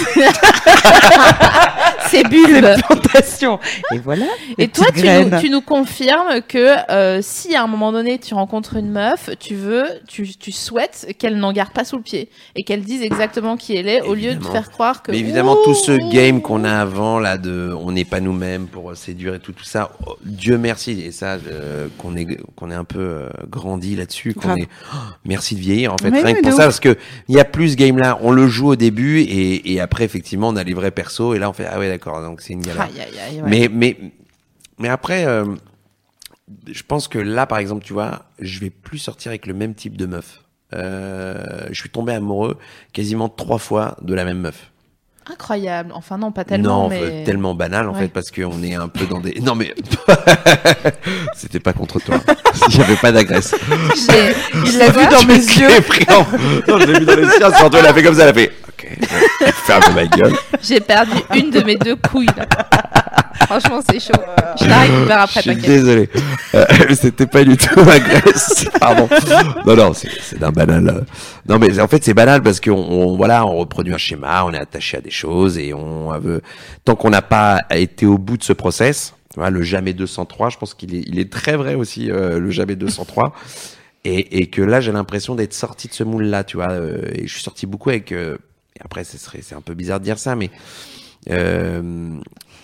C'est Bulbe. les plantations. Et voilà. les Et toi, petites tu graines. nous, tu nous confirmes que euh, si à un moment donné tu rencontres une meuf, tu veux, tu, tu souhaites qu'elle n'en garde pas sous le pied et qu'elle dise exactement qui elle est au lieu de Évidemment. faire croire que. Mais évidemment, tout ce Ouh, game qu'on a avant, là, de on n'est pas nous-mêmes pour euh, séduire et tout, tout ça, oh, Dieu merci. Et ça, euh, qu'on est, qu'on est un peu euh, grandi là-dessus, qu'on Grave. est. oh, merci de vieillir, en fait. Mais Rien oui, que pour de ça, parce que il y a plus ce game-là. On le joue au début et, et après, effectivement, on a les vrais persos et là, on fait, ah ouais, d'accord, donc c'est une galère. Aïe, aïe, aïe, ouais. Mais, mais, mais après, euh, je pense que là, par exemple, tu vois, je vais plus sortir avec le même type de meuf. Euh, je suis tombé amoureux quasiment trois fois de la même meuf. Incroyable. Enfin non, pas tellement. non, mais... euh, tellement banal en Ouais. fait parce qu'on est un peu dans des. Non mais c'était pas contre toi. J'avais pas d'agresse. J'ai- Il l'a vu dans mes yeux. J'ai pris en- Non, je l'ai vu dans les siens. Surtout, elle a fait comme ça. Elle a fait. Ok. bon, Ferme ma gueule. J'ai perdu une de mes deux couilles. là. Franchement, c'est chaud. Je la récupère après, Je suis t'inquiète. désolé. Euh, C'était pas du tout ma graisse. Pardon. Non, non, c'est c'est d'un banal. euh. Non, mais en fait, c'est banal parce qu'on on, voilà, on reproduit un schéma, on est attaché à des choses et on veut. Tant qu'on n'a pas été au bout de ce process, Tu vois, le jamais 203, je pense qu'il est, il est très vrai aussi, euh, le jamais 203. Et, et que là, j'ai l'impression d'être sorti de ce moule-là, tu vois. euh, et je suis sorti beaucoup avec. euh, et après, ce serait, c'est un peu bizarre de dire ça, mais euh,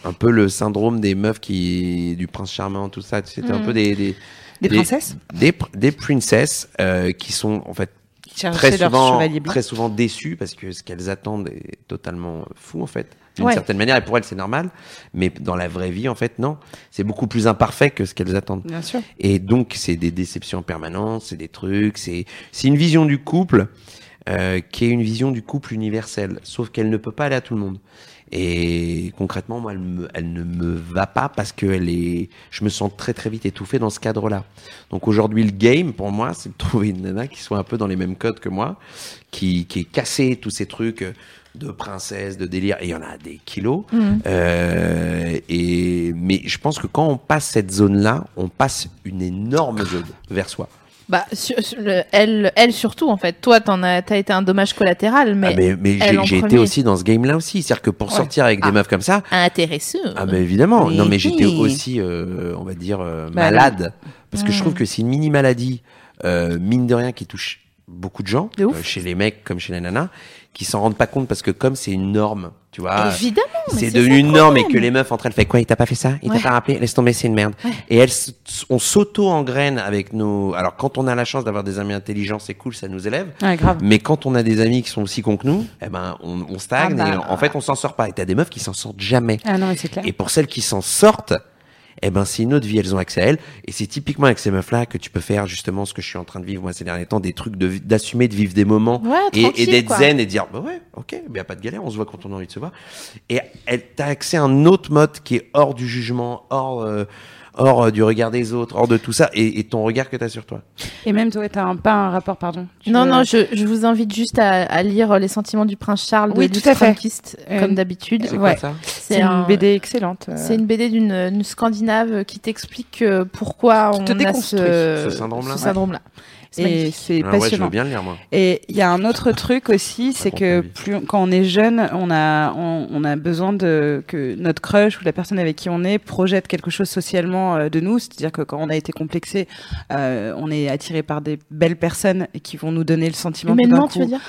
un peu le syndrome des meufs qui du prince charmant, tout ça. C'était un Mhm. peu des des, Hmm. Des Des- princesses des, pr- des princesses euh, qui sont en fait qui cherchaient très Ah, leur souvent, chevalier blanc. très souvent déçues parce que ce qu'elles attendent est totalement fou en fait. D'une Ouais. certaine manière, et pour elles c'est normal, mais dans la vraie vie en fait non, c'est beaucoup plus imparfait que ce qu'elles attendent. Bien sûr. Et donc c'est des déceptions permanentes, c'est des trucs, c'est c'est une vision du couple euh, qui est une vision du couple universel, sauf qu'elle ne peut pas aller à tout le monde. Et concrètement, moi, elle, me- elle ne me va pas parce que elle est, je me sens très très vite étouffé dans ce cadre-là. Donc aujourd'hui, le game pour moi, c'est de trouver une nana qui soit un peu dans les mêmes codes que moi, qui, qui est cassée tous ces trucs de princesse, de délire. Et il y en a des kilos. Euh, et mais je pense que quand on passe cette zone-là, on passe une énorme zone vers soi. Bah, sur- sur le- elle, elle surtout, en fait. Toi, t'en as, t'as été un dommage collatéral, Ah, mais, mais mais elle j'ai en j'ai été premier. aussi dans ce game-là aussi. C'est-à-dire que pour Ouais. sortir avec Ah. des meufs comme ça, intéressant. Ah mais évidemment. Non mais Oui. j'étais aussi, euh, on va dire, euh, Bah, Malade. malade. Parce que je Mm. trouve que c'est une mini maladie, euh, mine de rien, qui touche beaucoup de gens, De ouf. euh, chez les mecs comme chez les nanas, qui s'en rendent pas compte parce que comme c'est une norme, tu vois, Évidemment, mais ah, c'est ça devenu le une norme et problème. que les meufs entre elles fait quoi Il t'a pas fait ça Il Ouais. t'a pas rappelé Laisse tomber, c'est une merde. Ouais. Et elles, s- on s'auto engraine avec nos. Alors quand on a la chance d'avoir des amis intelligents, c'est cool, ça nous élève. Ouais, grave. Mais quand on a des amis qui sont aussi cons que nous, eh ben on, on stagne Ah bah. et en fait on s'en sort pas. Et t'as des meufs qui s'en sortent jamais. Ah non, mais c'est clair. Et pour celles qui s'en sortent, eh ben, c'est une autre vie, elles ont accès à elles. Et c'est typiquement avec ces meufs-là que tu peux faire justement ce que je suis en train de vivre moi ces derniers temps, des trucs de- d'assumer de, vivre des moments Ouais, et, et tranquille, d'être quoi. zen et de dire, bah ouais, ok, mais y a pas de galère, on se voit quand on a envie de se voir. Et elle t'as accès à un autre mode qui est hors du jugement, hors, euh, hors euh, du regard des autres, hors de tout ça, et, et ton regard que t'as sur toi. Et même toi, t'as un, pas un rapport, pardon. Tu Non, veux- non, je, je vous invite juste à, à lire euh, Les sentiments du prince Charles Oui, de tout Luce à fait. Frankist, Euh, comme d'habitude. C'est quoi Ouais. ça C'est une un- BD excellente. euh. C'est une BD d'une une Scandinave qui t'explique euh, pourquoi Qui te on a ce, ce syndrome-là. ce syndrome-là. C'est Et magnifique. c'est Ah ouais, je passionnant. veux bien le lire, moi. Et il y a un autre truc aussi, c'est Raconte ta que vie. plus on- quand on est jeune, on a on, on a besoin de que notre crush ou la personne avec qui on est projette quelque chose socialement euh, de nous. C'est-à-dire que quand on a été complexé, euh, on est attiré par des belles personnes et qui vont nous donner le sentiment que d'un Humainement, coup, tu veux dire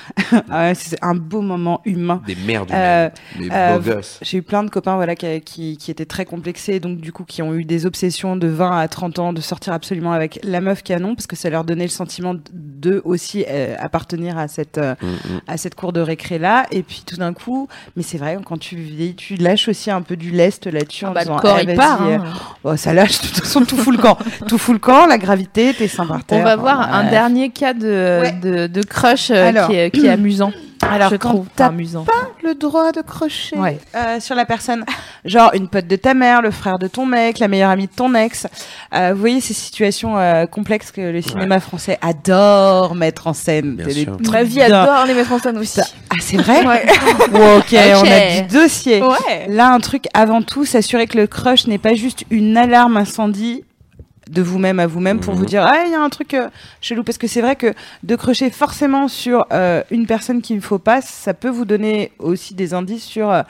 Ah ouais, c'est un beau moment humain. Des merdes, Euh, humaines, des euh, beaux gosses. J'ai eu plein de copains voilà, qui, qui, qui étaient très complexés, donc du coup qui ont eu des obsessions de 20 à 30 ans de sortir absolument avec la meuf canon, parce que ça leur donnait le sentiment d'eux aussi euh, appartenir à cette, euh, Mm, mm. à cette cour de récré là. Et puis tout d'un coup, mais c'est vrai, quand tu vieillis, tu lâches aussi un peu du lest là-dessus. en Bah, disant, Le corps, eh, il vas-y, part. euh, hein. oh, ça lâche, de toute façon, tout fout le camp. tout fout le camp, la gravité, t'es sain par terre. On va voir Enfin, un ouais. dernier cas de, de, de crush euh, Alors. qui, est, qui est amusant. Alors, je quand trouve t'as Enfin, amusant. le droit de crocher Ouais. euh, sur la personne. Genre une pote de ta mère, le frère de ton mec, la meilleure amie de ton ex. Euh, vous voyez ces situations euh, complexes que le cinéma français adore mettre en scène. Bien C'est des sûr. trucs Ma vie d'un- adore les mettre en scène aussi. Putain. Ah, c'est vrai Ouais. Wow, ok, on a Ok. du dossier. ouais. Là, un truc avant tout, s'assurer que le crush n'est pas juste une alarme incendie de vous-même à vous-même pour Mhm. vous dire ah il y a un truc euh, chelou parce que c'est vrai que de crocher forcément sur euh, une personne qu'il ne faut pas ça peut vous donner aussi des indices sur euh,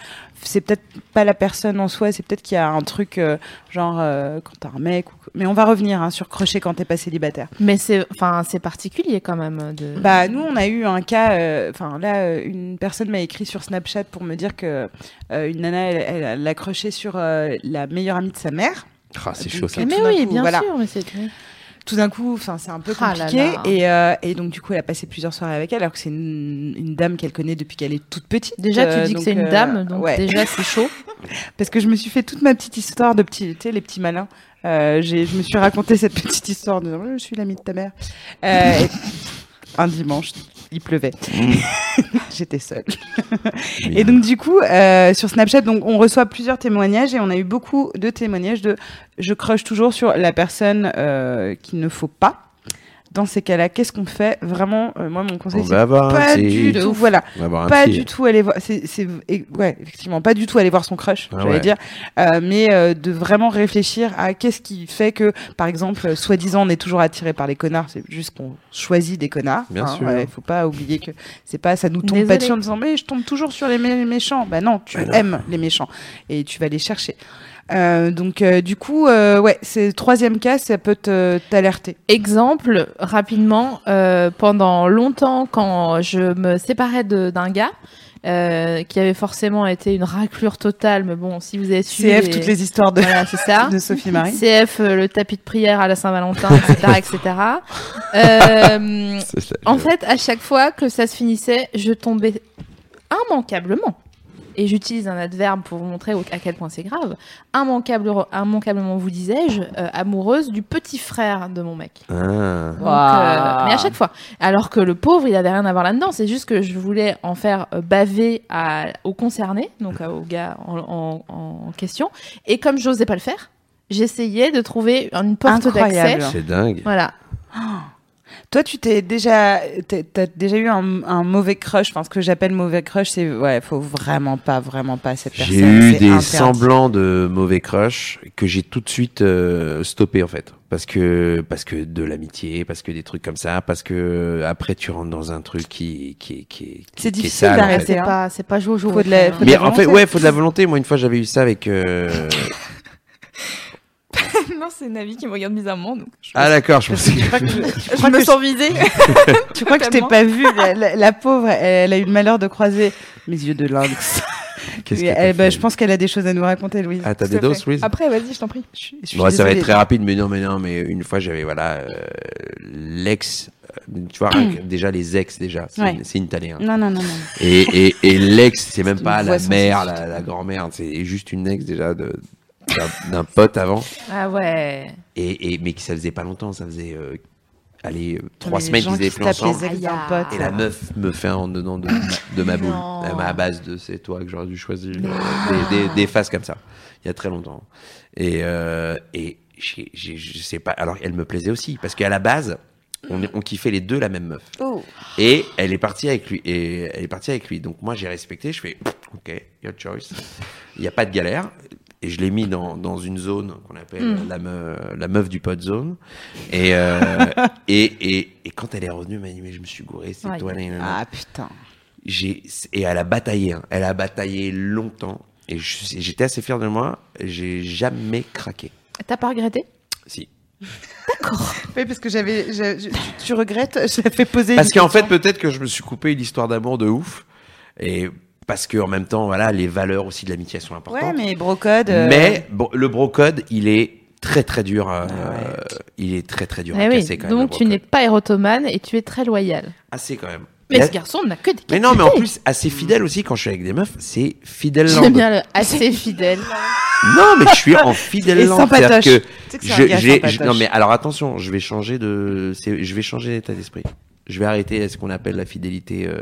c'est peut-être pas la personne en soi c'est peut-être qu'il y a un truc euh, genre euh, quand t'as un mec ou- mais on va revenir hein, sur crocher quand t'es pas célibataire Mais c'est enfin, c'est particulier quand même. De... bah nous on a eu un cas, euh, enfin là euh, une personne m'a écrit sur Snapchat pour me dire que euh, une nana elle, elle, elle l'a croché sur euh, la meilleure amie de sa mère. Ah, c'est chaud ça. tout Eh, mais d'un oui, coup, bien voilà. sûr. Mais c'est... Tout d'un coup, enfin c'est un peu Ah là compliqué là. et, euh, et donc du coup elle a passé plusieurs soirées avec elle alors que c'est une, une dame qu'elle connaît depuis qu'elle est toute petite. Déjà, Euh, tu dis que donc, c'est une euh, dame, donc ouais. déjà, c'est chaud. parce que je me suis fait toute ma petite histoire de petits, tu sais, les petits malins. Euh, j'ai- je me suis raconté cette petite histoire de Oh, je suis l'ami de ta mère. Euh, et- un dimanche, il pleuvait. Mm. J'étais seule. Et donc du coup, euh, sur Snapchat, donc on reçoit plusieurs témoignages et on a eu beaucoup de témoignages de je crush toujours sur la personne euh, qu'il ne faut pas. dans ces cas-là, qu'est-ce qu'on fait Vraiment, euh, moi, mon conseil, On c'est va avoir un pas petit. du tout. Voilà, On va avoir un pas petit. du tout aller voir. C'est, c'est- et- ouais, effectivement, pas du tout aller voir son crush, Ah j'allais ouais. dire, Euh, mais euh, de vraiment réfléchir à qu'est-ce qui fait que, par exemple, euh, soi-disant, on est toujours attiré par les connards. C'est juste qu'on choisit des connards. hein, Bien sûr. ouais, faut pas oublier que c'est pas, ça nous tombe pas Désolée. dessus en disant, mais je tombe toujours sur les mé- méchants. Bah non, tu aimes les méchants et tu vas les chercher. Euh, donc euh, du coup, euh, ouais, c'est le troisième cas, ça peut te- t'alerter. Exemple, rapidement, euh, pendant longtemps, quand je me séparais de- d'un gars, euh, qui avait forcément été une raclure totale, mais bon, si vous avez suivi... CF, toutes les histoires de, Voilà, c'est ça. de Sophie Marie. CF, euh, le tapis de prière à la Saint-Valentin, etc. etc. Euh, C'est ça. en fait, à chaque fois que ça se finissait, je tombais immanquablement. Et j'utilise un adverbe pour vous montrer au- à quel point c'est grave. Immanquable, immanquablement, vous disais-je, euh, amoureuse du petit frère de mon mec. Ah. Donc, euh, mais à chaque fois. Alors que le pauvre, il avait rien à voir là-dedans. C'est juste que je voulais en faire euh, baver à, aux concernés, donc euh, aux gars en, en- en question. Et comme j'osais pas le faire, j'essayais de trouver une porte d'accès. Incroyable. C'est dingue. Voilà. Toi, tu t'es déjà, t'es- t'as déjà eu un, un mauvais crush. Enfin, ce que j'appelle mauvais crush, c'est ouais, faut vraiment pas, vraiment pas cette personne. J'ai eu c'est des interdit. semblants de mauvais crush que j'ai tout de suite euh, stoppé en fait. Parce que, parce que de l'amitié, parce que des trucs comme ça, parce que après tu rentres dans un truc qui, qui, qui, qui- C'est qui est difficile sale, en d'arrêter. fait. C'est C'est hein. pas, c'est pas Jojo. Faut de la- enfin. faut de Mais la en fait, volonté. ouais, faut de la volonté. Moi, une fois, j'avais eu ça avec. euh, non, c'est Navi qui me regarde bizarrement. Donc je, Ah d'accord, je Parce que pensais. tu crois que, tu je crois me que- sens visée. tu crois que je t'ai totalement. pas vu la, la- la pauvre, elle a eu le malheur de croiser mes yeux de lynx. Qu'est-ce Et que t'as elle- bah, fait je pense qu'elle a des choses à nous raconter, Louise. Ah, t'as Tout des à fait. doses, Louise Après, vas-y, je t'en prie. Je suis- je suis Bon, ça va désolée. être très rapide, mais non, mais non, mais une fois j'avais voilà euh, l'ex, euh, tu vois, avec- déjà les ex déjà, c'est Ouais. une- c'est une tannée, hein. Non, non, non, non. Et, et, et l'ex, c'est même une pas voix la sans mère, suite. la, la grand-mère, c'est juste une ex déjà de d'un- d'un pote avant. Ah ouais. Et, et mais qui ça faisait pas longtemps, ça faisait euh, allez euh, Mais trois les semaines gens qu'ils étaient qui plus se tapent les ensemble. ex d'un Aïe, pote, aïe. Et ça la va. meuf me fait en dedans de, de ma boule. Non. Elle m'a à base de c'est toi que j'aurais dû choisir. euh, Des, des, des phases comme ça. Il y a très longtemps. Et, euh, et j'ai- j'ai- je sais pas. Alors, elle me plaisait aussi. Parce qu'à la base, on, est- on kiffait les deux la même meuf. Oh. Et elle est partie avec lui. Et elle est partie avec lui. Donc, moi, j'ai respecté. Je fais OK, your choice. Il n'y a pas de galère. Et je l'ai mis dans, dans une zone qu'on appelle la, me- la meuf du pod zone. Et, euh, et, et, et quand elle est revenue, elle m'a dit, mais je me suis gouré, c'est Aïe. toi. nanana Ah putain. j'ai et elle a bataillé hein. elle a bataillé longtemps et je- j'étais assez fier de moi j'ai jamais craqué euh, T'as pas regretté si Oui, parce que j'avais, j'a- je- tu, tu regrettes, je fait poser. parce une qu'en fait question. peut-être que je me suis coupé une histoire d'amour de ouf et parce que en même temps voilà les valeurs aussi de l'amitié sont importantes Ouais, mais brocode. euh, Mais, bon, le brocode il est très très dur euh, il est très très dur à Eh oui. casser quand même Donc le tu n'es brocode. pas érotomane et tu es très loyal. assez quand même Mais Et ce a- garçon n'a que des mais non mais en plus assez fidèle aussi quand je suis avec des meufs c'est fidèle J'aime land. bien le assez fidèle. Non, mais je suis en fidèle Et lente, sans c'est-à-dire patoche. que Tu sais que c'est un je, gars j'ai- sans je- non patoche. mais alors attention, je vais changer de, c'est- je vais changer d'état d'esprit. Je vais arrêter ce qu'on appelle la fidélité euh,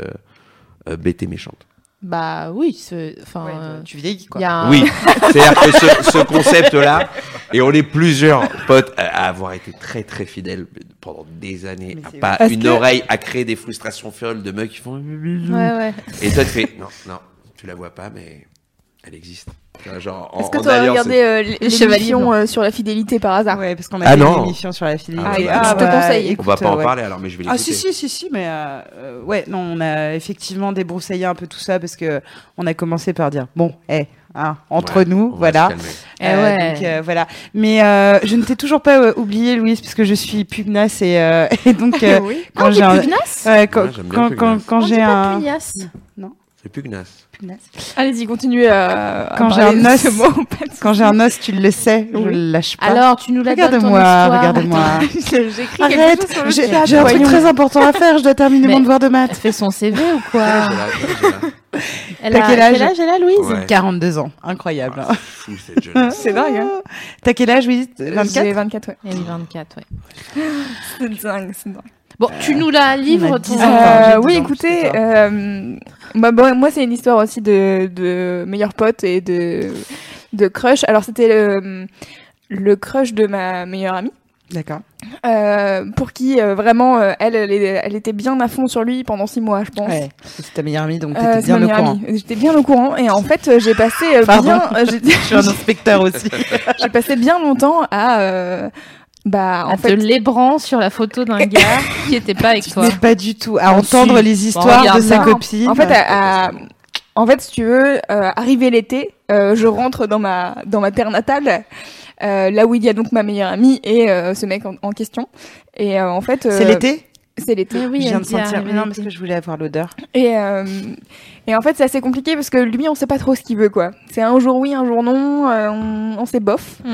euh, bête et méchante. Bah oui, ce- enfin, Ouais, euh, tu vieillis quoi. il y a un- Oui, c'est-à-dire que ce, ce concept-là, et on est plusieurs potes à, à avoir été très très fidèles pendant des années, Mais à c'est pas vrai. une Parce que- oreille à créer des frustrations fioles de mecs qui font. Ouais, ouais. Et toi tu fais non non, tu la vois pas mais elle existe. Genre, en- Est-ce que en tu as alliance, regardé euh, les- les Chevalier émissions Blanc. euh, sur la fidélité par hasard Ouais, parce qu'on a Ah fait non. une émission sur la fidélité. Ah ouais, bah, je te conseille. on va écoute, pas en ouais. parler alors, mais je vais Ah l'écouter. si si si si mais euh, euh, ouais non on a effectivement débroussaillé un peu tout ça parce que on a commencé par dire bon eh hein, entre Ouais, on nous va voilà se calmer. Eh Euh, ouais. donc, euh, voilà mais euh, je ne t'ai toujours pas euh, oublié Louise puisque je suis pugnace et, euh, et donc euh, oui. quand Ah, j'ai un- t'es pugnace ouais, quand, Ouais, j'aime bien quand- pugnace. quand- quand Oh, On dit j'ai pas un pugnace. C'est pugnace. Allez-y, continuez à. à Quand j'ai parler un de os. ce mot, pas de- quand j'ai un os tu le sais je Oui. le lâche pas Alors, tu nous la donnes ton regarde-moi histoire. regarde-moi J'écris quelque arrête chose sur le j'ai chat. j'ai un truc voyons. très important à faire je dois terminer Mais- mon devoir de maths Elle fait son CV ou Ah, quoi j'ai la- j'ai la- Elle T'as a quel âge elle a Louise Ouais. 42 ans incroyable Ah, c'est fou cette jeunesse. C'est dingue, hein. Euh, T'as quel âge, Louise J'ai 24 24, ouais. Elle est 24, ouais. C'est dingue, c'est dingue. Bon, tu nous la livres, dix ton... ans. Enfin, j'ai Euh, oui, dix ans, écoutez, c'est ça. euh, bah, bon, moi c'est une histoire aussi de, de meilleur pote et de, de crush. Alors c'était le, le crush de ma meilleure amie. D'accord. euh, pour qui euh, vraiment euh, elle, elle, est- elle était bien à fond sur lui pendant six mois, je pense. Ouais. C'est ta meilleure amie, donc Euh, t'étais c'est bien ma le meilleure courant. amie. J'étais bien au courant et en fait euh, j'ai passé euh, Pardon. bien, euh, j'ai- Je suis un inspecteur aussi. j'ai passé bien longtemps à euh, bah en en fait te lébrant sur la photo d'un gars qui était pas avec toi. Mais pas du tout. À Bon, entendre si. les Bon, histoires de regarde, sa non. copine. en fait à- à- en fait si tu veux euh, arrivé l'été euh, je rentre dans ma dans ma terre natale euh, là où il y a donc ma meilleure amie et euh, ce mec en, en question et euh, en fait euh, c'est l'été c'est l'été Mais Ah oui, Je viens elle de dit sentir. Mais non, arrêtez. parce que je voulais avoir l'odeur. Et, euh, et en fait, c'est assez compliqué parce que lui, on sait pas trop ce qu'il veut, quoi. C'est un jour oui, un jour non, euh, on, on sait bof. Hmm.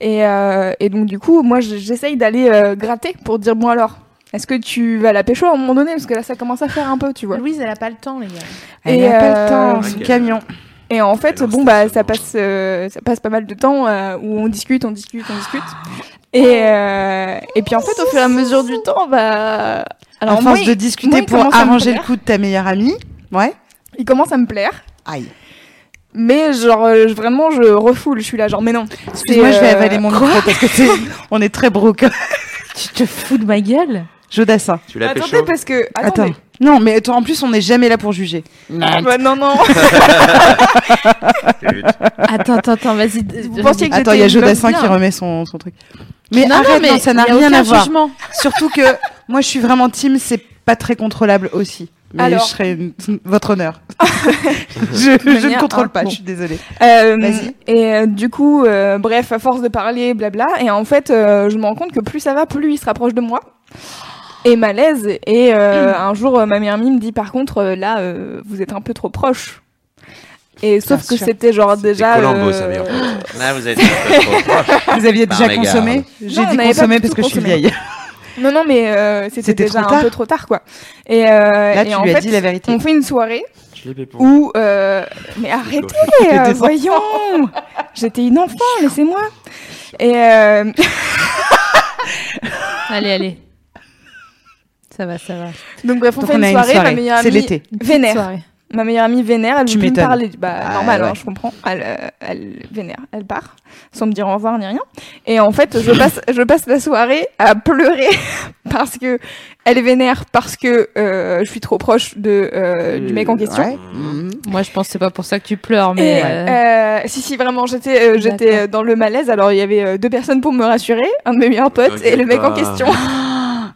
Et, euh, et donc, du coup, moi, j- j'essaye d'aller euh, gratter pour dire, bon alors, est-ce que tu vas la pécho à un moment donné Parce que là, ça commence à faire un peu, tu vois. Louise, elle a pas le temps, les gars. Elle Et, a pas euh, le temps, son Ok. camion. Et en fait, Alors, bon, c'est bah, absolument- ça passe, euh, ça passe pas mal de temps euh, où on discute, on discute, on discute. Et, euh, et puis, en fait, au fur et à mesure du temps, bah. Alors, Alors, à moi, force de il, discuter moi, il pour commence à me arranger le plaire. coup de ta meilleure amie. Ouais. il commence à me plaire. Aïe. Mais genre, euh, je- vraiment, je refoule. Je suis là, genre, mais non. Excuse-moi, C'est, je vais euh, avaler mon micro parce que c'est, on est très broca. Tu te fous de ma gueule Jodassin. Tu l'as Attendez, pécho parce que. Attendez. Attends. Non, mais toi, en plus, on n'est jamais là pour juger. Bah, non, non. Attends, attends, attends, vas-y. Vous pensiez que Attends, il y a j'étais une meuf Jodassin qui bien. remet son, son truc. Mais arrête, non, ça n'a rien à voir. Surtout que moi, je suis vraiment team, c'est pas très contrôlable aussi. Mais Alors. je serais une- votre honneur. je, je ne manière, contrôle hein, pas, bon. je suis désolée. Euh, Vas-y. et euh, du coup, euh, bref, à force de parler, blabla. Et en fait, euh, je me rends compte que plus ça va, plus il se rapproche de moi. Et malaise. Et euh, un jour, euh, ma meilleure amie me dit par contre, euh, là, euh, vous êtes un peu trop proche. Et sauf Bien que sûr. c'était genre déjà. Colombo, sa euh, meilleure pote. Là, Ah, vous êtes un peu trop proche. Vous aviez Bah, déjà regarde. consommé J'ai Non, on dit n'avait pas consommé du parce tout que je suis consommé. vieille. Non, non, mais euh, c'était C'était déjà trop un peu tard. trop tard, quoi. Et, euh, Là, et tu en lui as fait, dit la vérité. on fait une soirée Je l'ai pépon. où. euh, mais arrêtez, J'étais euh, sans- voyons J'étais une enfant, laissez-moi Et euh, Allez, allez. Ça va, ça va. donc, bref, on Donc fait on une a une soirée, ma soirée. meilleure C'est amie. l'été. Vénère. Soirée. Ma meilleure amie vénère, elle Tu veut plus me m'étonnes. parler. Bah, Ah, normal, hein, ouais. je comprends. Elle, euh, elle vénère, elle part, sans me dire au revoir ni rien. Et en fait, je passe, je passe la soirée à pleurer parce que elle est vénère, parce que euh, je suis trop proche de, euh, du mec en question. Ouais. Mhm. Moi, je pense que c'est pas pour ça que tu pleures, mais. Et, euh, euh, si si vraiment j'étais euh, j'étais D'accord. euh, dans le malaise alors il y avait euh, deux personnes pour me rassurer un de mes meilleurs potes et le mec Ah. en question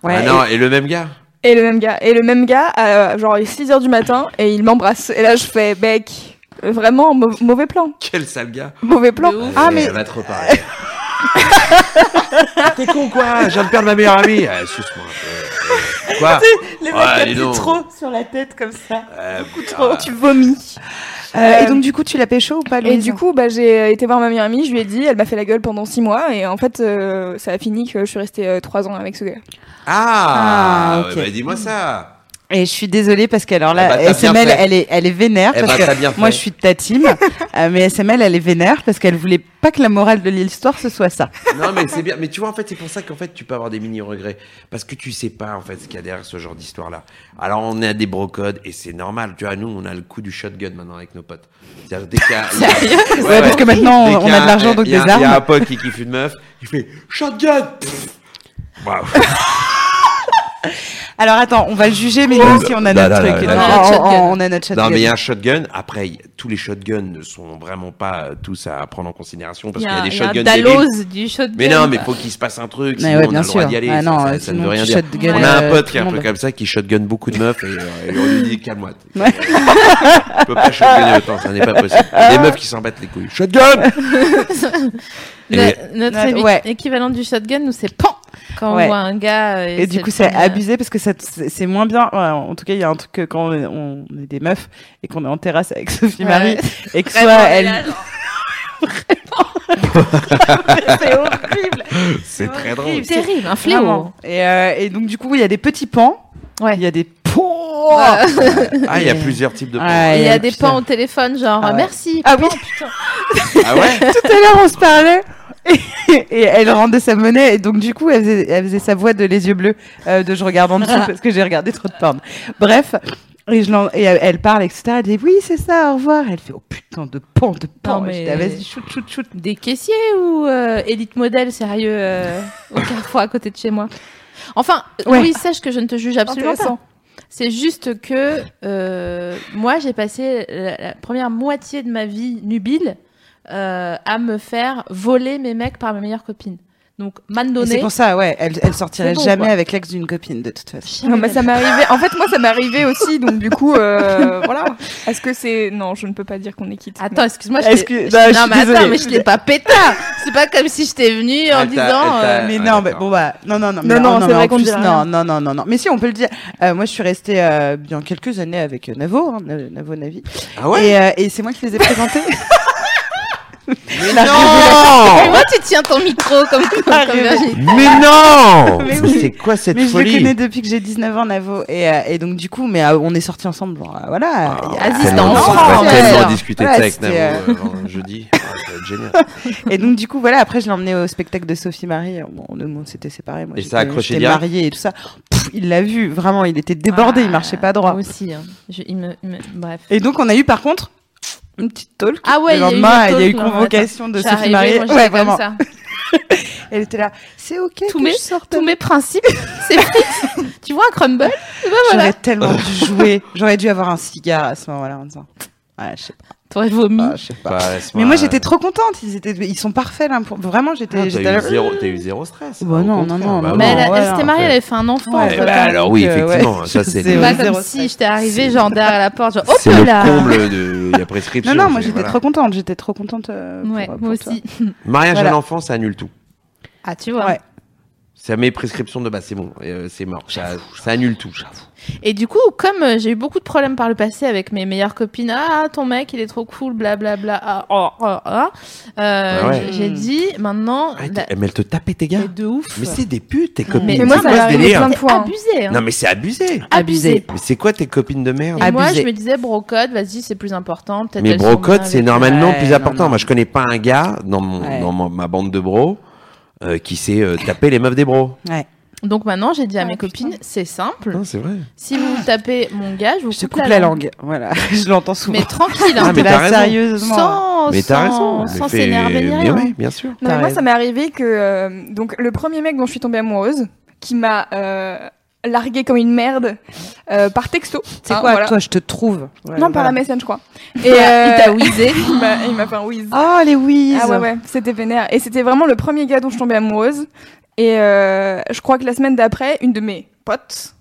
Ah non, et le même gars et le même gars et le même gars à, euh, genre 6h du matin et il m'embrasse et là je fais mec euh, vraiment mau- mauvais plan Quel sale gars mauvais plan De ouf. Ah, Eh, mais- Elle va trop parler. T'es con quoi Je viens de perdre ma meilleure amie Eh, Suce-moi un peu. Eh, Quoi Les mecs, Ouais, dis dis donc. Euh, ah. trop sur la tête comme ça. Beaucoup tu vomis Euh, et donc, du coup, tu l'as pécho ou pas, Euh, et Louise du coup bah j'ai euh, été voir ma meilleure amie je lui ai dit elle m'a fait la gueule pendant 6 mois et en fait euh, ça a fini que je suis restée 3 ans avec ce gars Ah, Ah, ok. ouais, bah, Dis-moi ça Et je suis désolée parce qu'alors Eh bah, là, t'as bien SML, fait. elle est, elle est vénère. Eh parce bah, que t'as bien fait. moi, je suis de ta team. euh, mais SML, elle est vénère parce qu'elle voulait pas que la morale de l'histoire, ce soit ça. Non, mais c'est bien. Mais tu vois, en fait, c'est pour ça qu'en fait, tu peux avoir des mini-regrets. Parce que tu sais pas, en fait, ce qu'il y a derrière ce genre d'histoire-là. Alors, on a des brocodes, et c'est normal. Tu vois, nous, on a le coup du shotgun maintenant avec nos potes. C'est-à-dire, dès qu'il y a- Ouais, Ouais, ouais. parce que maintenant, Dès on qu'il y a de l'argent, un- donc il y des a- Il y a un armes. pote qui kiffe une meuf, il fait Shotgun Pff. Waouh. Alors attends, on va le juger, mais nous aussi, on a Oh, Là, notre là, truc. là, Non, là. on- Shotgun. on- On a notre shotgun. Non, mais il y a un shotgun. Après, y- tous les shotguns ne sont vraiment pas euh, tous à prendre en considération parce il y qu'il y a a, des il y a un shotguns débiles. Dalloz du shotgun. Mais non, mais faut qu'il se passe un truc. Mais Sinon, ouais, on a bien le droit sûr. d'y aller. Ah ça- non, ça, ça sinon, ne veut tu rien dire. shotgun, On a un euh, pote tout qui est le un peu monde. comme ça, qui shotgun beaucoup de meufs et, euh, et on lui dit calme-toi. Tu Ouais. peux pas shotgunner autant, ça n'est pas possible. Des meufs qui s'en battent les couilles. Shotgun Le- Et- notre Notre- évi- ouais. équivalent du shotgun, nous, c'est pan quand Ouais. on voit un gars. euh, Et du coup, le c'est prendre, euh, abusé parce que ça- c'est c'est moins bien. Ouais, en tout cas, il y a un truc que quand on est, on est des meufs et qu'on est en terrasse avec Sophie Ouais. Marie et que soit Vraiment, elle. là, genre. c'est horrible. C'est très drôle. C'est terrible, un fléau. Vraiment. Et, euh, et donc, du coup, il y a des petits pans. Ouais. Il y a des. Ouais. Pouah Ah, il y a plusieurs types de Ouais. Et il y Ah, a des putain. pans au téléphone, genre Ah ouais. merci. Ah oui. pan, putain. Ah ouais Tout à l'heure, on se parlait. Et, et elle rendait sa monnaie et donc du coup elle Ah. faisait, elle faisait sa voix de les yeux bleus euh, de je regarde en dessous parce que j'ai regardé trop de porn. Bref, Et, je l'en- et elle, elle parle, etc. Elle dit oui, c'est ça, au revoir. Elle fait oh putain de pan, de pan. Non, Et je dis, mais- Ah, Vas-y, shoot, shoot, shoot. Des caissiers ou euh, élite modèle, sérieux, euh, au carrefour à côté de chez moi Enfin, Ouais. oui, sache que je ne te juge absolument Intéressant. pas. C'est juste que euh, moi, j'ai passé la, la première moitié de ma vie nubile euh, à me faire voler mes mecs par mes meilleures copines. Donc, man Et C'est donné. pour ça, ouais, elle, elle sortirait C'est bon, jamais quoi. avec l'ex d'une copine de toute façon. Non, mais ça m'est arrivé. En fait, moi, ça m'est arrivé aussi. Donc, du coup, euh, voilà. Est-ce que c'est. Non, je ne peux pas dire qu'on est quitte. Attends, excuse-moi. je Excuse- t'ai- non, bah, je suis mais attends, désolée. mais je t'ai pas pétard. C'est pas comme si je t'ai venu en Elle t'a- disant. elle t'a- euh, Mais Ah, non, mais d'accord. bon bah non non non Non, non, oh, c'est mais vrai en qu'on plus, dirait non rien. non non non non mais si on peut le dire. Euh, moi je suis restée euh, bien quelques années avec euh, Navo hein, Na- Navo Navi Ah ouais et, euh, et c'est moi qui les ai présentés. Mais la Oh. Mais moi, tu tiens ton micro comme, comme, Ah, comme mais- Virginie. Mais non Mais oui. C'est quoi cette mais je le folie connais depuis que j'ai 19 ans Navo et, euh, et donc du coup mais euh, on est sortis ensemble genre, euh, voilà. il y a- Aziz, Ah, Tellement- t'es enfant, on va ouais. tellement discuter de ça Ouais, avec c'était, Navo euh, avant jeudi. Ah, ça va être génial. Et donc du coup voilà après je l'ai emmené au spectacle de Sophie Marie. Bon, on, on s'était séparés moi. Et j'étais- ça a accroché j'étais direct mariée et tout ça. Pff, il l'a vu vraiment il était débordé il marchait pas droit. Moi aussi. hein. Je- il me- il me- bref. Et donc on a eu par contre une petite talk. Ah ouais, le il y a eu lendemain, une il y a eu talk, le lendemain convocation de J'ai arrivé, Sophie Marie. moi, j'étais Ouais, comme vraiment. ça. Elle était là. C'est ok Tous que mes- je sorte. Tous mes principes, c'est frites. tu vois un crumble Et ben J'aurais voilà. tellement dû jouer. J'aurais dû avoir un cigare à ce moment-là en disant. Ouais, je sais pas, T'aurais vomi. ah, je sais pas. Bah, laisse-moi- Mais moi j'étais trop contente. Ils étaient, ils sont parfaits là. pour- Vraiment, Ah, j'étais, T'as j'étais. là- eu, zéro- t'as eu zéro stress. Bah Au non, contraire, non, non, bah non. mais oui. elle, ouais, elle s'était en mariée, fait. elle avait fait un enfant. Ouais, Eh bah, entre temps. alors oui, Donc, euh, effectivement, ouais. ça c'est C'est C'est le- pas zéro comme stress. si j'étais arrivée C'est- genre derrière la porte, genre c'est hop le là. comble de il y a prescription. Non, non, moi c'est- j'étais voilà. trop contente. J'étais trop contente. euh, pour- Ouais, pour moi toi. aussi. Mariage Voilà. à l'enfant, ça annule tout. Ah, tu vois. Ouais. Ça met prescription de base, c'est bon, euh, c'est mort. Ça, ça annule tout, j'avoue. Et du coup, comme euh, j'ai eu beaucoup de problèmes par le passé avec mes meilleures copines, ah ton mec il est trop cool, blablabla, ah, oh, oh, oh, euh, Ah ouais. j'ai- j'ai dit maintenant, bah, Ah, la- t'es- Mais elle te tapait tes gars. mais de ouf. Mais c'est des putes, tes copines. Mais C'est moi, ça quoi m'est ce arrivé délire plein de fois, hein. abusé. hein. Non, mais c'est abusé. abusé. Mais c'est quoi tes copines de merde Et moi, Abusé. je me disais brocode, vas-y, c'est plus important. peut-être Mais elles sont brocode, bien c'est avec- normalement Ouais, plus non, important. non. Moi, je connais pas un gars dans, mon, Ouais. dans mon- ma bande de bros euh, qui s'est euh, tapé les meufs des bros. Donc maintenant, j'ai dit à Ah, mes putain. copines, c'est simple. Non, c'est vrai. Si vous tapez mon gars, je vous Je te coupe la langue. Voilà. Je l'entends souvent. Mais tranquille, hein. Ah, mais T'es t'as là raison. sérieusement. sans, mais t'as raison. sans, Mais sans fais- s'énerver ni Mais rien. ouais, bien sûr. Non, T'as mais moi, raison. ça m'est arrivé que euh, donc le premier mec dont je suis tombée amoureuse, qui m'a euh, larguée comme une merde euh, par texto. C'est Ah, hein, quoi voilà. toi Je te trouve. Ouais, Non, par voilà. la MSN, je crois. Et Et il t'a euh, whizzé. il m'a- il m'a fait un whiz. Oh les whiz. Ah ouais, ouais, c'était vénère. Et c'était vraiment le premier gars dont je tombais amoureuse. Et euh, je crois que la semaine d'après, une de mes potes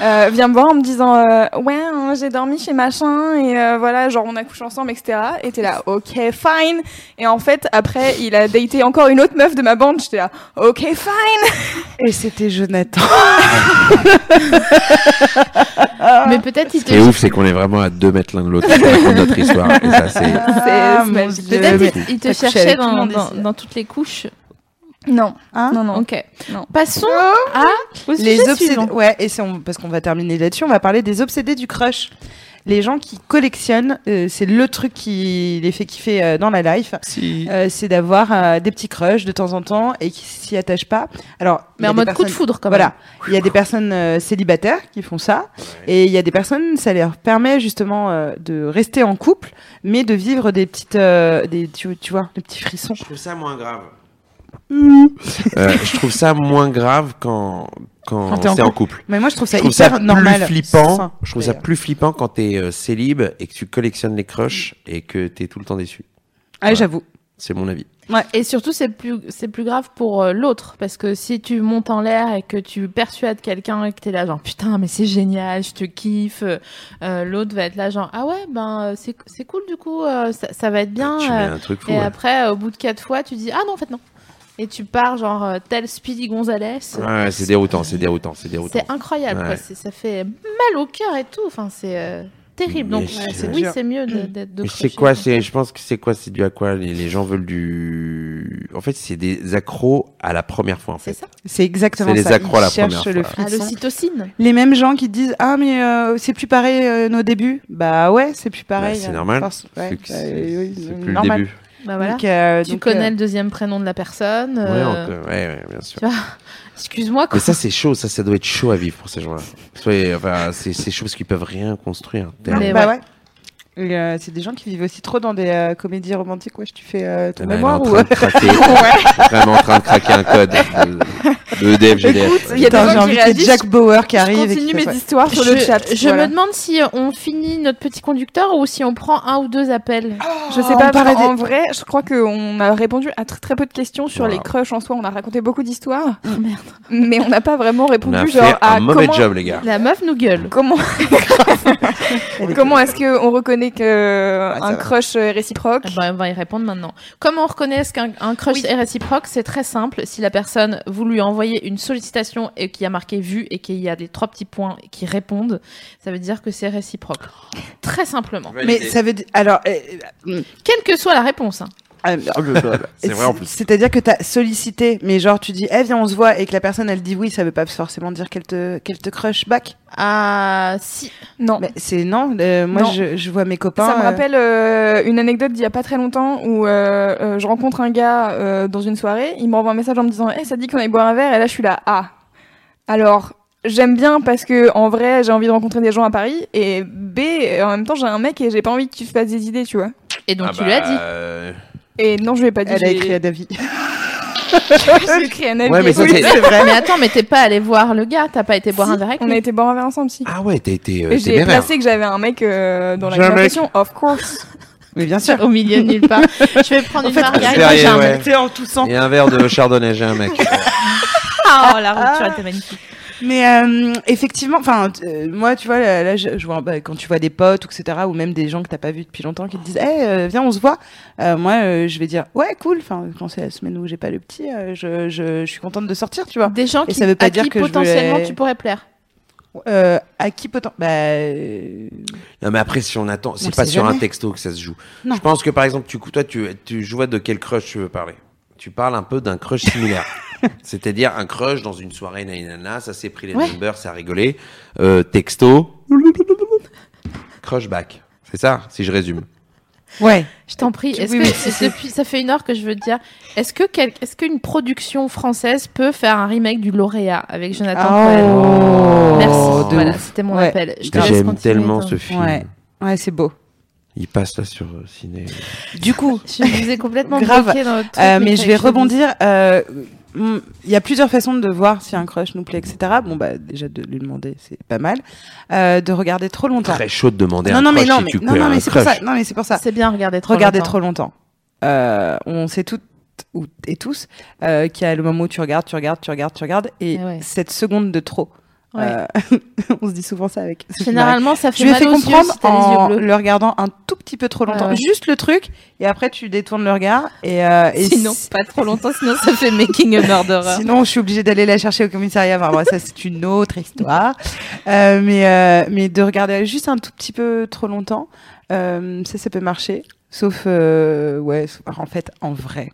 euh, vient me voir en me disant euh, Ouais, hein, j'ai dormi chez machin, et euh, voilà, genre on a couché ensemble, etc. Et t'es là, ok, fine. Et en fait, après, il a daté encore une autre meuf de ma bande, j'étais là, ok, fine. Et c'était Jonathan. Ah. Mais peut-être il Ce qui est te ouf, c'est qu'on est vraiment à deux mètres l'un de l'autre pour raconter notre histoire. Et ça, c'est. Ah, c'est mon magique. Dieu. Peut-être Mais- il- il te T'as couché cherchait avec tout le dans, monde dans, ici. dans toutes les couches. Non, Hein non, non. Ok. Non. Passons à les obsédés. Ouais, et c'est on- parce qu'on va terminer là-dessus, on va parler des obsédés du crush. Les gens qui collectionnent, euh, c'est le truc qui les fait kiffer euh, dans la life. Si. Euh, c'est d'avoir euh, des petits crushs de temps en temps et qui s'y attachent pas. Alors, il y Mais a en des mode coup de personnes- foudre quand même. Voilà, il y a des personnes euh, célibataires qui font ça, et il y a des personnes, ça leur permet justement euh, de rester en couple, mais de vivre des petites, euh, des, tu, tu vois, des petits frissons. trouve ça moins grave. Euh, je trouve ça moins grave quand, quand, Quand t'es en c'est en couple. Mais moi, je trouve ça je trouve hyper ça normal. plus flippant. Sain, je trouve ça d'ailleurs. plus flippant quand t'es euh, célib et que tu collectionnes les crushs et que t'es tout le temps déçu. Ah, j'avoue. C'est mon avis. Et surtout, c'est plus, c'est plus grave pour euh, l'autre. Parce que si tu montes en l'air et que tu persuades quelqu'un et que t'es là, genre, putain, mais c'est génial, je te kiffe. euh, l'autre va être là, genre, ah ouais, ben, euh, c'est, c'est cool du coup, euh, ça, ça va être bien. tu mets euh. un truc fou. hein. et ouais. après, au bout de quatre fois, tu dis, ah non, en fait, non. Et tu pars, genre, euh, tel Speedy Gonzalez. Ouais, c'est déroutant, c'est déroutant, c'est déroutant. C'est incroyable, Ouais. quoi. C'est- ça fait mal au cœur et tout. Enfin, c'est euh, terrible. Mais Donc, Ouais, c'est oui, dur. c'est mieux de- d'être de, Mais c'est crochet, quoi C'est, je pense que c'est quoi C'est dû à quoi les, les gens veulent du. En fait, c'est des accros à la première fois. En C'est fait. ça. Ah, C'est exactement C'est les ça. accros à la Ils cherchent première le Ah, fois. frisson. Allocitocine. Les mêmes gens qui disent ah mais euh, c'est plus pareil euh, nos débuts. Bah ouais, c'est plus pareil. Bah, c'est euh, normal. force- ouais, Vu que bah, c'est oui, oui, c'est c'est plus normal. le début. Bah voilà. Donc, euh, tu donc, connais euh, le deuxième prénom de la personne. Ouais, euh, on peut- ouais, ouais, bien sûr. Excuse-moi. Mais quoi. ça, c'est chaud. Ça, ça doit être chaud à vivre pour ces gens-là. Soyez- enfin, c'est c'est chaud parce qu'ils peuvent rien construire. hein. non, Mais bah ouais. ouais. Et, euh, c'est des gens qui vivent aussi trop dans des euh, comédies romantiques. Ouais, tu fais euh, ton T'en as un en mémoire ou train de craquer. Vraiment en train de craquer un code. Le E le DF, GDF. Écoute, il y a des Putain, j'ai euh, gens qui envie qu'il y ait réagissent. Jack Bauer qui Je arrive. et qui continue fasse- mes ouais. histoires sur le Je- chat. je voilà. me demande si on finit notre petit conducteur ou si on prend un ou deux appels. Je sais on pas, parlait en vrai, je crois qu'on a répondu à très très peu de questions sur Wow. les crushs en soi. On a raconté beaucoup d'histoires, Oh, merde. mais on n'a pas vraiment On répondu a genre fait à un mauvais comment, job, les gars. La meuf nous gueule. comment Elle est- comment est-ce qu'on reconnaît que Ouais, ça un va. crush est réciproque Ah bah, on va y répondre maintenant. Comment on reconnaît est-ce qu'un un crush est réciproque C'est très simple. Si la personne, vous lui envoyez une sollicitation et qu'il y a marqué vu et qu'il y a les trois petits points qui répondent, ça veut dire que c'est réciproque. Très simplement. Mais ça veut dire. Alors, euh, euh, Quelle que soit la réponse. hein. euh, Ah, C'est vrai en plus. C'est-à-dire que t'as sollicité, mais genre tu dis, eh viens, on se voit, et que la personne elle dit oui, ça veut pas forcément dire qu'elle te, qu'elle te crush back. Ah, si. Non. Mais c'est non. euh, moi, Non. Je, je vois mes copains. Ça me euh, rappelle euh, une anecdote d'il y a pas très longtemps où euh, euh, je rencontre un gars euh, dans une soirée, il m'envoie un message en me disant "Eh, ça dit qu'on allait boire un verre" et là je suis là "Ah." Alors, j'aime bien parce que en vrai, j'ai envie de rencontrer des gens à Paris et B en même temps, j'ai un mec et j'ai pas envie que tu fasses des idées, tu vois. Et Ah donc tu lui as bah, dit. euh, Et non, je lui ai pas dit. euh, Elle a j'ai- écrit à David. j'ai écrit un avis. Ouais, mais ça, Oui, c'est- C'est vrai. Mais attends, mais t'es pas allé voir le gars, t'as pas été boire un verre avec On lui. a été boire un verre ensemble, si. Ah ouais, t'as été euh, Et j'ai téméraire. placé que j'avais un mec euh, dans la J'ai un mec. conversation, of course. Mais bien sûr. au milieu de nulle part. Je vais prendre En une fait, margarine. Ferrier, j'ai un- ouais. T'es en toussant. Et un verre de chardonnay, j'ai un mec. Ah, la rupture était magnifique. Mais euh, effectivement, enfin, t- euh, moi, tu vois, là, là, je, je vois bah, quand tu vois des potes, etc., ou même des gens que t'as pas vu depuis longtemps qui te disent, eh, euh, viens, on se voit. Euh, moi, euh, je vais dire, ouais, cool. Enfin, quand c'est la semaine où j'ai pas le petit, euh, je, je, je suis contente de sortir, tu vois. Des gens Et qui, ça veut pas à dire qui que je potentiellement voulais- tu pourrais plaire. Euh, à qui peut-on Bah, euh, Non, mais après, si on attend, On c'est pas sait sur jamais. un texto que ça se joue. Non. Je pense que par exemple, tu, toi, tu, tu je vois de quel crush tu veux parler. Tu parles un peu d'un crush similaire. C'est-à-dire un crush dans une soirée nanana, ça s'est pris les Ouais. numbers, ça a rigolé. Euh, texto. crush back. C'est ça, si je résume. ouais. Je t'en prie. Tu- Est-ce oui, que oui, si, si. depuis ça fait une heure que je veux te dire, est-ce que quel- est-ce qu'une production française peut faire un remake du lauréat avec Jonathan Cohen Oh, Merci. de Voilà, ouf. c'était mon Ah. Ouais. appel. Je te laisse J'aime continuer, tellement toi. ce film. Ouais. Ouais, c'est beau. Il passe là sur euh, ciné. Du coup, Je vous ai complètement Grave. bloqué dans votre truc, Euh, mais ça, je vais te dis. rebondir. euh, mm, Il y a plusieurs façons de voir si un crush nous plaît, etc. Bon, bah, déjà de lui demander, c'est pas mal. Euh, de regarder trop longtemps. Très chaud de demander non, un non, crush mais non, si mais, tu non, peux non, mais un c'est pour ça. crush. Non, mais c'est pour ça. C'est bien regarder trop. Regarder longtemps. trop longtemps. Euh, on sait toutes ou- et tous euh, qu'il y a le moment où tu regardes, tu regardes, tu regardes, tu regardes, et Ah ouais. cette seconde de trop. Ouais. Euh, on se dit souvent ça avec. Sophie Marie. Généralement, ça Je fait lui ai mal fait aux yeux comprendre si t'as en les yeux bleus. le regardant un tout petit peu trop longtemps, Ouais, ouais. juste le truc, et après tu détournes le regard et, euh, et Sinon, si- pas trop longtemps, sinon ça fait making a murderer. Sinon, je suis obligée d'aller la chercher au commissariat. Enfin, moi, ça, c'est une autre histoire. Euh, mais, euh, mais de regarder juste un tout petit peu trop longtemps, euh, ça, ça peut marcher. Sauf, euh, ouais, sauf- alors, en fait, en vrai.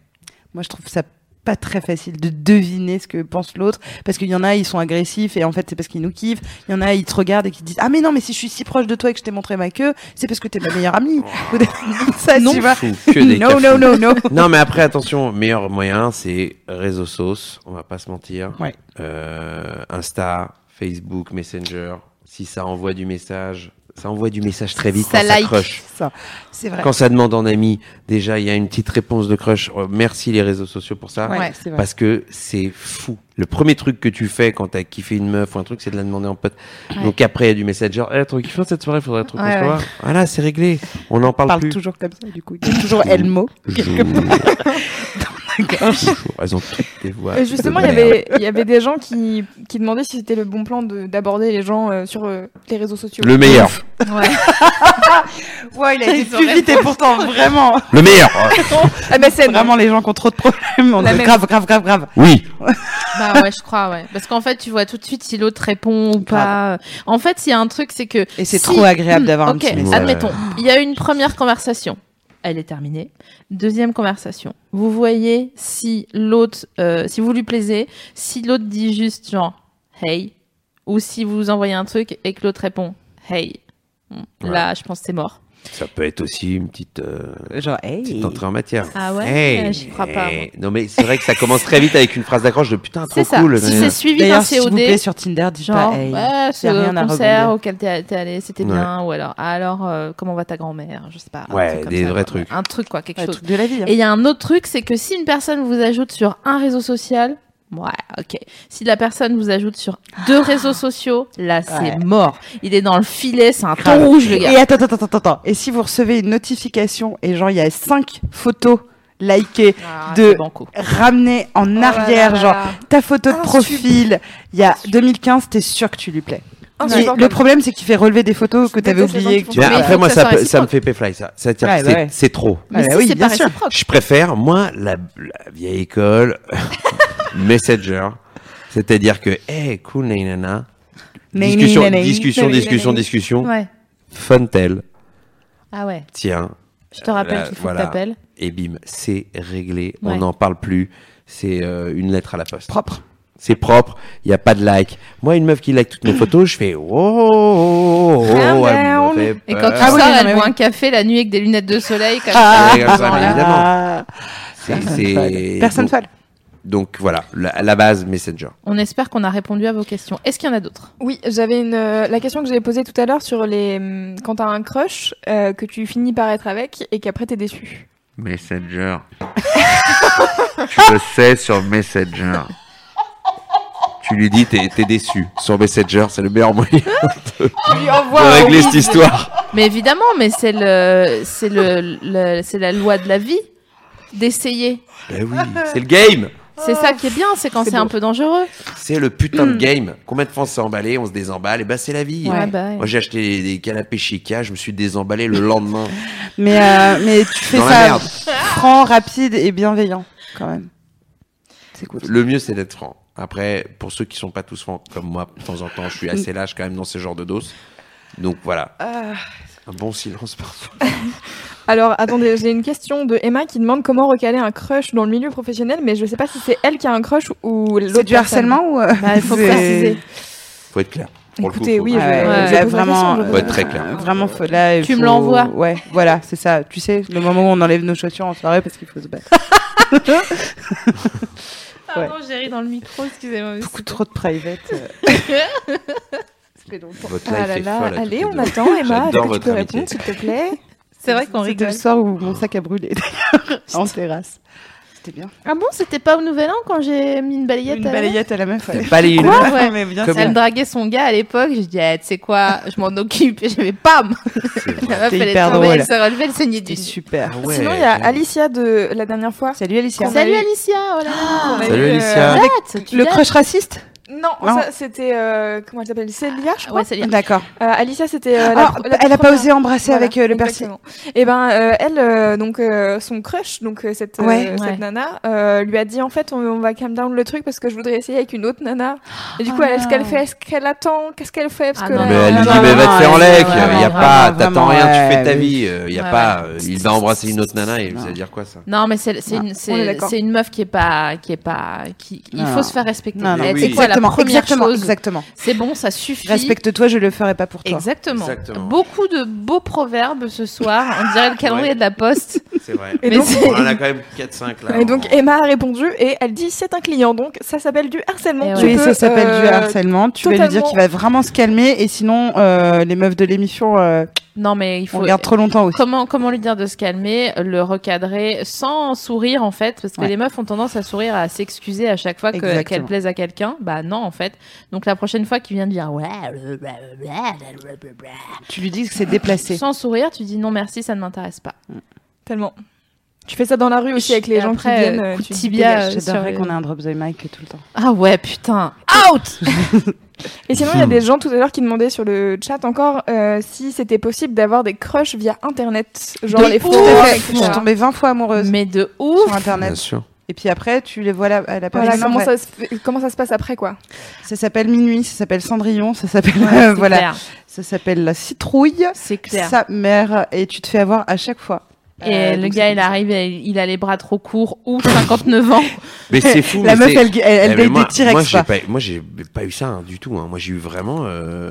Moi, je trouve ça pas très facile de deviner ce que pense l'autre. Parce qu'il y en a, ils sont agressifs et en fait, c'est parce qu'ils nous kiffent. Il y en a, ils te regardent et qui te disent Ah, mais non, mais si je suis si proche de toi et que je t'ai montré ma queue, c'est parce que t'es ma meilleure amie. Ou des- ça, Non, tu vois. fou, Oh. que des non, cafous. non, non, non. Non, mais après, attention, meilleur moyen, c'est réseau sauce, on va pas se mentir. Ouais. Euh, Insta, Facebook, Messenger. Si ça envoie du message, ça envoie du message très vite Ça quand like. ça crush. Ça, c'est vrai. Quand ça demande en ami, déjà, il y a une petite réponse de crush. Oh, Merci les réseaux sociaux pour ça. Ouais, Ouais. c'est vrai. Parce que c'est fou. Le premier truc que tu fais quand t'as kiffé une meuf ou un truc, c'est de la demander en pote. Ouais. Donc après, il y a du message genre, eh, trop kiffant cette soirée, faudrait trop qu'on Ouais, se ouais. voit. Voilà, c'est réglé. On en parle, parle plus. toujours comme ça, du coup. Il y a toujours Elmo. Jour. Jour. Elles ont toutes des voix. Euh, Justement, de il y merde. avait, il y avait des gens qui, qui demandaient si c'était le bon plan de- d'aborder les gens euh, sur euh, les réseaux sociaux. Le meilleur. Ouais. Ouais, il a été Ils ont plus vite et pourtant vraiment, Le meilleur. Ah bah c'est vraiment les gens qui ont trop de problèmes. on La dit même. grave, grave, grave, grave. Oui. Bah ouais, je crois, ouais. Parce qu'en fait, tu vois tout de suite si l'autre répond ou pas. En fait, il y a un truc, c'est que. Et c'est si- trop agréable d'avoir un Ok, petit message. admettons. Il y a une première conversation. Elle est terminée. Deuxième conversation. Vous voyez si l'autre, euh, si vous lui plaisez, si l'autre dit juste genre hey, ou si vous envoyez un truc et que l'autre répond hey. Bon, Ouais. Là, je pense que c'est mort. Ça peut être aussi une petite, euh, Genre, hey. petite entrée en matière. Ah ouais Hey, J'y crois pas. moi. hey. Non, mais c'est vrai que ça commence très vite avec une phrase d'accroche de putain, Ah, trop C'est ça. cool. si c'est suivi d'un D'ailleurs, s'il vous COD, plaît, sur Tinder, dites genre, pas hey. ouais, y a ce rien à concert rebondir. auquel t'es t'es allé, c'était Ouais. bien, ou alors, ah, alors, euh, comment va ta grand-mère, je sais pas. un Ouais, truc comme des ça, vrais quoi. trucs. Un truc, quoi, quelque Un chose. truc de la vie. hein. Et il y a un autre truc, c'est que si une personne vous ajoute sur un réseau social, ouais, ok. Si la personne vous ajoute sur deux réseaux sociaux, là, c'est Ouais. mort. Il est dans le filet, c'est un Grave. ton rouge, le gars. Et attends, attends, attends, attends. Et si vous recevez une notification et genre il y a cinq photos likées, Ah, de- c'est banco. ramenées en Oh là arrière, là là genre là. ta photo de Insupportable. profil, il y a 2015, t'es sûr que tu lui plais. Et Insupportable. le problème, c'est qu'il fait relever des photos que Je t'avais déteste les oubliées. gens que qui tu- Mais Mais il faut après, moi, que ça, ça soit peut- ça me réciproque. fait péfly, ça. C'est-à-dire Ouais, que bah c'est ouais. c'est trop. Mais Ah bah si oui, c'est bien pas sûr. réciproque. Je préfère, moi, la, la vieille école, Messenger. C'est-à-dire que, hey, cool, nanana. Nani, discussion, nani. discussion, Nani, discussion, nani. discussion. Ouais. Funtel. Ah ouais. Bah, Tiens. Je te rappelle Là, qu'il faut voilà. que t'appelles. Et bim, c'est réglé. On Ouais. n'en parle plus. C'est euh, une lettre à la poste. Propre. C'est propre. Il n'y a pas de like. Moi, une meuf qui like toutes mes photos, je fais, oh, oh, oh, oh, Ah, elle ben, me on- fait Et quand peur. tu Ah sors, oui, non, elle mais boit oui. un café la nuit avec des lunettes de soleil. Comme Ah, ça. comme ça, Voilà. mais évidemment. Ah, C'est- personne c'est- folle. Personne donc- folle. Donc voilà, la, la base Messenger. On espère qu'on a répondu à vos questions. Est-ce qu'il y en a d'autres Oui, j'avais une euh, la question que j'avais posée tout à l'heure sur les hum, quand t'as un crush euh, que tu finis par être avec et qu'après t'es déçu. Messenger. tu le sais sur Messenger. Tu lui dis, t'es t'es déçu. Sur Messenger, c'est le meilleur moyen Tu lui de envoies un régler oui. cette histoire. Mais évidemment, mais c'est le, c'est le, le- c'est la loi de la vie d'essayer. Ben oui, c'est le game. C'est ça qui est bien, c'est quand C'est c'est un beau. peu dangereux. C'est le putain Hmm. de game. Combien de fois on s'est emballé, on se désemballe, et ben c'est la vie. Ouais, bah ouais. Moi j'ai acheté des canapés Chica, je me suis désemballé le lendemain. Mais, euh, mais tu fais Dans la ça merde. franc, rapide et bienveillant, quand même. C'est cool. Le mieux c'est d'être franc. Après, pour ceux qui sont pas tous francs comme moi, de temps en temps, je suis assez lâche quand même dans ce genre de doses. Donc voilà, Ah. un bon silence parfois. Alors attendez, j'ai une question de Emma qui demande comment recaler un crush dans le milieu professionnel, mais je sais pas si c'est elle qui a un crush ou l'autre. C'est du personne. harcèlement ou. euh, Bah, il faut c'est- préciser. Faut être clair. Pour le coup, Écoutez, faut- oui, Ouais, je- ouais, je là, pose la question, vraiment, je euh, pose Faut la être très clair. euh, Vraiment, faut, là, il Tu me faut- l'envoies. Ouais, voilà, c'est ça. Tu sais, le moment où on enlève nos chaussures en soirée parce qu'il faut se battre. Pardon, j'ai ri dans le micro, excusez-moi. Beaucoup trop de private. euh. Ça fait longtemps. Votre Ah life là est là, folle à allez, toutes on les deux. attend Emma, est-ce J'adore que tu votre peux amitié. répondre s'il te plaît C'est vrai qu'on C'était rigole. le soir où mon sac a brûlé, d'ailleurs, en terrasse. C'était bien. Ah bon, c'était pas au Nouvel An quand j'ai mis une balayette Une à la balayette à la meuf, Ah ouais. C'est pas les main Ouais, ouais. mais bien Comme- sûr. Elle me draguait son gars à l'époque, je dis, ah, tu sais quoi, je m'en occupe, et j'avais pam La meuf, elle est hyper tombée, drôle. elle se relevait, elle saignait du C'était nez. super. Ah Ouais, Sinon, il y a clairement. Alicia de la dernière fois. Salut Alicia. Qu'on a Salut eu- Alicia, oh là Ah, là qu'on a Salut eu, euh, Alicia. Arrête, tu Le dates. crush raciste Non, Non. ça, c'était. euh, comment elle s'appelle Célia, je crois. Ah Ouais, Salut. D'accord. Euh, Alicia, c'était. euh, la Ah, pr- la elle a pas première. osé embrasser Voilà, avec euh, le persil. exactement. Et ben, euh, elle, euh, donc, euh, son crush, donc, euh, cette, euh, Ouais. cette Ouais. nana, euh, lui a dit en fait, on, on va calm down le truc parce que je voudrais essayer avec une autre nana. Et du coup, Oh elle, ce non. qu'elle fait, est-ce qu'elle attend, qu'est-ce qu'elle fait parce Ah que non, Mais elle lui dit, Vraiment, mais va te faire en ouais, lec, ouais, il n'y a vraiment, pas, t'attends vraiment, rien, tu fais ouais, ta oui. vie, il n'y a Ouais, pas, euh, il va embrasser une autre nana et Non. ça veut dire quoi ça Non, mais c'est c'est une, on est c'est d'accord. c'est une meuf qui est pas, qui est pas, qui, il Non, faut non. se faire respecter. Non, non, Et oui. C'est quoi la exactement, première exactement, chose exactement. C'est bon, ça suffit. Respecte-toi, je le ferai pas pour toi. Exactement. Exactement. Beaucoup de beaux proverbes ce soir. On dirait le calendrier de la poste. C'est vrai. Et Mais donc, c'est- On en a quand même 4-5 là. et donc, Emma a répondu et elle dit c'est un client, donc ça s'appelle du harcèlement. Et Tu Eh Oui, peux, ça s'appelle du euh, harcèlement. Tu vas lui dire totalement. qu'il va vraiment se calmer et sinon, euh, les meufs de l'émission, euh, Non, mais il on faut. regarde trop longtemps aussi. Comment, comment lui dire de se calmer, le recadrer sans sourire en fait, parce que Ouais. les meufs ont tendance à sourire, à s'excuser à chaque fois que- qu'elles Exactement. plaisent à quelqu'un. Bah non en fait. Donc la prochaine fois qu'il vient de dire ouais, blablabla, blablabla, Tu lui dis que c'est déplacé. sans sourire, tu dis non merci, ça ne m'intéresse pas. Tellement. Tu fais ça dans la rue aussi avec les Et gens après, qui viennent. euh, euh, coup de tu dis, tibia, dégage. euh, J'adorerais sur- qu'on ait un drop the mic tout le temps. Ah ouais putain. Out. Et sinon, il y a des gens tout à l'heure qui demandaient sur le chat encore euh, si c'était possible d'avoir des crushs via internet, genre Des les ouf. Tout forums, à fait. Je etc. suis tombée 20 fois amoureuse Mais de sur ouf. Bien Internet. sûr. Et puis après, tu les vois là, à la Voilà, personne en comment vrai. ça, se, fait- comment ça se passe après quoi ça... s'appelle Minuit, ça s'appelle Cendrillon, ça s'appelle Ouais, c'est voilà, clair. ça s'appelle la citrouille, C'est clair. sa mère et tu te fais avoir à chaque fois. Et Euh, le donc gars, c'est- il arrive, il il a les bras trop courts ou 59 ans. Mais c'est fou. La mais meuf, c'est- elle, elle, Eh, elle mais date moi, des T-Rex. Moi, j'ai quoi. pas, moi, j'ai pas eu ça hein, du tout. hein. Moi, j'ai eu vraiment euh,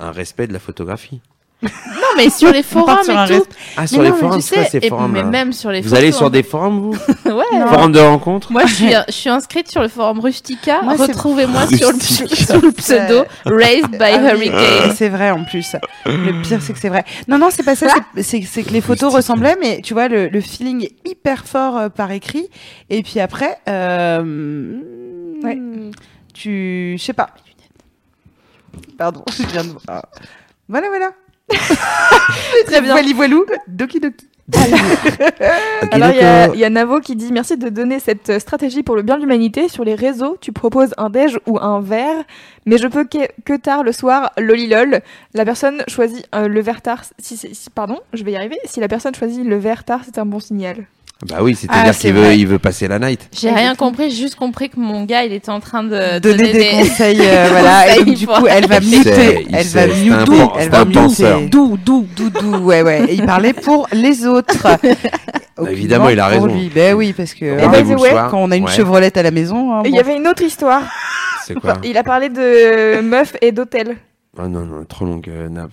un respect de la photographie. Non, mais sur les forums sur un et tout. reste. Ah, Mais sur les non, mais forums, tu c'est quoi sais, ces et- forums Mais là même sur les Vous allez photos, sur hein. des forums, vous Ouais. Forums de rencontres Moi, je suis, je suis inscrite sur le forum Rustica. Moi, c'est- Retrouvez-moi sur le, Rustica. sur le pseudo Raised by Ah oui. Hurricane. C'est vrai en plus. Le pire, c'est que c'est vrai. Non, non, c'est pas ça. c'est- C'est c'est que les photos ressemblaient, mais tu vois, le, le feeling est hyper fort euh, par écrit. Et puis après, euh, Ouais. tu. Je sais pas. Pardon, je viens de. ah. Voilà, voilà. Très bien. Voili voilou, doki doki. Ok, Alors, bah, il y, a- Ah, d'accord. il y a Navo qui dit Merci de donner cette euh, stratégie pour le bien de l'humanité. Sur les réseaux, tu proposes un déj ou un verre, mais je peux que, que tard le soir, lolilol. La personne choisit euh, le verre tard. Si, si- si- pardon, je vais y arriver. Si la personne choisit le verre tard, c'est un bon signal. Bah oui, c'est-à-dire Ah, c'est qu'il veut, vrai. il veut passer la night. J'ai rien compris, j'ai juste compris que mon gars, il était en train de Donner des, conseils, euh, voilà. Et Euh, conseils donc, du pour- coup, elle va Il sait, muter. il Elle sait, va c'est un muter. pan- Elle c'est va un penseur. muter. Dou, dou, dou, dou. Ouais, ouais. Et il parlait pour les autres. Bah, évidemment, il a Pour raison. lui. Ben oui, parce que. bah, Rendez-vous the Eh le way, soir. Quand on a une Ouais, chevrolette à la maison, hein, Et Il bon, y avait une autre histoire. C'est quoi Il a parlé de meufs et d'hôtels. Oh non, non, trop longue, euh, Nav.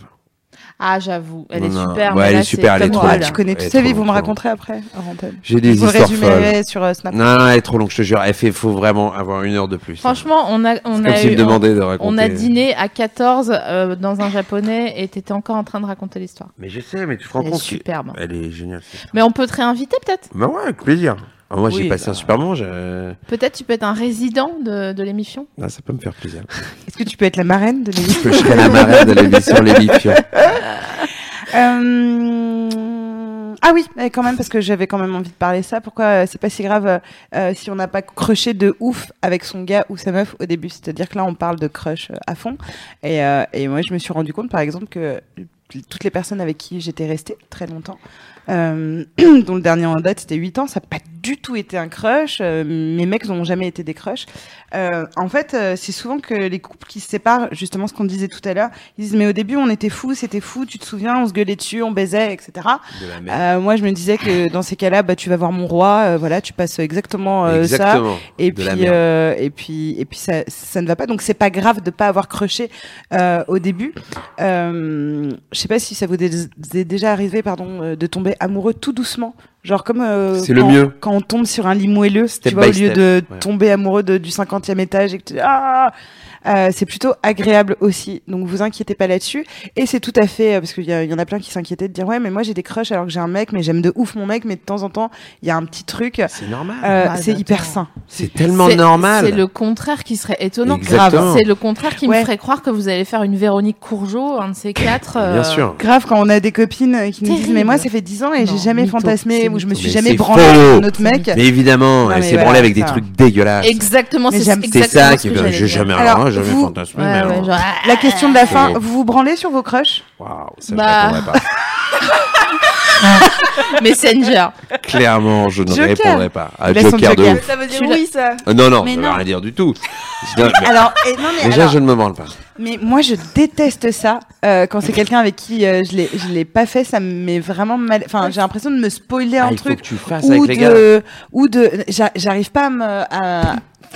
Ah, j'avoue, elle est Non, non. super. Ouais, mais elle là, est super, c'est elle est comme trop Ah, moi, belle. là. tu connais Elle est toute sa vie, trop vous me longue. raconterez après. hors antenne. J'ai Je des vous histoires folles. résumerai sur euh, Snap. Non, non, elle est trop longue, je te jure. Elle fait, faut vraiment avoir une heure de plus. hein. Franchement, on a, on c'est a comme s'il eu- me demandait de raconter. on a dîné à 14 euh, dans un japonais et t'étais encore en train de raconter l'histoire. Mais je sais, mais tu te rends Elle est compte. que- superbe. Elle est géniale. cette histoire. Mais on peut te réinviter peut-être. Bah ouais, avec plaisir. Ah, moi, j'ai Oui, passé bah. un super moment. je- Peut-être tu peux être un résident de, de l'émission. Ah, ça peut me faire plaisir. Est-ce que tu peux être la marraine de l'émission que je serai la marraine de l'émission Les Bifions. Euh, Ah oui, eh, quand même, parce que j'avais quand même envie de parler ça. Pourquoi euh, c'est pas si grave euh, euh, si on n'a pas crushé de ouf avec son gars ou sa meuf au début C'est-à-dire que là, on parle de crush euh, à fond. Et, euh, et moi, je me suis rendu compte, par exemple, que toutes les personnes avec qui j'étais restée très longtemps, euh, dont le dernier en date c'était 8 ans, ça n'a pas du tout été un crush. euh, mes mecs n'ont jamais été des crushs. Euh, en fait, euh, c'est souvent que les couples qui se séparent, justement ce qu'on disait tout à l'heure, ils disent mais au début on était fous, c'était fou, tu te souviens, on se gueulait dessus, on baisait, etc. De la merde. Euh, moi je me disais que dans ces cas-là, bah, tu vas voir mon roi, euh, voilà, tu passes exactement, euh, ça. Exactement. Et de puis, la merde. euh, et puis, et puis, ça, ça ne va pas. Donc, c'est pas grave de pas avoir crushé euh, au début. Euh, je sais pas si ça vous dé- est déjà arrivé, pardon, euh, de tomber amoureux tout doucement. Genre comme euh, C'est le quand- mieux. quand on tombe sur un lit moelleux, Step tu vois, by au lieu step, de ouais. tomber amoureux de- du 50e étage et que tu dis, ah Euh, c'est plutôt agréable aussi. Donc vous inquiétez pas là-dessus. Et c'est tout à fait euh, parce qu'il y, a- il y en a plein qui s'inquiétaient de dire ouais mais moi j'ai des crushs alors que j'ai un mec mais j'aime de ouf mon mec mais de temps en temps il y a un petit truc. C'est normal. Euh, bah, c'est attends. hyper sain. Ah, c'est tellement C'est- normal. C'est le contraire qui serait étonnant. Exactement. Grave. C'est le contraire qui me Ouais. ferait croire que vous allez faire une Véronique Courgeot, un de ces quatre. euh, Bien sûr. Grave quand on a des copines euh, qui nous disent Terrible. mais moi ça fait 10 ans et Non, j'ai jamais mytho, fantasmé c'est ou je me mytho. suis Mais jamais c'est branlé faux. avec un autre mec. Mais évidemment, Non, elle mais s'est voilà, branlée avec des ça. trucs dégueulasses. Exactement, Mais c'est j'aime- C'est exactement ça ce qui que veut. j'allais J'ai dire. jamais, Alors, rien, jamais vous- fantasmé. Ouais, mais ouais, alors, genre, ah, La question de la fin, Faux. vous vous branlez sur vos crushs Waouh, ça Bah. je répondrai pas. Messenger. Oh, Clairement, je ne Joker. répondrai pas. Ah, Laisse ton Joker de Joker. ouf. Ça veut dire Tu l'as- oui, ça. Euh, Non, non, Mais ça ne veut non. rien dire du tout. Je- non, mais- Alors, et non, mais Déjà, alors- je ne me branle pas. Mais moi, je déteste ça. Euh, quand c'est quelqu'un avec qui euh, je l'ai, je l'ai pas fait, ça me met vraiment mal. Enfin, j'ai l'impression de me spoiler Ah, un il faut truc que tu fasses ou avec les gars. de, ou de, j'a- j'arrive pas à me. à-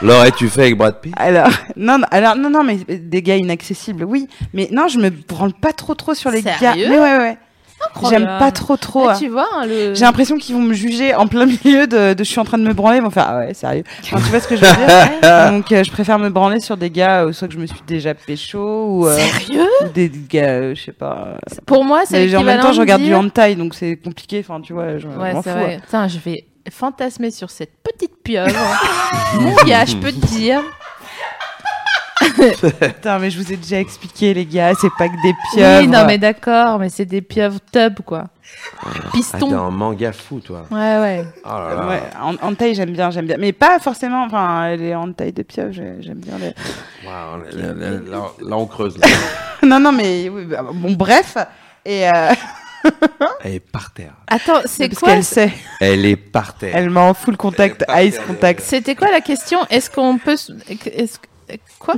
L'aurais tu fait avec Brad Pitt Alors, non, non, alors non, non, mais des gars inaccessibles, oui. Mais non, je me branle pas trop, trop sur les gars. Sérieux Mais ouais, ouais. J'aime Incroyable. pas trop, trop. Ah, hein. tu vois, hein, le... J'ai l'impression qu'ils vont me juger en plein milieu de, de je suis en train de me branler, ils vont faire ah ouais sérieux. Enfin, tu vois ce que je veux dire Donc euh, je préfère me branler sur des gars euh, soit que je me suis déjà pécho ou, euh, Sérieux ou des gars euh, je sais pas. euh, hein. Pour moi, c'est Mais en l'équivalent même temps je de regarde du dire- hentai donc c'est compliqué enfin tu vois je Ouais, m'en fous. hein. c'est vrai. Putain, je vais fantasmer sur cette petite pieuvre. hein. Mon gars, je peux te dire. Ah, Putain mais je vous ai déjà expliqué les gars c'est pas que des pieuvres. Oui, non, mais d'accord, mais c'est des pieuvres tub, quoi. Ah, t'es Piston. un manga fou, toi. Ouais, ouais. Oh là là. Ouais, en hentai j'aime bien j'aime bien mais pas forcément enfin les hentai de pieuvres j'ai- j'aime bien les. Waouh, là, là, là, là, on creuse. là. non non mais oui, bah, bon bref et euh, Elle est par terre. Attends, c'est parce quoi qu'elle sait Elle est par terre. elle m'en fout le contact ice contact. C'était quoi la question Est-ce qu'on peut. se- Est-ce... Quoi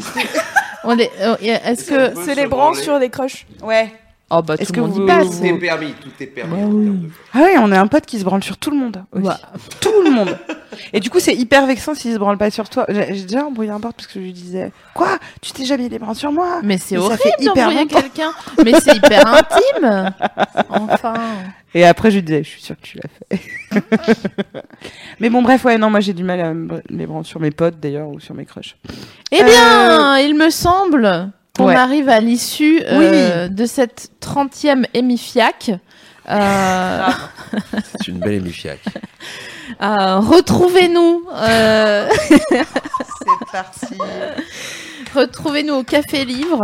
On est... euh, Est-ce que. Célébrant sur des crushs. Ouais. Oh bah Est-ce tout que le monde vous- y passe. vous- Tout est permis, tout est permis. en termes de- Ah oui, on a un pote qui se branle sur tout le monde. aussi. Ouais. Tout le monde. Et du coup, c'est hyper vexant s'il se branle pas sur toi. J'ai j'ai déjà embrouillé un pote parce que je lui disais Quoi Tu t'es jamais les bras sur moi Mais c'est Mais ça horrible fait hyper d'embrouiller longtemps. quelqu'un. Mais c'est hyper intime. Enfin. Et après, je lui disais Je suis sûre que tu l'as fait. mais bon, bref, ouais, non, moi j'ai du mal à me br- les branler sur mes potes d'ailleurs ou sur mes crushs. Eh bien, il me semble qu'on Euh. Ouais. arrive à l'issue euh, de cette 30e émifiac. Euh, Ah. C'est une belle émifiaque. euh, Retrouvez-nous. euh, C'est parti. Retrouvez-nous au Café Livre.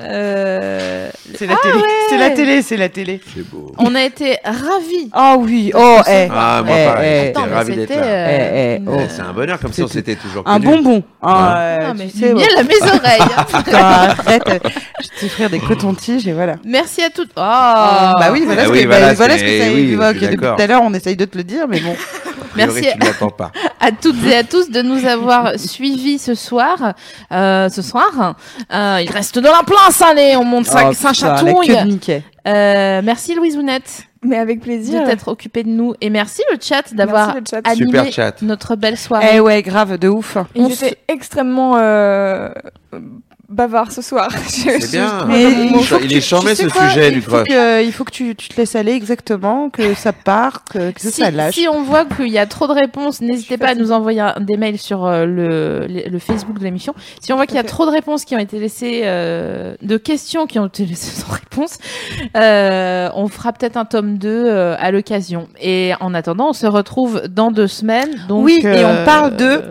Euh, C'est la, télé. c'est la télé, c'est la télé. C'est beau. on a été ravis. Ah oui, oh, eh. Ah, moi, Eh, pareil, eh, j'étais Attends, mais ravi d'être c'était, là. euh, Eh, eh, une- oh. Eh, C'est un bonheur, comme si on C'était s'était toujours Un connus. bonbon. Ah, Non, euh, mais tu sais, miel à mes oreilles. hein. putain, arrête. Je vais t'offrir des cotons-tiges et voilà. Merci à toutes. Oh. Bah oui, voilà Ah ce oui, que, voilà, bah, c'est- voilà ce que ça oui, je suis évoque depuis d'accord. tout à l'heure. On essaye de te le dire, mais bon. A priori, Merci. Tu ne l'attends pas. à toutes et à tous de nous avoir suivis ce soir. Euh, ce soir, Euh, il reste de la place, allez, on monte Oh, ça, putain, Saint-Chatouille. La queue de Mickey. Euh, merci Louise Ounette Mais avec de plaisir. t'être occupée de nous et merci le chat d'avoir Merci le chat. animé Super chat. notre belle Eh soirée. ouais, grave, de ouf. Ils on s- étaient extrêmement euh, bavards ce soir. C'est bien. Mais Il il est faut cha- que il tu- est charmé tu sais ce quoi, sujet il du faut crush. que- Il faut que tu, tu te laisses aller exactement, que ça part, que, que Si, ça lâche. si on voit qu'il y a trop de réponses, n'hésitez suis pas à fatiguée. nous envoyer un- des mails sur euh, le, le, le Facebook de l'émission. Si on voit qu'il y a Ok. trop de réponses qui ont été laissées, euh, de questions qui ont été laissées sans réponse, euh, on fera peut-être un tome 2 euh, à l'occasion. Et en attendant, on se retrouve dans deux semaines. Donc, Oui, et euh, on parle de-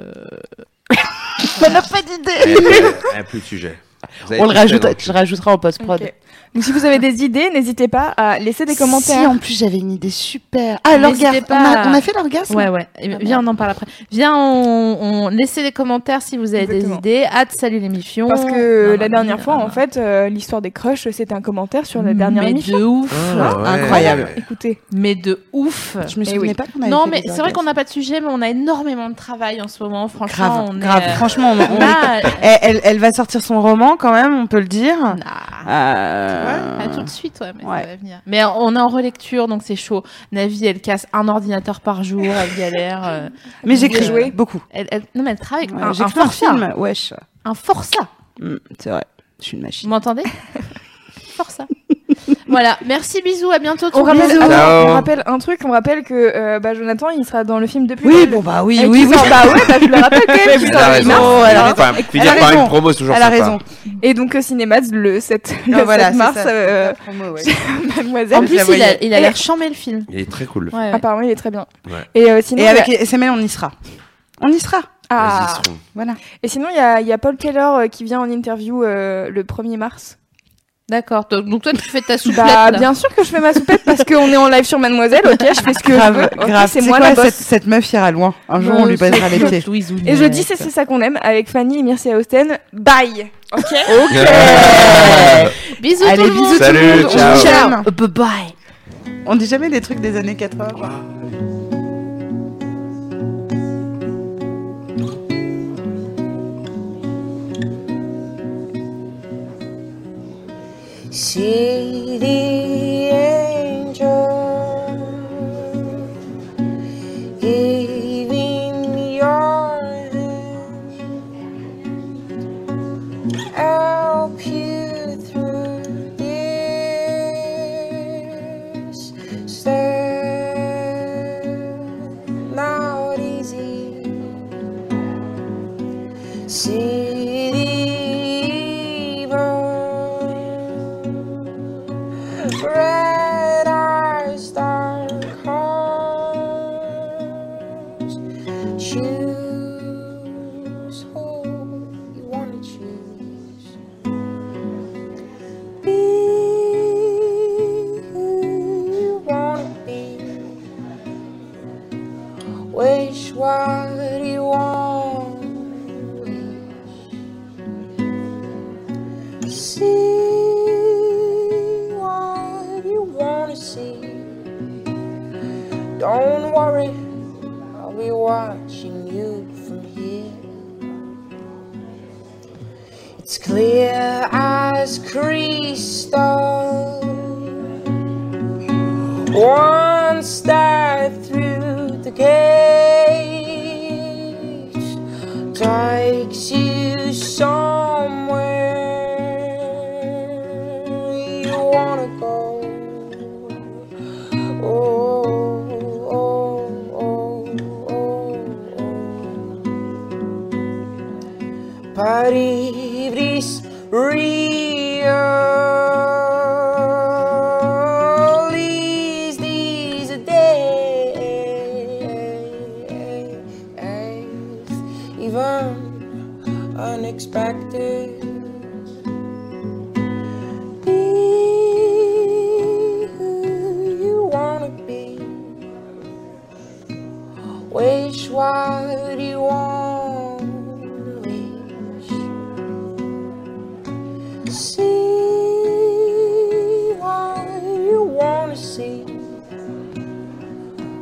On n'a pas Il d'idée. n'y a plus de sujet. Vous avez On tout le fait rajoute, dans le je rajouterai en post-prod. Ok. Donc si vous avez des idées, n'hésitez pas à laisser des commentaires. Si, en plus, j'avais une idée super. Ah, N'hésitez l'orgasme. On, pas a- à- on a fait l'orgasme Ouais, ouais. Ah, Et Viens, on en parle après. Viens, on, on laissez des commentaires si vous avez Exactement. des idées. Hâte, salut les mifions. Parce que Nanana, la dernière fois, en nanana. fait, euh, l'histoire des crushs, c'était un commentaire sur la dernière mais émission. de ouf, Ah, ouais. Incroyable. Écoutez, mais de ouf. Euh, Je me Eh souvenais oui. pas qu'on avait Non, fait mais des c'est vrai qu'on orgasmes. n'a pas de sujet, mais on a énormément de travail en ce moment. Franchement, Grave, on grave. est. euh, Franchement, on, on on a- Eh, elle, elle va sortir son roman quand même, on peut le dire. Nah. Euh, Pas tout de suite, ouais, mais ça Ouais. va venir. Mais on est en relecture, donc c'est chaud. Navi, elle casse un ordinateur par jour, elle galère. euh, Mais Bien j'écris joué. beaucoup. Elle, elle- Non, mais elle travaille avec Ouais, un, un j'écris un forçat. film, wesh. Un forçat. Hmm, c'est vrai, je suis une Vous machine. m'entendez Forçat. voilà, merci, bisous, à bientôt. tout on le monde. rappelle, Bisous. ah non, Ciao. on rappelle un truc, on rappelle que euh, bah, Jonathan, il sera dans le film de plus. Oui, belle. bon bah oui, Et oui, qui oui. sort- bah ouais, bah, je le rappelle quand même. qui Elle sort a en raison. mars. elle a raison. Enfin, Finir Elle a par une raison. promo, c'est toujours Elle a sympa. raison. Et donc, au Cinémas, le 7, le Ah, voilà, 7 c'est mars, ça, c'est euh, la promo, ouais. mademoiselle. En Je plus, il la a, voyais. il a l'air chambé le film. Il est très cool. le film. Ouais, ouais. Apparemment, il est très bien. Ouais. Et, euh, sinon, Et avec les SML, on y sera. On y sera. Ah. Vas-y, Sron. Voilà. Et sinon, il y a, il y a Paul Keller euh, qui vient en interview euh, le 1er mars. D'accord. Donc, donc toi, tu fais ta souplette. Bah, là. bien sûr que je fais ma soupette parce qu'on est en live sur Mademoiselle, ok, je fais ce que je veux. Grave, Ok, grave. c'est C'est moi quoi la boss. cette, cette meuf ira loin. Un Euh, jour, on lui baisera les pieds. Et je dis, c'est c'est ça qu'on aime avec Fanny et Mircea Austen. Bye! Ok? Bisous Allez, tout le bisous monde. tout le Salut, monde. ciao. On vous aime. Bye bye. On dit jamais des trucs des années 80. genre. See the angel giving your hand. Help you through this. Stand not easy. City red eyes, dark hearts. Choose who you want to choose. Be who you want to be. Wish what you want. Wish. See what you want to see. Don't worry, I'll be watching you from here. It's clear as crystal. One step through the gate takes you somewhere you wanna go. Oh, oh, oh, oh, oh. Paris, Rio is these days even unexpected. Be who you wanna be. Wish what you want to wish see what you wanna see.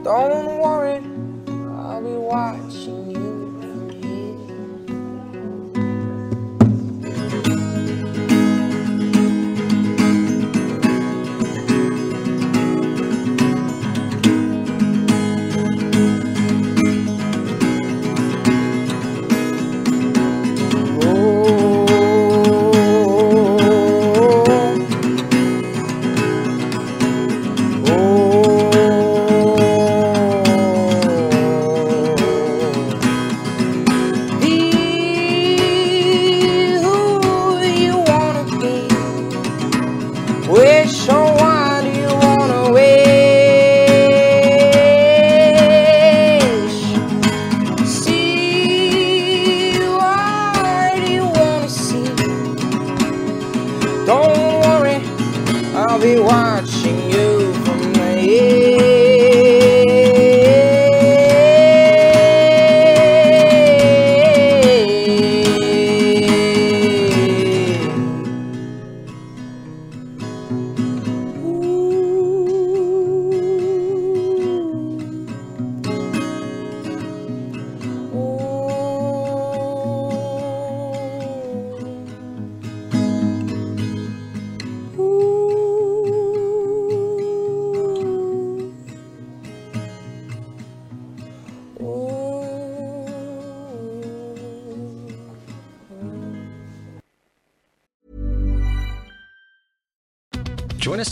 Don't worry, I'll be watching you from here. Be who you wanna be. Wish on what you wanna wish. See what you wanna see. Don't worry, I'll be watching you from the edge. Ooh. Ooh. Join us